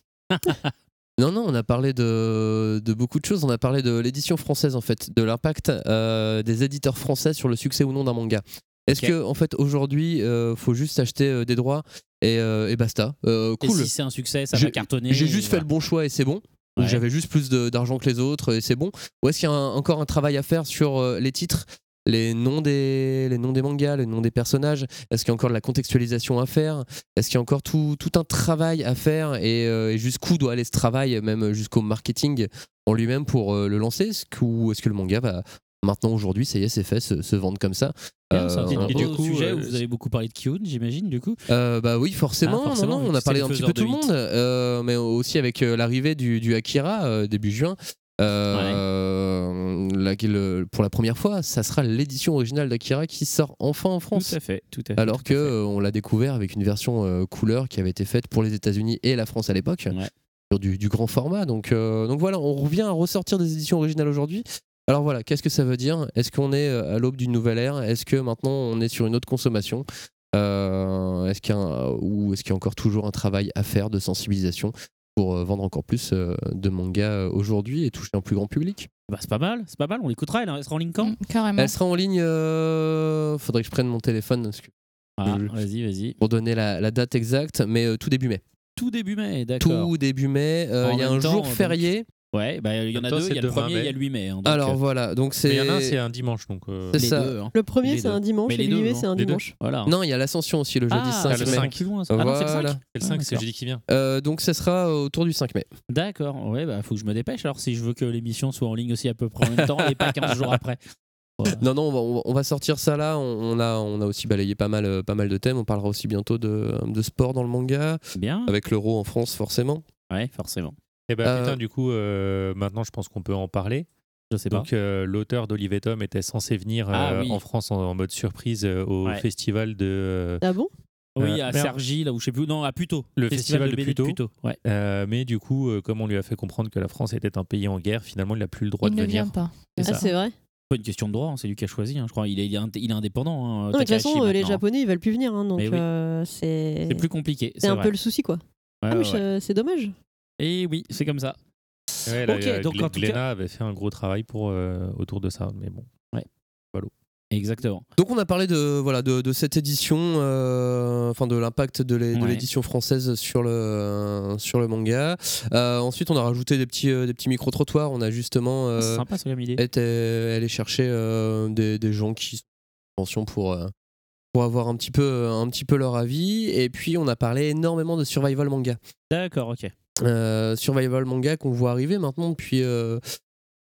Non, non, on a parlé de, de beaucoup de choses. On a parlé de l'édition française, en fait, de l'impact euh, des éditeurs français sur le succès ou non d'un manga. Est-ce
Ok.
que, en fait, aujourd'hui, euh, faut juste acheter euh, des droits et, euh, et basta Euh,
Et
Cool.
si c'est un succès, ça va
J'ai-
cartonner.
J'ai juste fait le bon choix et c'est bon. Ou
Ouais.
J'avais juste plus de- d'argent que les autres et c'est bon. Ou est-ce qu'il y a un- encore un travail à faire sur euh, les titres les noms, des, les noms des mangas, les noms des personnages, est-ce qu'il y a encore de la contextualisation à faire Est-ce qu'il y a encore tout, tout un travail à faire et, euh, et jusqu'où doit aller ce travail, même jusqu'au marketing en lui-même pour euh, le lancer Est-ce que- Ou est-ce que le manga va maintenant, aujourd'hui, ça y est, c'est fait, se, se vendre comme ça
Bien, c'est un
Euh,
petit
et du
beau
coup,
sujet
euh,
où vous avez beaucoup parlé de Kyun, j'imagine, du coup.
euh, bah oui, forcément.
Ah, forcément,
non, non,
vu
on a
que
parlé
c'est
un
le
petit peu
faiseur de hit.
tout le monde, euh, mais aussi avec euh, l'arrivée du, du Akira euh, début juin. euh, laquelle, euh, pour la première fois, ça sera l'édition originale d'Akira qui sort enfin en France.
Tout à fait, tout à fait.
Alors que euh, on l'a découvert avec une version euh, couleur qui avait été faite pour les États-Unis et la France à l'époque, sur du, du grand format. Donc, euh, donc voilà, on revient à ressortir des éditions originales aujourd'hui. Alors voilà, qu'est-ce que ça veut dire Est-ce qu'on est euh, à l'aube d'une nouvelle ère Est-ce que maintenant on est sur une autre consommation Euh, Est-ce qu'il y a un- ou est-ce qu'il y a encore toujours un travail à faire de sensibilisation pour euh, vendre encore plus euh, de mangas euh, aujourd'hui et toucher un plus grand public
Bah, c'est pas mal, c'est pas mal, on l'écoutera, hein. elle sera en ligne quand
Mm.
Carrément.
elle sera en ligne. euh, Faudrait que je prenne mon téléphone parce que
Ah,
je-
vas-y, vas-y.
pour donner la, la date exacte, mais euh, tout début mai.
Tout début mai, d'accord.
Tout début mai. euh,
En
Il y a
même
un
temps,
jour
donc-
férié.
Ouais, bah, il y en a
Attends,
deux, il y
c'est
a le
demain,
premier,
mais-
il y a le 8 mai. hein, donc,
Alors
euh,
voilà, donc c'est.
Mais il y en a un, c'est un dimanche, donc. euh,
C'est
les
ça.
deux, hein.
Le premier,
Les
c'est
deux.
un dimanche,
Mais
et
les
le
deux,
huit mai,
non
c'est un
Les deux.
dimanche.
Voilà.
Non, il y a l'ascension aussi le jeudi
Ah,
5
le
mai.
5. Plus loin, ça. Ah non, c'est le 5.
Voilà.
C'est le 5, c'est
C'est
d'accord.
jeudi qui vient.
Euh, donc ça sera autour du 5 mai.
Ah. D'accord, ouais, bah faut que je me dépêche alors si je veux que l'émission soit en ligne aussi à peu près en même temps et pas 15 jours après.
Non, non, on va, on va- on va sortir ça là. On, on a, on a aussi balayé pas mal, euh, pas mal de thèmes. On parlera aussi bientôt de, de sport dans le manga.
Bien.
Avec l'euro en France, forcément.
Ouais, forcément.
Et bah
Euh,
putain, du coup, euh, maintenant je pense qu'on peut en parler.
Je sais
Donc euh, l'auteur d'Olivetum était censé venir euh,
Ah oui.
en France en, en mode surprise euh, au
Ouais.
festival de. euh,
Ah bon
Oui,
euh,
à
merde.
Sergi, là où je sais plus, non, à Puto.
Le festival, de
BD
Puteaux.
Ouais.
Euh, mais du coup, euh, comme on lui a fait comprendre que la France était un pays en guerre, finalement, il n'a plus le droit
Il
de
ne
venir.
vient pas.
Ah, c'est vrai.
C'est pas une question de droit, hein, c'est lui qui a choisi, hein, je crois. Il est, il est ind- il est indépendant. hein,
Non, mais de toute
Takahashi,
façon, euh, les
maintenant, hein.
Japonais, ils veulent plus venir, hein, donc
Mais oui.
euh, c'est.
C'est plus compliqué.
C'est un
vrai.
peu le souci, quoi.
Ouais,
Ah,
ouais,
mais je- C'est dommage.
Et oui, c'est comme ça.
Ouais, là,
Ok,
euh,
donc,
Gl-
en tout
Glénat
cas-
avait fait un gros travail pour, euh, autour de ça, mais bon.
Ouais.
Voilà.
Exactement.
Donc on a parlé de voilà de, de cette édition euh, enfin de l'impact de l'é- de
Ouais.
l'édition française sur le sur le manga. Euh, ensuite, on a rajouté des petits euh, des petits micro trottoirs. On a justement
Ah, c'est
euh,
sympa, ça, comme idée.
été allé chercher euh, des, des gens qui sont en pension pour euh, pour avoir un petit peu euh, un petit peu leur avis. Et puis, on a parlé énormément de survival manga.
D'accord, ok.
Euh, survival manga qu'on voit arriver maintenant depuis euh,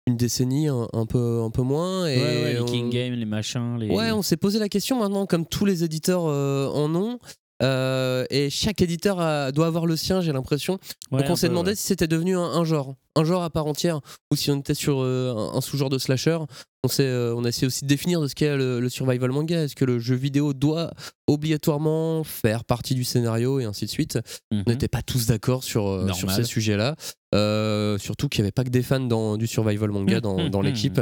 une décennie, un, un peu un peu moins. Et
Ouais, ouais, les
on-
King Game, les machins, les.
Ouais, on s'est posé la question maintenant, comme tous les éditeurs euh, en ont. euh, et chaque éditeur a- doit avoir le sien, j'ai l'impression.
Ouais,
Donc on
un
s'est
peu,
demandé
ouais.
si c'était devenu un, un genre, un genre à part entière, ou si on était sur euh, un, un sous-genre de slasher. On, s'est, euh, on a essayé aussi de définir de ce qu'est le, le survival manga. Est-ce que le jeu vidéo doit obligatoirement faire partie du scénario et ainsi de suite
Mhm.
On n'était pas tous d'accord sur, euh,
Normal.
sur ces sujets-là. Euh, surtout qu'il n'y avait pas que des fans dans, du survival
Mhm.
manga dans, dans l'équipe.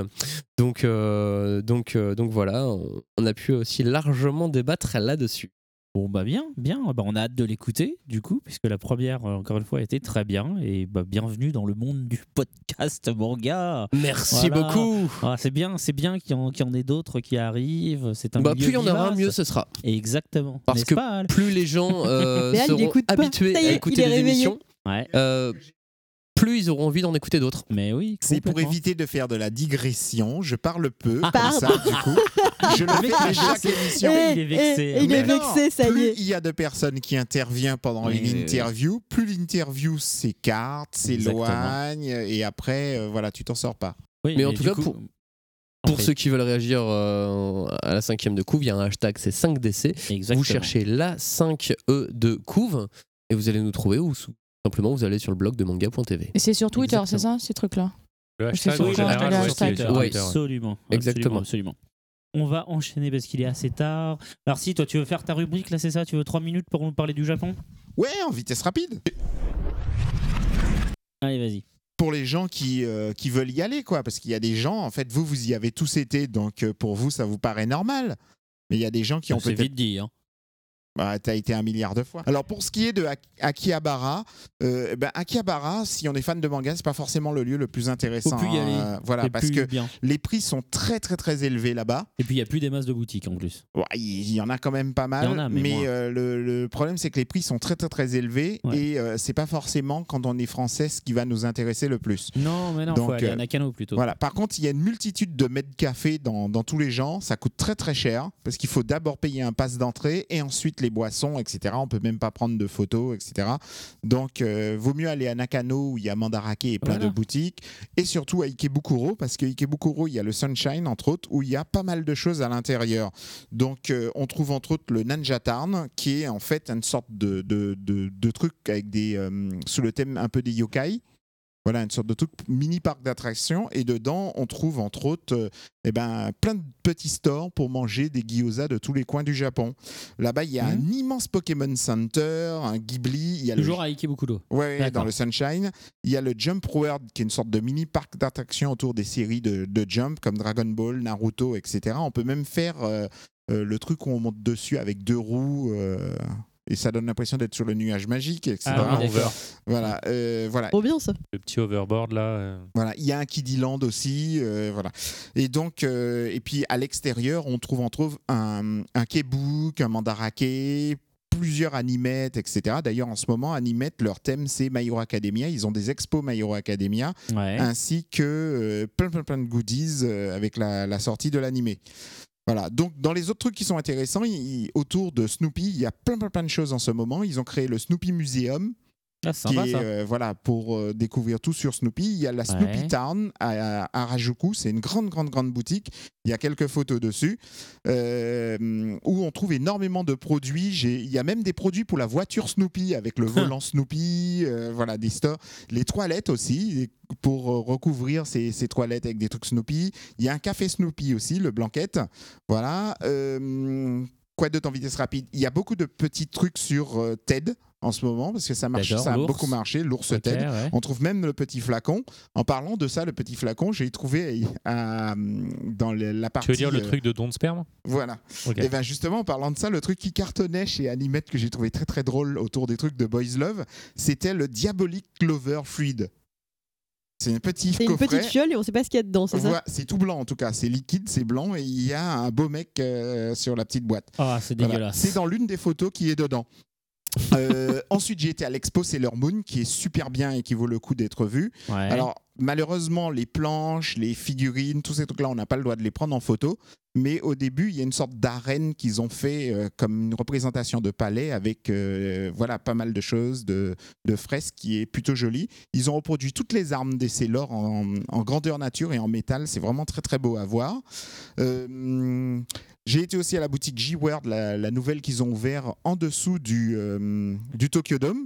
Donc, euh, donc, euh, donc voilà, on, on a pu aussi largement débattre là-dessus.
Bon bah bien, bien. Bah, on a hâte de l'écouter du coup, puisque la première euh, encore une fois était très bien et bah, bienvenue dans le monde du podcast manga.
Merci beaucoup.
Ah, c'est bien, c'est bien qu'il y, en- qu'il y en ait d'autres qui arrivent. C'est un
Bah,
milieu
plus il y en aura,
vivace.
mieux ce sera.
Exactement.
Parce
N'est-ce
que
pas, Al
plus les gens euh,
Mais Al, il
seront
écoute pas.
habitués
Ça y est,
à
il
écouter
est
les
réveillé.
émissions,
euh,
plus ils auront envie d'en écouter d'autres.
Mais oui,
C'est pour éviter de faire de la digression. Je parle peu,
Ah.
comme ça,
Pardon.
du coup. Je le fais à chaque émission.
Eh, Il est vexé, eh, il est
Mais non,
vexé, ça y
plus
est.
il y a de personnes qui interviennent pendant
Oui, oui,
une
oui.
interview, plus l'interview s'écarte, s'éloigne, et après, euh, voilà, tu t'en sors pas.
Oui,
mais en tout cas, pour, pour ceux qui veulent réagir euh, à la cinquième de couve, il y a un hashtag, c'est 5DC. Vous cherchez la 5E de couve et vous allez nous trouver ou sous- simplement vous allez sur le blog de manga.tv.
Et c'est sur Twitter, c'est ça, ces trucs-là
Le
C'est
hashtag
sur
en
Twitter,
général,
le
ouais, c'est
hashtag.
sur
Ouais,
Twitter, ouais.
absolument.
Exactement.
Absolument. absolument. On va enchaîner parce qu'il est assez tard. Alors si toi tu veux faire ta rubrique là, c'est ça Tu veux 3 minutes pour nous parler du Japon
Ouais, en vitesse rapide.
Allez, vas-y.
Pour les gens qui, euh, qui veulent y aller, quoi, parce qu'il y a des gens, en fait, vous, vous y avez tous été, donc euh, pour vous, ça vous paraît normal. Mais il y a des gens qui ont
C'est
peut-être
vite dit. Hein.
Bah, t'as été un milliard de fois. Alors pour ce qui est de Ak- Akihabara, euh, ben, Akihabara, si on est fan de manga, c'est pas forcément le lieu le plus intéressant.
Faut plus y aller.
Euh, voilà,
C'est
parce
plus
que
bien.
les prix sont très très très élevés là-bas.
Et puis il y a plus des masses de boutiques en plus.
Ouais, Il y en a quand même pas
Il y en
mal,
a, mais
mais,
moins.
euh, le, le problème c'est que les prix sont très très très élevés et euh, c'est pas forcément quand on est français ce qui va nous intéresser le plus.
Non, mais non, faut aller à
euh,
Nakano plutôt.
Voilà. Par contre, il y a une multitude de mètres café dans, dans tous les gens. Ça coûte très très cher parce qu'il faut d'abord payer un pass d'entrée et ensuite les boissons, etc. On peut même pas prendre de photos, etc. Donc, euh, vaut mieux aller à Nakano où il y a Mandarake et plein de boutiques et surtout à Ikebukuro parce que Ikebukuro, il y a le Sunshine entre autres où il y a pas mal de choses à l'intérieur. Donc, euh, on trouve entre autres le Nanja Tarn qui est en fait une sorte de, de, de- de truc avec des euh, sous le thème un peu des yokai. Voilà, une sorte de tout mini parc d'attractions. Et dedans, on trouve entre autres euh, eh ben, plein de petits stores pour manger des gyozas de tous les coins du Japon. Là-bas, il y a un immense Pokémon Center, un Ghibli. Il y a
Toujours
le...
à Ikebukuro.
Ouais, ouais,
D'accord.
dans le Sunshine. Il y a le Jump World, qui est une sorte de mini parc d'attractions autour des séries de, de Jump, comme Dragon Ball, Naruto, etc. On peut même faire euh, euh, le truc où on monte dessus avec deux roues. euh, Et ça donne l'impression d'être sur le nuage magique, etc.
Ah oui, d'accord.
voilà, euh, voilà.
Le petit overboard là. euh.
Voilà, il y a un Kiddyland aussi, euh, voilà. Et donc, euh, et puis à l'extérieur, on trouve, on trouve un, un Kebook, un Mandarake, plusieurs animettes, etc. D'ailleurs, en ce moment, animettes, leur thème c'est My Hero Academia. Ils ont des expos My Hero Academia,
Ouais.
ainsi que euh, plein, plein, plein de goodies euh, avec la, la sortie de l'animé. Voilà, donc dans les autres trucs qui sont intéressants, il- il- autour de Snoopy, il y a plein, plein, plein de choses en ce moment. Ils ont créé le Snoopy Museum
Ah, c'est sympa
qui est,
ça.
euh, voilà, pour euh, découvrir tout sur Snoopy. Il y a la Snoopy
Ouais.
Town à, à Harajuku. C'est une grande, grande, grande boutique. Il y a quelques photos dessus euh, où on trouve énormément de produits. J'ai- Il y a même des produits pour la voiture Snoopy avec le volant Snoopy. euh, voilà, des stores. Les toilettes aussi pour euh, recouvrir ces, ces toilettes avec des trucs Snoopy. Il y a un café Snoopy aussi, le Blanquette. Voilà. Euh, Quoi d'autre en vitesse rapide Il y a beaucoup de petits trucs sur euh, TED en ce moment parce que ça marche,
D'accord,
ça a
l'ours.
beaucoup marché, l'ours
Ok,
TED.
ouais.
On trouve même le petit flacon. En parlant de ça, le petit flacon, j'ai trouvé à- à- dans le- la partie.
Tu veux dire le
euh,
truc de don de sperme
Voilà.
Ok.
Et bien justement, en parlant de ça, le truc qui cartonnait chez Animette que j'ai trouvé très très drôle autour des trucs de Boys Love, c'était le Diabolic Clover Fluid. C'est un petit
C'est une
coffret.
petite fiole et on sait pas ce qu'il y a dedans, c'est
Voilà,
ça
c'est tout blanc en tout cas, c'est liquide, c'est blanc et il y a un beau mec euh, sur la petite boîte.
Ah, c'est
Voilà.
dégueulasse.
C'est dans l'une des photos qui est dedans. Euh, ensuite, j'ai été à l'expo Sailor Moon qui est super bien et qui vaut le coup d'être vu.
Ouais.
Alors, malheureusement, les planches, les figurines, tous ces trucs-là, on n'a pas le droit de les prendre en photo. Mais au début, il y a une sorte d'arène qu'ils ont fait euh, comme une représentation de palais avec euh, voilà pas mal de choses, de, de fresques qui est plutôt jolie. Ils ont reproduit toutes les armes des Sailor en, en grandeur nature et en métal. C'est vraiment très très beau à voir. Euh, j'ai été aussi à la boutique G-Word, la, la nouvelle qu'ils ont ouverte en dessous du, euh, du Tokyo Dome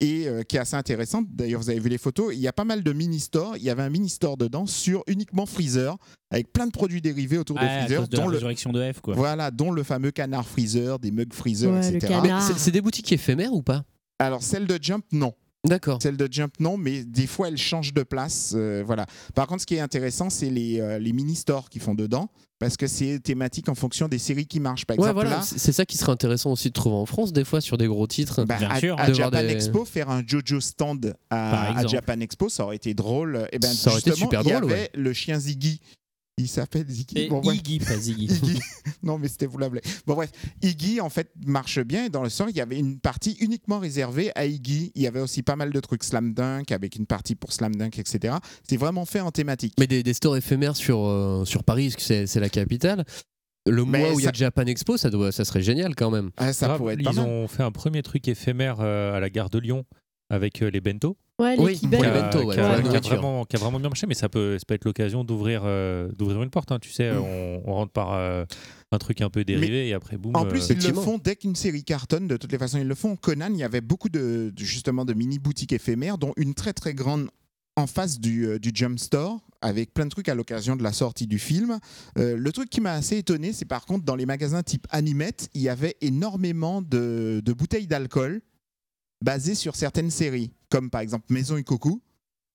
et euh, qui est assez intéressante. D'ailleurs, vous avez vu les photos. Il y a pas mal de mini-stores. Il y avait un mini-store dedans sur uniquement Freezer, avec plein de produits dérivés autour
Ouais, à
de Freezer,
cause de la
dont le,
résurrection de F, quoi.
voilà, dont le fameux canard Freezer, des mugs Freezer,
Ouais, le
etc.
Ah,
canard. Mais c'est- c'est
des boutiques éphémères ou pas Alors, celle de Jump, non.
D'accord.
Celle de Jump, non, mais des fois, elle change de place. euh, voilà. Par contre, ce qui est intéressant, c'est les, euh, les mini-stores qui font dedans, parce que c'est thématique en fonction des séries qui marchent. Par
Ouais,
exemple,
voilà,
là,
c'est c'est ça qui serait intéressant aussi de trouver en France, des fois, sur des gros titres.
Bah, à, à
De voir
Japan
des-
Expo, faire un JoJo stand
Par
à, à
exemple.
Japan Expo, ça aurait été drôle. Et ben,
Ça aurait été
justement,
super
il y
drôle,
avait
ouais.
le chien Ziggy. Il s'appelle Ziggy.
Et
Bon, bref.
Iggy, pas Ziggy.
Iggy. Non, mais c'était vous la blague. Bon, bref. Iggy, en fait, marche bien. Et dans le sort, il y avait une partie uniquement réservée à Iggy. Il y avait aussi pas mal de trucs Slam Dunk, avec une partie pour Slam Dunk, etc. C'est vraiment fait en thématique.
Mais des, des stores éphémères sur, euh, sur Paris, parce que c'est c'est la capitale. Le
Mais
mois où il y a
ça-
Japan Expo, ça, doit, ça serait génial quand même.
Ah, Ils ont fait un premier truc éphémère euh, à la gare de Lyon avec euh, les bento.
Ouais, les Oui, petits pour
Qui a-
les bento, ouais,
qui
pour
a,
la
qui a
nourriture.
vraiment, qui a vraiment bien marché, mais ça peut, ça peut être l'occasion d'ouvrir euh, d'ouvrir une porte. hein. Tu sais, on, on rentre par euh, un truc un peu dérivé et après, boum.
En
euh,
plus, ils le font dès qu'une série cartonne, de toutes les façons, ils le font. Conan, il y avait beaucoup de, de- justement de mini-boutiques éphémères, dont une très très grande en face du, euh, du Jump Store, avec plein de trucs à l'occasion de la sortie du film. Euh, le truc qui m'a assez étonné, c'est par contre, dans les magasins type Animette, il y avait énormément de, de bouteilles d'alcool basées sur certaines séries, comme par exemple Maison et Coucou.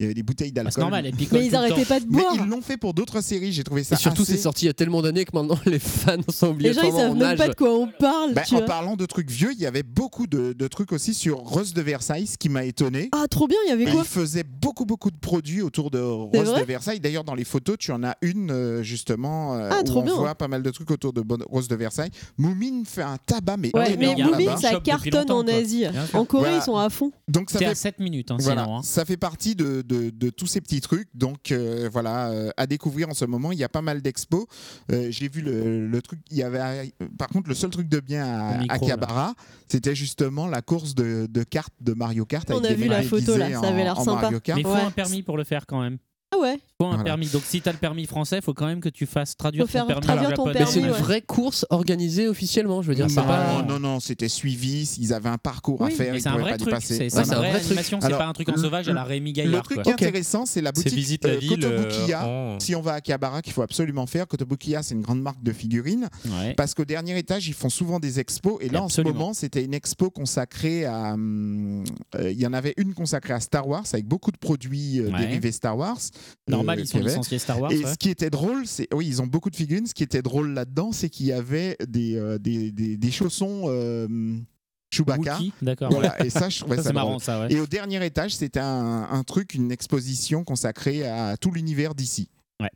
Il y avait des bouteilles d'alcool.
normal, elles picolent Mais ils tout le
arrêtaient temps. pas de
Mais
boire.
ils l'ont fait pour d'autres séries, j'ai trouvé ça
Et surtout, c'est
assez-
sorti il y a tellement d'années que maintenant les fans sont
Bah, Les gens, ils
obligatoirement
savent
en
même
âge.
pas de quoi on parle.
Bah,
tu
en
vois.
parlant de trucs vieux, il y avait beaucoup de, de trucs aussi sur Rose de Versailles, ce qui m'a étonné.
Ah, trop bien, il y avait
Et
quoi
Ils faisaient beaucoup, beaucoup de produits autour de
C'est
Rose
vrai
de Versailles. D'ailleurs, dans les photos, tu en as une, euh, justement, euh,
Ah,
où
trop
on
bien.
voit pas mal de trucs autour de Bonne- Rose de Versailles. Moumine fait un tabac, mais
Ouais, mais
énorme
Moomin,
là-bas.
ça cartonne en Asie. En Corée,
Voilà.
ils sont à fond.
Donc ça
T'es
fait
à 7 minutes, hein,
Voilà,
sinon, hein.
ça fait partie de, de- de tous ces petits trucs. Donc euh, voilà, euh, à découvrir en ce moment, il y a pas mal d'expos. Euh, J'ai vu le, le truc. Il y avait, euh, par contre, le seul truc de bien à,
Au micro,
à Cabara, c'était justement la course de, de cartes de Mario Kart.
On
avec
a
des
vu
mecs
la photo, là,
déguisés
ça avait
en-
l'air
en
sympa.
Mario Kart.
Mais faut
Ouais.
un permis pour le faire quand même.
Ah ouais
Faut un
Voilà.
permis. Donc si t'as le permis français, faut quand même que tu fasses traduire
Faut faire
ton permis.
traduire
en
ton
japonais.
Mais c'est une vraie course organisée officiellement, je veux dire. c'est
Bah,
non,
pas...
Bah, non, non, c'était suivi. Ils avaient un parcours à
Oui,
faire.
mais
ils
c'est un
pouvaient
vrai
pas
truc,
dépasser.
c'est- c'est
Voilà.
une vraie animation, c'est pas un truc en
le-
sauvage à la Rémi Gaillard,
Le truc
quoi.
qui est
Ok.
intéressant, c'est la
C'est
boutique
visite la
euh,
ville, euh,
Kotobukiya.
en-
Si on va à Kabara, qu'il faut absolument faire, Kotobukiya, c'est une grande marque de figurines.
Ouais.
Parce qu'au dernier étage, ils font souvent des expos. Et là, en ce moment, c'était une expo consacrée à. hum, euh, Il y en avait une consacrée à Star Wars, avec beaucoup de produits euh,
Ouais.
dérivés Star Wars. Euh,
Normal, ils
qu'il
sont
y avait.
licenciés Star Wars,
Et
ouais.
ce qui était drôle, c'est. Oui, ils ont beaucoup de figurines. Ce qui était drôle là-dedans, c'est qu'il y avait des, euh, des, des- des chaussons. euh, Chewbacca.
Wookie, d'accord.
Voilà,
Ouais.
et ça, je trouvais
Ça,
ça,
c'est marrant,
drôle.
ça, ouais.
Et au dernier étage, c'était un, un truc, une exposition consacrée à tout l'univers d'ici.
Ouais.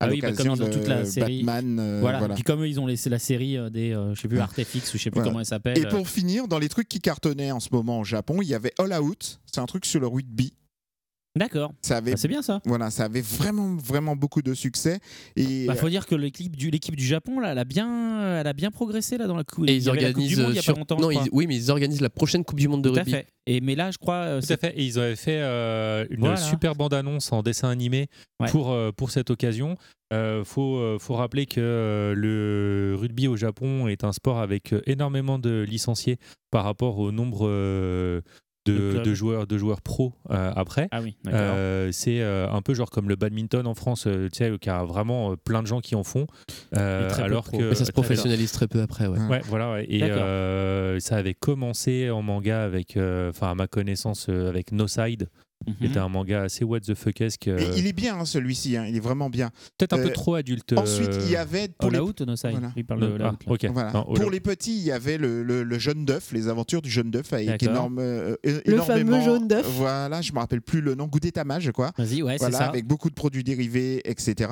À
Ah oui, bah, comme
l'occasion
ils ont
de
toute la série.
Batman. euh,
voilà.
voilà.
Puis comme eux, ils ont laissé la série euh, des, euh, je sais plus, Artefix ou je sais plus
Voilà.
comment elle s'appelle.
Et pour finir, dans les trucs qui cartonnaient en ce moment au Japon, il y avait All Out. C'est un truc sur le rugby.
D'accord.
Ça avait.
Ah,
Bah, c'est bien ça.
Voilà, ça avait vraiment, vraiment beaucoup de succès. Et euh,
Bah, faut dire que l'équipe du, l'équipe du Japon là, elle a bien, elle a bien progressé là dans la coupe.
Et
il
ils
y avait la Coupe
organisent euh,
du monde il y a
sur-
pas longtemps.
non,
je crois.
ils- oui, mais ils organisent la prochaine Coupe du Monde de
Tout à
rugby.
fait. Et mais là, je crois, euh,
Tout à fait. Et ils avaient fait euh, une
Voilà.
super bande-annonce en dessin animé pour, euh, pour cette occasion. Euh, faut, euh, faut rappeler que euh, le rugby au Japon est un sport avec euh, énormément de licenciés par rapport au nombre euh,
De
de,
clubs.
de joueurs de joueurs pro euh, après.
Ah oui, d'accord.
Euh, c'est euh, un peu genre comme le badminton en France, euh, tu sais, où il y a vraiment euh, plein de gens qui en font. euh,
Et très peu
alors
de
que
pros. Mais ça se professionnalise très peu après, ouais.
Ouais, voilà. ouais. Et
D'accord.
euh, ça avait commencé en manga avec, euh, enfin à ma connaissance, euh, avec No Side.
Mhm.
qui
Mhm.
était un manga assez what the fuckesque. euh,
Et il est bien hein, celui-ci, hein, il est vraiment bien.
Peut-être un
Euh,
peu trop adulte.
Ensuite, il y avait pour les, Voilà.
Non, ah, ok.
Voilà.
Non, All
pour
Out.
les petits, il y avait le, le- le jeune d'œuf, les aventures du jeune d'œuf avec
D'accord.
énorme, euh, euh,
Le
énormément.
fameux jeune d'œuf.
Voilà, je me rappelle plus le nom, goûter ta mage, quoi.
Vas-y, ouais, c'est
Voilà,
ça.
Avec beaucoup de produits dérivés, etc.,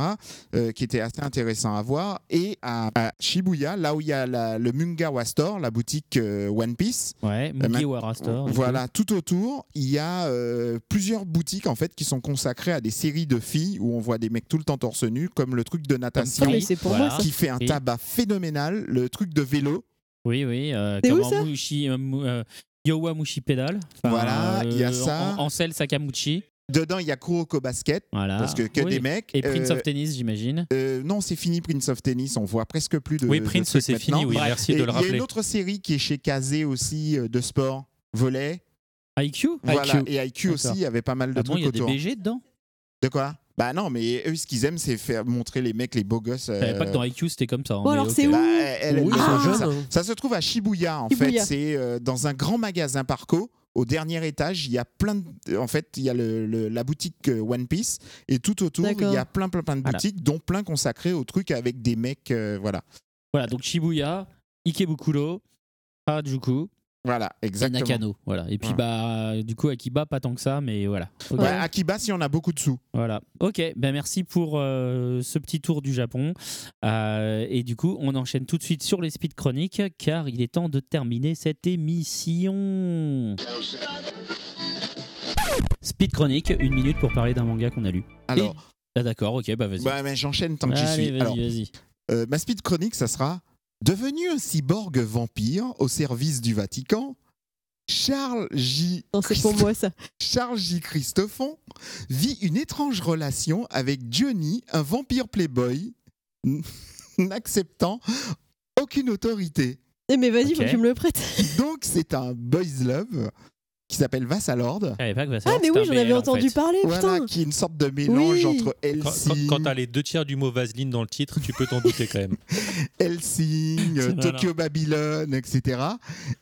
euh, qui était assez intéressant à voir. Et à, à Shibuya, là où il y a la- le Mungawa Store, la boutique euh, One Piece.
Ouais,
euh,
Mugiwara Store, du
Voilà, tout autour, il y a euh, plusieurs boutiques en fait qui sont consacrées à des séries de filles où on voit des mecs tout le temps torse nu, comme le truc de natation,
Ah, mais c'est pour moi, Voilà. ça.
qui fait un
Et-
tabac phénoménal, le truc de vélo.
Oui, oui. euh,
C'est où,
comment
ça
Mushi, euh, Mu- euh, Yowamushi Pedal. Enfin,
Voilà, il y a
euh,
ça.
An- Ansel Sakamuchi.
Dedans, il y a Kuroko Basket,
Voilà.
parce que que
Ah, Oui.
des mecs.
Et Prince
euh,
of Tennis, j'imagine.
euh, non, c'est fini Prince of Tennis, on voit presque plus de.
Oui,
de
Prince,
trucs
c'est fini,
maintenant.
oui,
Bref.
merci
Et
de le
Il y a
rappeler.
une autre série qui est chez Kazé aussi euh, de sport, volet.
IQ
Voilà,
IQ.
et IQ aussi,
D'accord.
il y avait pas mal de
Ah bon,
trucs
Ah, il y a des
autour.
BG dedans
De quoi Bah non, mais eux, ce qu'ils aiment, c'est faire montrer les mecs, les beaux gosses.
Je savais
euh,
pas que dans IQ c'était comme ça. hein,
Bon,
mais
alors,
ok.
c'est où Bah, elle- elle-
Oui,
Ah,
ils sont
ça,
hein.
jeunes. hein.
ça se trouve à Shibuya, en
Shibuya.
fait. C'est euh, dans un grand magasin Parco. Au dernier étage, il y a plein de. En fait, il y a le- le- la boutique euh, One Piece. Et tout autour, il y a
D'accord.
plein, plein, plein de
Voilà.
boutiques, dont plein consacrées au truc avec des mecs. euh, voilà.
Voilà, donc Shibuya, Ikebukuro, Harajuku.
Voilà, exactement.
Et Nakano. Voilà. Et puis,
Voilà.
bah, euh, du coup, Akiba, pas tant que ça, mais voilà. Ok.
Ouais, Bah, Akiba, si on a beaucoup de sous.
Voilà. Ok, ben merci pour euh, ce petit tour du Japon. Euh, et du coup, on enchaîne tout de suite sur les speed chroniques, car il est temps de terminer cette émission. Speed chronique, une minute pour parler d'un manga qu'on a lu.
Alors.
Et- Ah d'accord, ok, bah vas-y.
Bah, mais j'enchaîne tant que j'y
Allez,
suis.
vas-y,
Alors,
vas-y.
euh, ma speed chronique, ça sera Devenu un cyborg vampire au service du Vatican, Charles J.
c'est pour moi ça.
Charles J. Christophon vit une étrange relation avec Johnny, un vampire playboy, n'acceptant aucune autorité.
Eh, mais vas-y, faut que tu me le prêtes.
Donc c'est un boys love qui s'appelle Vassalord.
Ah, mais oui, j'en avais entendu parler,
Voilà,
putain.
qui est une sorte de mélange
Oui.
entre
Quand,
Elsie,
quand- quand t'as les deux tiers du mot Vaseline dans le titre, tu peux t'en douter quand même.
Helsing, euh,
Voilà.
Tokyo Babylone, etc.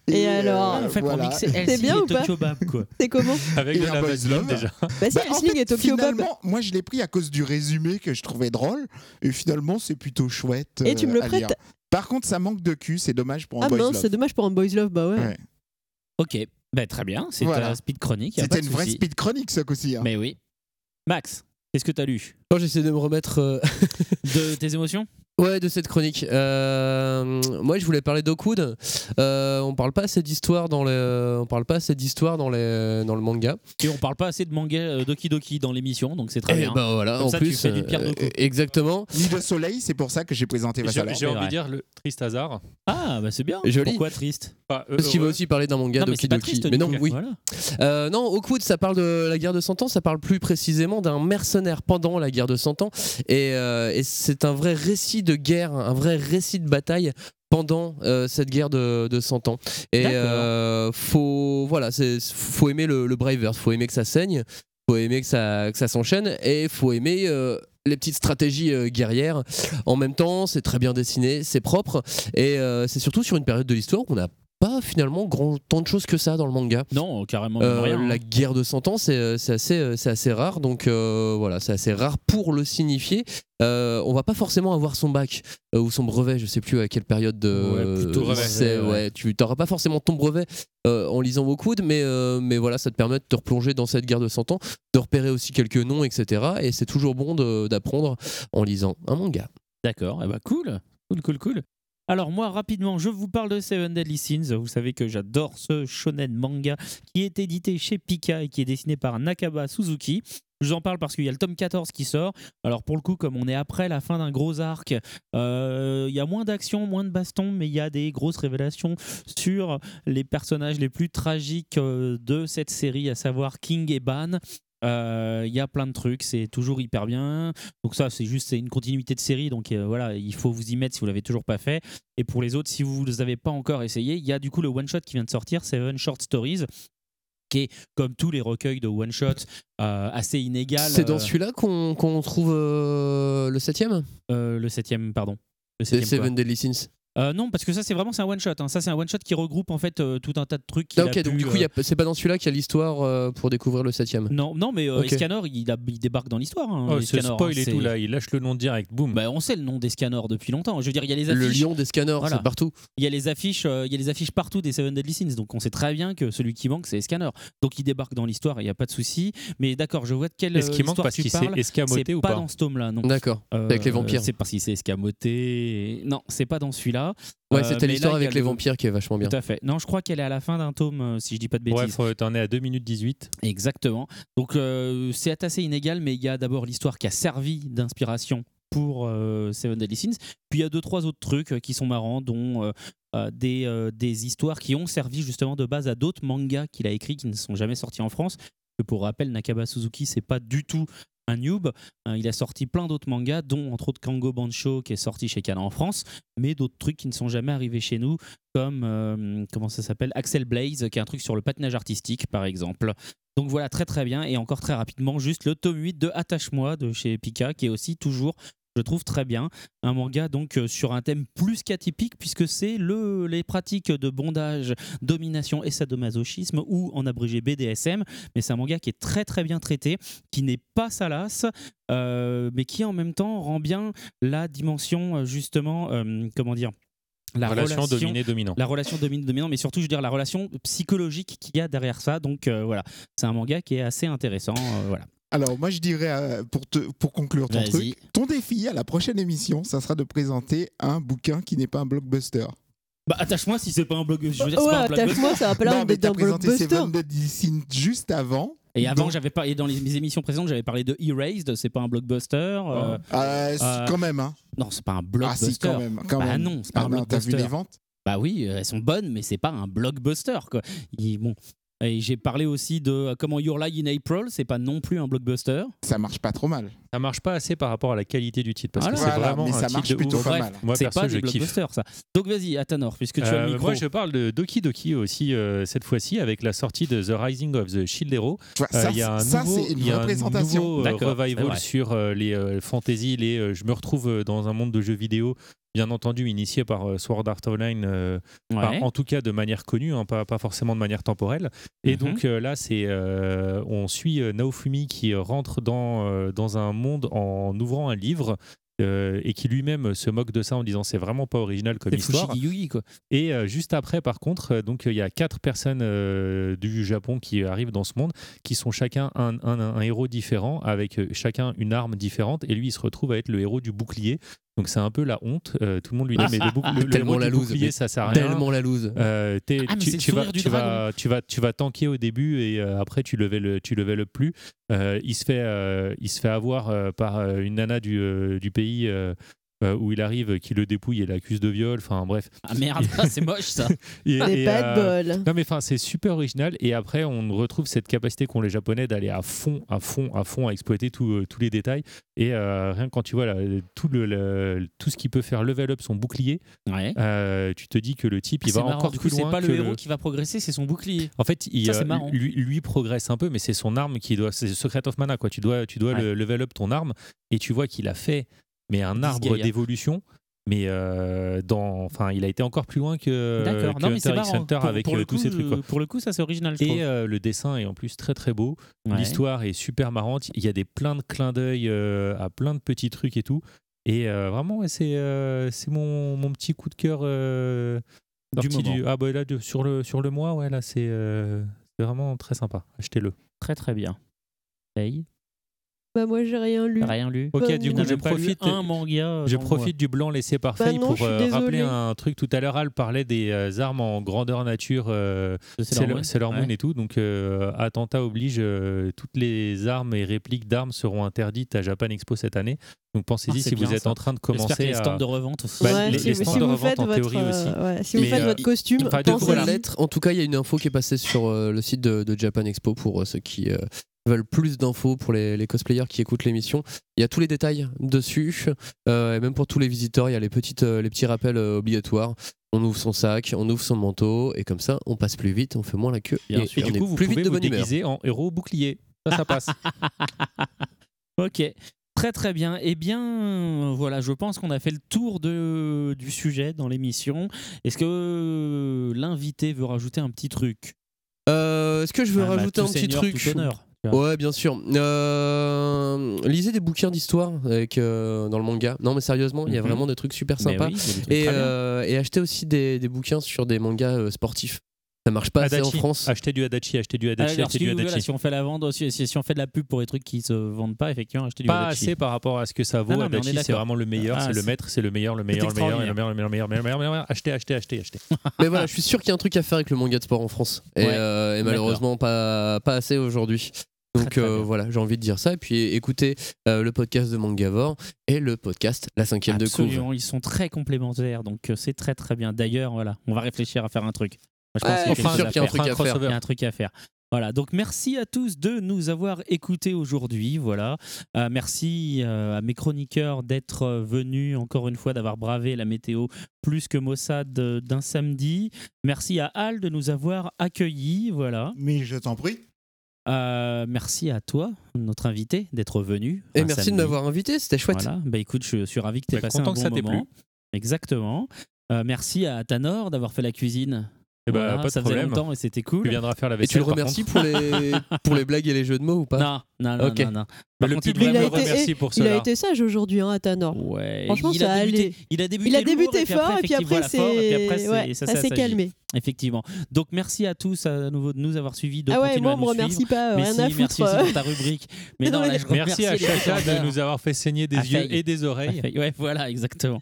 Et alors
euh,
En fait, le
voilà.
mix, c'est C'est Helsing bien et ou pas Tokyo
Bab, quoi.
C'est comment
Avec
Et
de
un
la
boys
Vaseline
love.
déjà.
Bah si,
en
Helsing
fait,
et Tokyo Bob.
Finalement, moi je l'ai pris à cause du résumé que je trouvais drôle et finalement c'est plutôt chouette. euh,
Et tu me le
à lire.
prêtes
Par contre, ça manque de cul, c'est dommage pour un
Ah
boys
mince,
love.
c'est dommage pour un boys love, bah ouais.
Ouais.
Ok, ben très bien, c'est
Voilà.
ta speed chronique. y a
C'était
pas de
une vraie
souci.
speed chronique ce coup-ci. hein.
Mais oui. Max, qu'est-ce que t'as lu
Non, j'essaie de me remettre euh,
De tes émotions
ouais, de cette chronique. Euh, moi, je voulais parler d'Oakwood. Euh, on parle pas assez d'histoire dans le, on parle pas assez d'histoire dans les, dans le manga.
Et on parle pas assez de manga euh, Doki Doki dans l'émission, donc c'est très
Et
bien.
bah voilà,
Comme
en
ça,
plus,
tu fais du Pierre
euh,
Doku.
exactement.
Ni de soleil, c'est pour ça que j'ai présenté
J'ai
Vassalord.
j'ai envie de dire le triste hasard.
Ah, bah c'est bien.
Joli.
Pourquoi triste
Pas euh,
Parce qu'il va
heureux.
aussi parler d'un manga
Non, mais
Doki
c'est pas
Doki.
triste, du
mais non,
coup.
oui.
Voilà.
Euh, non, Hawkwood, ça parle de la guerre de 100 ans, ça parle plus précisément d'un mercenaire pendant la guerre de 100 ans. Et, euh, et c'est un vrai récit de guerre, un vrai récit de bataille pendant euh, cette guerre de, de 100 ans. Et
D'accord.
euh, faut, voilà, c'est- faut aimer le, le Braveheart, faut aimer que ça saigne, faut aimer que ça, que ça s'enchaîne et faut aimer. euh, les petites stratégies euh, guerrières. En même temps, c'est très bien dessiné, c'est propre, et euh, c'est surtout sur une période de l'histoire où on n'a pas finalement grand tant de choses que ça dans le manga.
Non, carrément
Euh,
rien.
la guerre de 100 ans, c'est euh, c'est assez, euh, c'est assez rare. Donc euh, voilà, c'est assez rare pour le signifier. Euh, on va pas forcément avoir son bac euh, ou son brevet, je sais plus à quelle période de.
Ouais, plutôt brevet.
c'est,
Ouais, ouais.
ouais, tu n'auras pas forcément ton brevet euh, en lisant Wokud, mais, euh, mais voilà, ça te permet de te replonger dans cette guerre de 100 ans, de repérer aussi quelques noms, etc. Et c'est toujours bon de- d'apprendre en lisant un manga.
D'accord, eh bah cool, cool, cool, cool. Alors moi, rapidement, je vous parle de Seven Deadly Sins. Vous savez que j'adore ce shonen manga qui est édité chez Pika et qui est dessiné par Nakaba Suzuki. Je vous en parle parce qu'il y a le tome 14 qui sort. Alors pour le coup, comme on est après la fin d'un gros arc, euh, il y a moins d'action, moins de baston, mais il y a des grosses révélations sur les personnages les plus tragiques euh, de cette série, à savoir King et Ban. Euh, Il y a plein de trucs, c'est toujours hyper bien. Donc ça, c'est juste c'est une continuité de série, donc euh, voilà, il faut vous y mettre si vous l'avez toujours pas fait. Et pour les autres, si vous ne l'avez pas encore essayé, il y a du coup le one shot qui vient de sortir, Seven Short Stories, qui est comme tous les recueils de one shot euh, assez inégal.
C'est dans
euh,
celui-là qu'on qu'on trouve euh, le septième
euh, le septième, pardon. Le
C'est
septième quoi.
Seven Deadly Sins.
Euh, non, parce que ça, c'est vraiment c'est un one shot. hein. Ça, c'est un one shot qui regroupe en fait euh, tout un tas de trucs. qu'il
Ah, ok,
a
donc
pu,
du coup, il y a-
euh,
c'est pas dans celui-là qu'il y a l'histoire euh, pour découvrir le septième.
Non, non, mais euh,
Ok.
Escanor, il, a- il débarque dans l'histoire. hein,
Oh, c'est
Escanor,
spoil
hein,
et
c'est-
tout, là,
il lâche le nom direct, boum.
Bah, on sait le nom d'Escanor depuis longtemps. Je veux dire, il y a les
Le
affiches.
lion d'Escanor, c'est partout.
Il y a les affiches, euh, il y a les affiches partout des Seven Deadly Sins. Donc, on sait très bien que celui qui manque, c'est Escanor. Donc, il débarque dans l'histoire. Il n'y a pas de souci. Mais d'accord, je vois de quelle euh,
Est-ce qu'il manque
histoire
parce
tu
qu'il s'est
parles.
escamoté
C'est
ou
pas
pas
dans ce tome-là, non. Euh,
D'accord. Avec les vampires.
C'est parce qu'il s'est escamoté. Non, c'est pas dans celui-là.
Ouais,
Euh,
c'était
mais là, il
l'histoire
y a
avec les
le-
vampires qui est vachement bien.
Tout à fait. Non, je crois qu'elle est à la fin d'un tome, euh, si je dis pas de bêtises.
Ouais, faut- t'en es à 2 minutes 18.
Exactement. Donc euh, c'est assez inégal, mais il y a d'abord l'histoire qui a servi d'inspiration pour euh, Seven Deadly Sins. Puis il y a deux, trois autres trucs euh, qui sont marrants, dont euh, euh, des, euh, des histoires qui ont servi justement de base à d'autres mangas qu'il a écrits qui ne sont jamais sortis en France. Que pour rappel, Nakaba Suzuki, c'est pas du tout un noob. Euh, il a sorti plein d'autres mangas, dont entre autres Kango Bancho qui est sorti chez Kana en France, mais d'autres trucs qui ne sont jamais arrivés chez nous, comme euh, comment ça s'appelle Axel Blaze, qui est un truc sur le patinage artistique, par exemple. Donc voilà, très très bien. Et encore très rapidement, juste le tome 8 de Attache-moi de chez Pika, qui est aussi toujours, je trouve, très bien. Un manga donc euh, sur un thème plus qu'atypique, puisque c'est le, les pratiques de bondage, domination et sadomasochisme, ou en abrégé BDSM. Mais c'est un manga qui est très très bien traité, qui n'est pas salace, euh, mais qui en même temps rend bien la dimension, euh, justement, euh, comment dire la
Relation
relation,
dominé-dominant.
La relation dominée-dominant, mais surtout, je veux dire, la relation psychologique qu'il y a derrière ça. Donc euh, voilà, c'est un manga qui est assez intéressant. euh, voilà.
Alors moi je dirais euh, pour te pour conclure ton
Vas-y.
truc, ton défi à la prochaine émission, ça sera de présenter un bouquin qui n'est pas un blockbuster.
Bah, attache-moi si c'est pas un blog. Je veux dire, c'est
Ouais,
pas un blockbuster.
attache-moi, ça va pas l'air Non, mais d'être t'as un présenté blockbuster. Seven juste avant.
Et avant, j'avais pas, et dans les, mes émissions précédentes, j'avais parlé de Erased, c'est pas un blockbuster. euh,
Oh.
Ah, si,
euh,
quand même hein.
Non, c'est pas un blockbuster.
Ah si quand même, quand
bah
même.
non, c'est pas
Ah
un
non, T'as
blockbuster.
vu les ventes
Bah oui, euh, elles sont bonnes, mais c'est pas un blockbuster. Quoi. Il- bon. Et j'ai parlé aussi de euh, comment Your Lie in April, c'est pas non plus un blockbuster.
Ça marche pas trop mal.
Ça marche pas assez par rapport à la qualité du titre parce
Voilà.
que c'est
Voilà,
vraiment
mais
un
ça
titre
marche
de
plutôt
ouf.
pas mal.
Moi
C'est
perso,
pas
je
du
kiffe.
blockbuster, ça. Donc vas-y, Athanor, puisque tu as
Euh,
le micro.
Moi, je parle de Doki Doki aussi euh, cette fois-ci avec la sortie de The Rising of the Shield Hero. Euh,
vois,
Euh,
ça,
il y a un
ça,
nouveau,
c'est une
il y a
vraie
un
présentation.
nouveau, euh,
D'accord, c'est
revival
vrai.
sur euh, les euh, fantasy, les euh, je me retrouve euh, dans un monde de jeux vidéo. Bien entendu, initié par euh, Sword Art Online, euh, par- en tout cas de manière connue, hein, pas, pas forcément de manière temporelle. Et
Mhm.
donc euh, là, c'est euh, on suit euh, Naofumi qui euh, rentre dans, euh, dans un monde en ouvrant un livre euh, et qui lui-même se moque de ça en disant c'est vraiment pas original comme
C'est
histoire.
Fushigi Yugi, quoi.
Et euh, juste après, par contre, euh, donc euh, il y a quatre personnes euh, du Japon qui arrivent dans ce monde, qui sont chacun un, un- un héros différent, avec euh, chacun une arme différente, et lui il se retrouve à être le héros du bouclier. Donc c'est un peu la honte. euh, tout le monde lui dit mais le, bouc- le- le
Tellement
héros
la
du
loose, mais
bouclier ça sert à rien.
tellement la loose.
Euh, t'es-
Ah, mais
tu,
c'est le
tu vas,
sourire du
tu vas-
dragon.
tu vas tu vas tanker au début et euh, après tu level le- tu level up plus. Euh, il se fait euh, il se fait avoir euh, par euh, une nana du euh, du pays. euh, euh, où il arrive, qui le dépouille et l'accuse de viol, enfin bref.
Ah merde, c'est moche ça.
Des bad
euh,
ball.
euh, Non mais enfin c'est super original et après on retrouve cette capacité qu'ont les Japonais d'aller à fond, à fond, à fond à exploiter tout, euh, tous les détails et euh, rien que quand tu vois là, tout le, le- tout ce qui peut faire level up son bouclier, euh, tu te dis que le type il
Ah, C'est
va
marrant,
encore
du coup,
plus
c'est
loin.
pas
que
le héros qui va progresser, c'est son bouclier.
En fait, il,
Ça, c'est
euh,
marrant.
lui, lui progresse un peu, mais c'est son arme qui doit. C'est Secret of Mana, quoi. Tu dois, tu dois
Ouais.
le level up ton arme, et tu vois qu'il a fait, mais un arbre
Disgaea.
d'évolution. Mais euh, dans, enfin, il a été encore plus loin que,
D'accord,
Euh, que
non, mais c'est
Hunter x
marrant.
Hunter
Pour-
avec
pour le
euh, tous
coup,
ces trucs. quoi.
euh, pour le coup, ça, c'est original, je trouve.
Et euh, le dessin est en plus très très beau.
Ouais.
L'histoire est super marrante. Il y a des plein de clins d'œil euh, à plein de petits trucs et tout. Et euh, vraiment, ouais, c'est euh, c'est mon, mon petit coup de cœur euh,
Du
sorti
moment.
ah bah là de- sur le sur le mois, ouais là c'est euh, c'est vraiment très sympa. Achetez-le.
Très très bien. Hey.
Bah, moi, j'ai rien lu.
Rien lu.
Ok,
Bah,
du
non.
coup
T'as
je
même pas lu
profite
un manga, euh,
Je
dans le
profite
mois.
du blanc laissé par
Bah
Faye
non,
pour
je suis
euh, rappeler
désolée.
un truc tout à l'heure. Al parlait des euh, armes en grandeur nature, euh,
De Sailor
Sailor
Moon.
Sailor Moon
Ouais.
et tout. Donc euh, attentat oblige, euh, toutes les armes et répliques d'armes seront interdites à Japan Expo cette année. Donc pensez-y
Ah, c'est
si vous
bien,
êtes
ça.
en train de
J'espère
commencer
qu'il y a les
à-
stands de revente aussi.
Bah,
Ouais,
les,
si-
les
si
stands
vous
de revente
faites
en
votre,
théorie
euh,
aussi.
ouais, si vous faites votre costume,
enfin, de-
pensez-y.
voilà.
lettre. En tout cas, il y a une info qui est passée sur euh, le site de, de Japan Expo pour euh, ceux qui euh, veulent plus d'infos pour les, les cosplayers qui écoutent l'émission. Il y a tous les détails dessus euh, et même pour tous les visiteurs, il y a les petites, euh, les petits rappels euh, obligatoires. On ouvre son sac, on ouvre son manteau et comme ça, on passe plus vite, on fait moins la queue
Bien
et,
sûr.
on
Et du
est
coup, vous
plus vite
pouvez
de
vous
bonne humeur.
Ah,
déguiser en héros bouclier. Ça, ça passe.
Ok. Très très bien. Eh bien, euh, voilà, je pense qu'on a fait le tour de, du sujet dans l'émission. Est-ce que euh, l'invité veut rajouter un petit truc
Euh, Est-ce que je veux
Ah, bah,
rajouter
tout
un petit
seigneur,
truc
tout honneur, tu vois.
Ouais, bien sûr. Euh, lisez des bouquins d'histoire avec, euh, dans le manga. Non, mais sérieusement, il y a
Mhm.
vraiment des trucs super
Mais
sympas.
oui, il y a des trucs
et,
très bien.
euh, et achetez aussi des, des bouquins sur des mangas euh, sportifs. Ça marche pas assez en
Adachi.
France.
Achetez du Adachi, achetez du
Ah,
Adachi,
alors,
achetez du
si, voilà,
Adachi.
si on fait la vente, si, si- si on fait de la pub pour des trucs qui se vendent pas, effectivement, achetez du
Pas
Adachi.
assez par rapport à ce que ça vaut.
Non, non, mais on est
Adachi, c'est
d'accord.
vraiment le meilleur,
Ah,
c'est le
c'est-
maître, c'est le meilleur, le
c'est
meilleur, le meilleur, le
extraordinaire.
meilleur, le meilleur, le meilleur, le meilleur, le meilleur, le meilleur. Achetez, achetez, achetez, achetez.
Mais voilà, je suis sûr qu'il y a un truc à faire avec le manga de sport en France. Et,
Ouais.
euh, et
D'accord.
malheureusement, pas, pas assez aujourd'hui. Donc euh, voilà, j'ai envie de dire ça. Et puis écoutez euh, le podcast de Mangavor et le podcast La cinquième de couve.
Absolument, ils sont très complémentaires, donc euh, c'est très très bien. D'ailleurs, voilà, on va réfléchir à faire un truc. Moi,
Ouais,
qu'il y a
on
quelque
fera
chose
un truc à faire.
Il y a un truc à faire. Voilà, donc merci à tous de nous avoir écoutés aujourd'hui. Voilà, Euh, merci euh, à mes chroniqueurs d'être euh, venus encore une fois, d'avoir bravé la météo plus que Mossad euh, d'un samedi. Merci à Al de nous avoir accueillis. Voilà.
Mais je t'en prie.
Euh, merci à toi, notre invité, d'être venu.
Et
un
merci
samedi.
de m'avoir invité, c'était chouette.
Voilà. Bah écoute, je suis ravi que tu aies
Bah,
passé
content
un
que
bon
ça t'ait
moment. Exactement. Euh, merci à Tanor d'avoir fait la cuisine.
Eh bah, pas de
ça faisait
problème.
longtemps et c'était cool.
Tu viendras faire la
Et tu
vaisselle.
le
par
remercies
contre.
pour les, pour les blagues et les jeux de mots ou pas
Non, non, non,
Ok.
non, non.
Mais
Par
le
contre, il
public
doit me
me
Il a été-
remercie pour
il a
cela.
été sage aujourd'hui, hein, à Tanor.
Ouais,
Franchement,
il
ça
a débuté,
allait.
il a débuté,
Il a
lourd,
débuté
et puis
fort, et puis
effectivement,
après,
voilà, fort, et puis
c'est-
après, c'est-
ouais,
ça,
ça
ça
s'est
s'agit.
calmé.
Effectivement. Donc merci à tous à nouveau de nous avoir suivis, de
Ah ouais,
continuer
moi,
à
on
nous
me remercie
suivre.
pas, euh,
Mais
rien
si,
à foutre,
merci,
euh.
c'est dans ta rubrique. Mais non, là, je
Merci à
remercie les
Chacha de
commandeurs.
nous avoir fait saigner des
Ah,
yeux
faille.
et des oreilles.
Ah, faille. Ouais, voilà, exactement.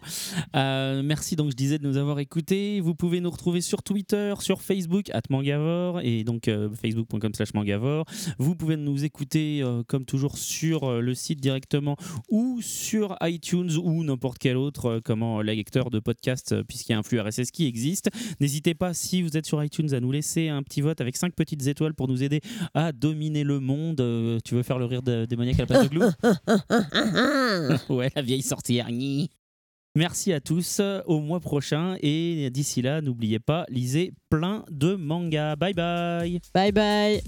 Euh, merci donc, je disais, de nous avoir écoutés. Vous pouvez nous retrouver sur Twitter, sur Facebook, at Mangavor, et donc euh, facebook.com slash Mangavor. Vous pouvez nous écouter, euh, comme toujours, sur euh, le site directement ou sur iTunes ou n'importe quel autre euh, comment, lecteur de podcast, euh, puisqu'il y a un flux RSS qui existe. N'hésitez pas, si vous êtes sur iTunes, à nous laisser un petit vote avec 5 petites étoiles pour nous aider à dominer le monde. Euh, tu veux faire le rire de- démoniaque à la place de Glou ouais, la vieille sorcière. Gni. Merci à tous, euh, au mois prochain et d'ici là, n'oubliez pas, lisez plein de mangas. Bye bye
Bye bye.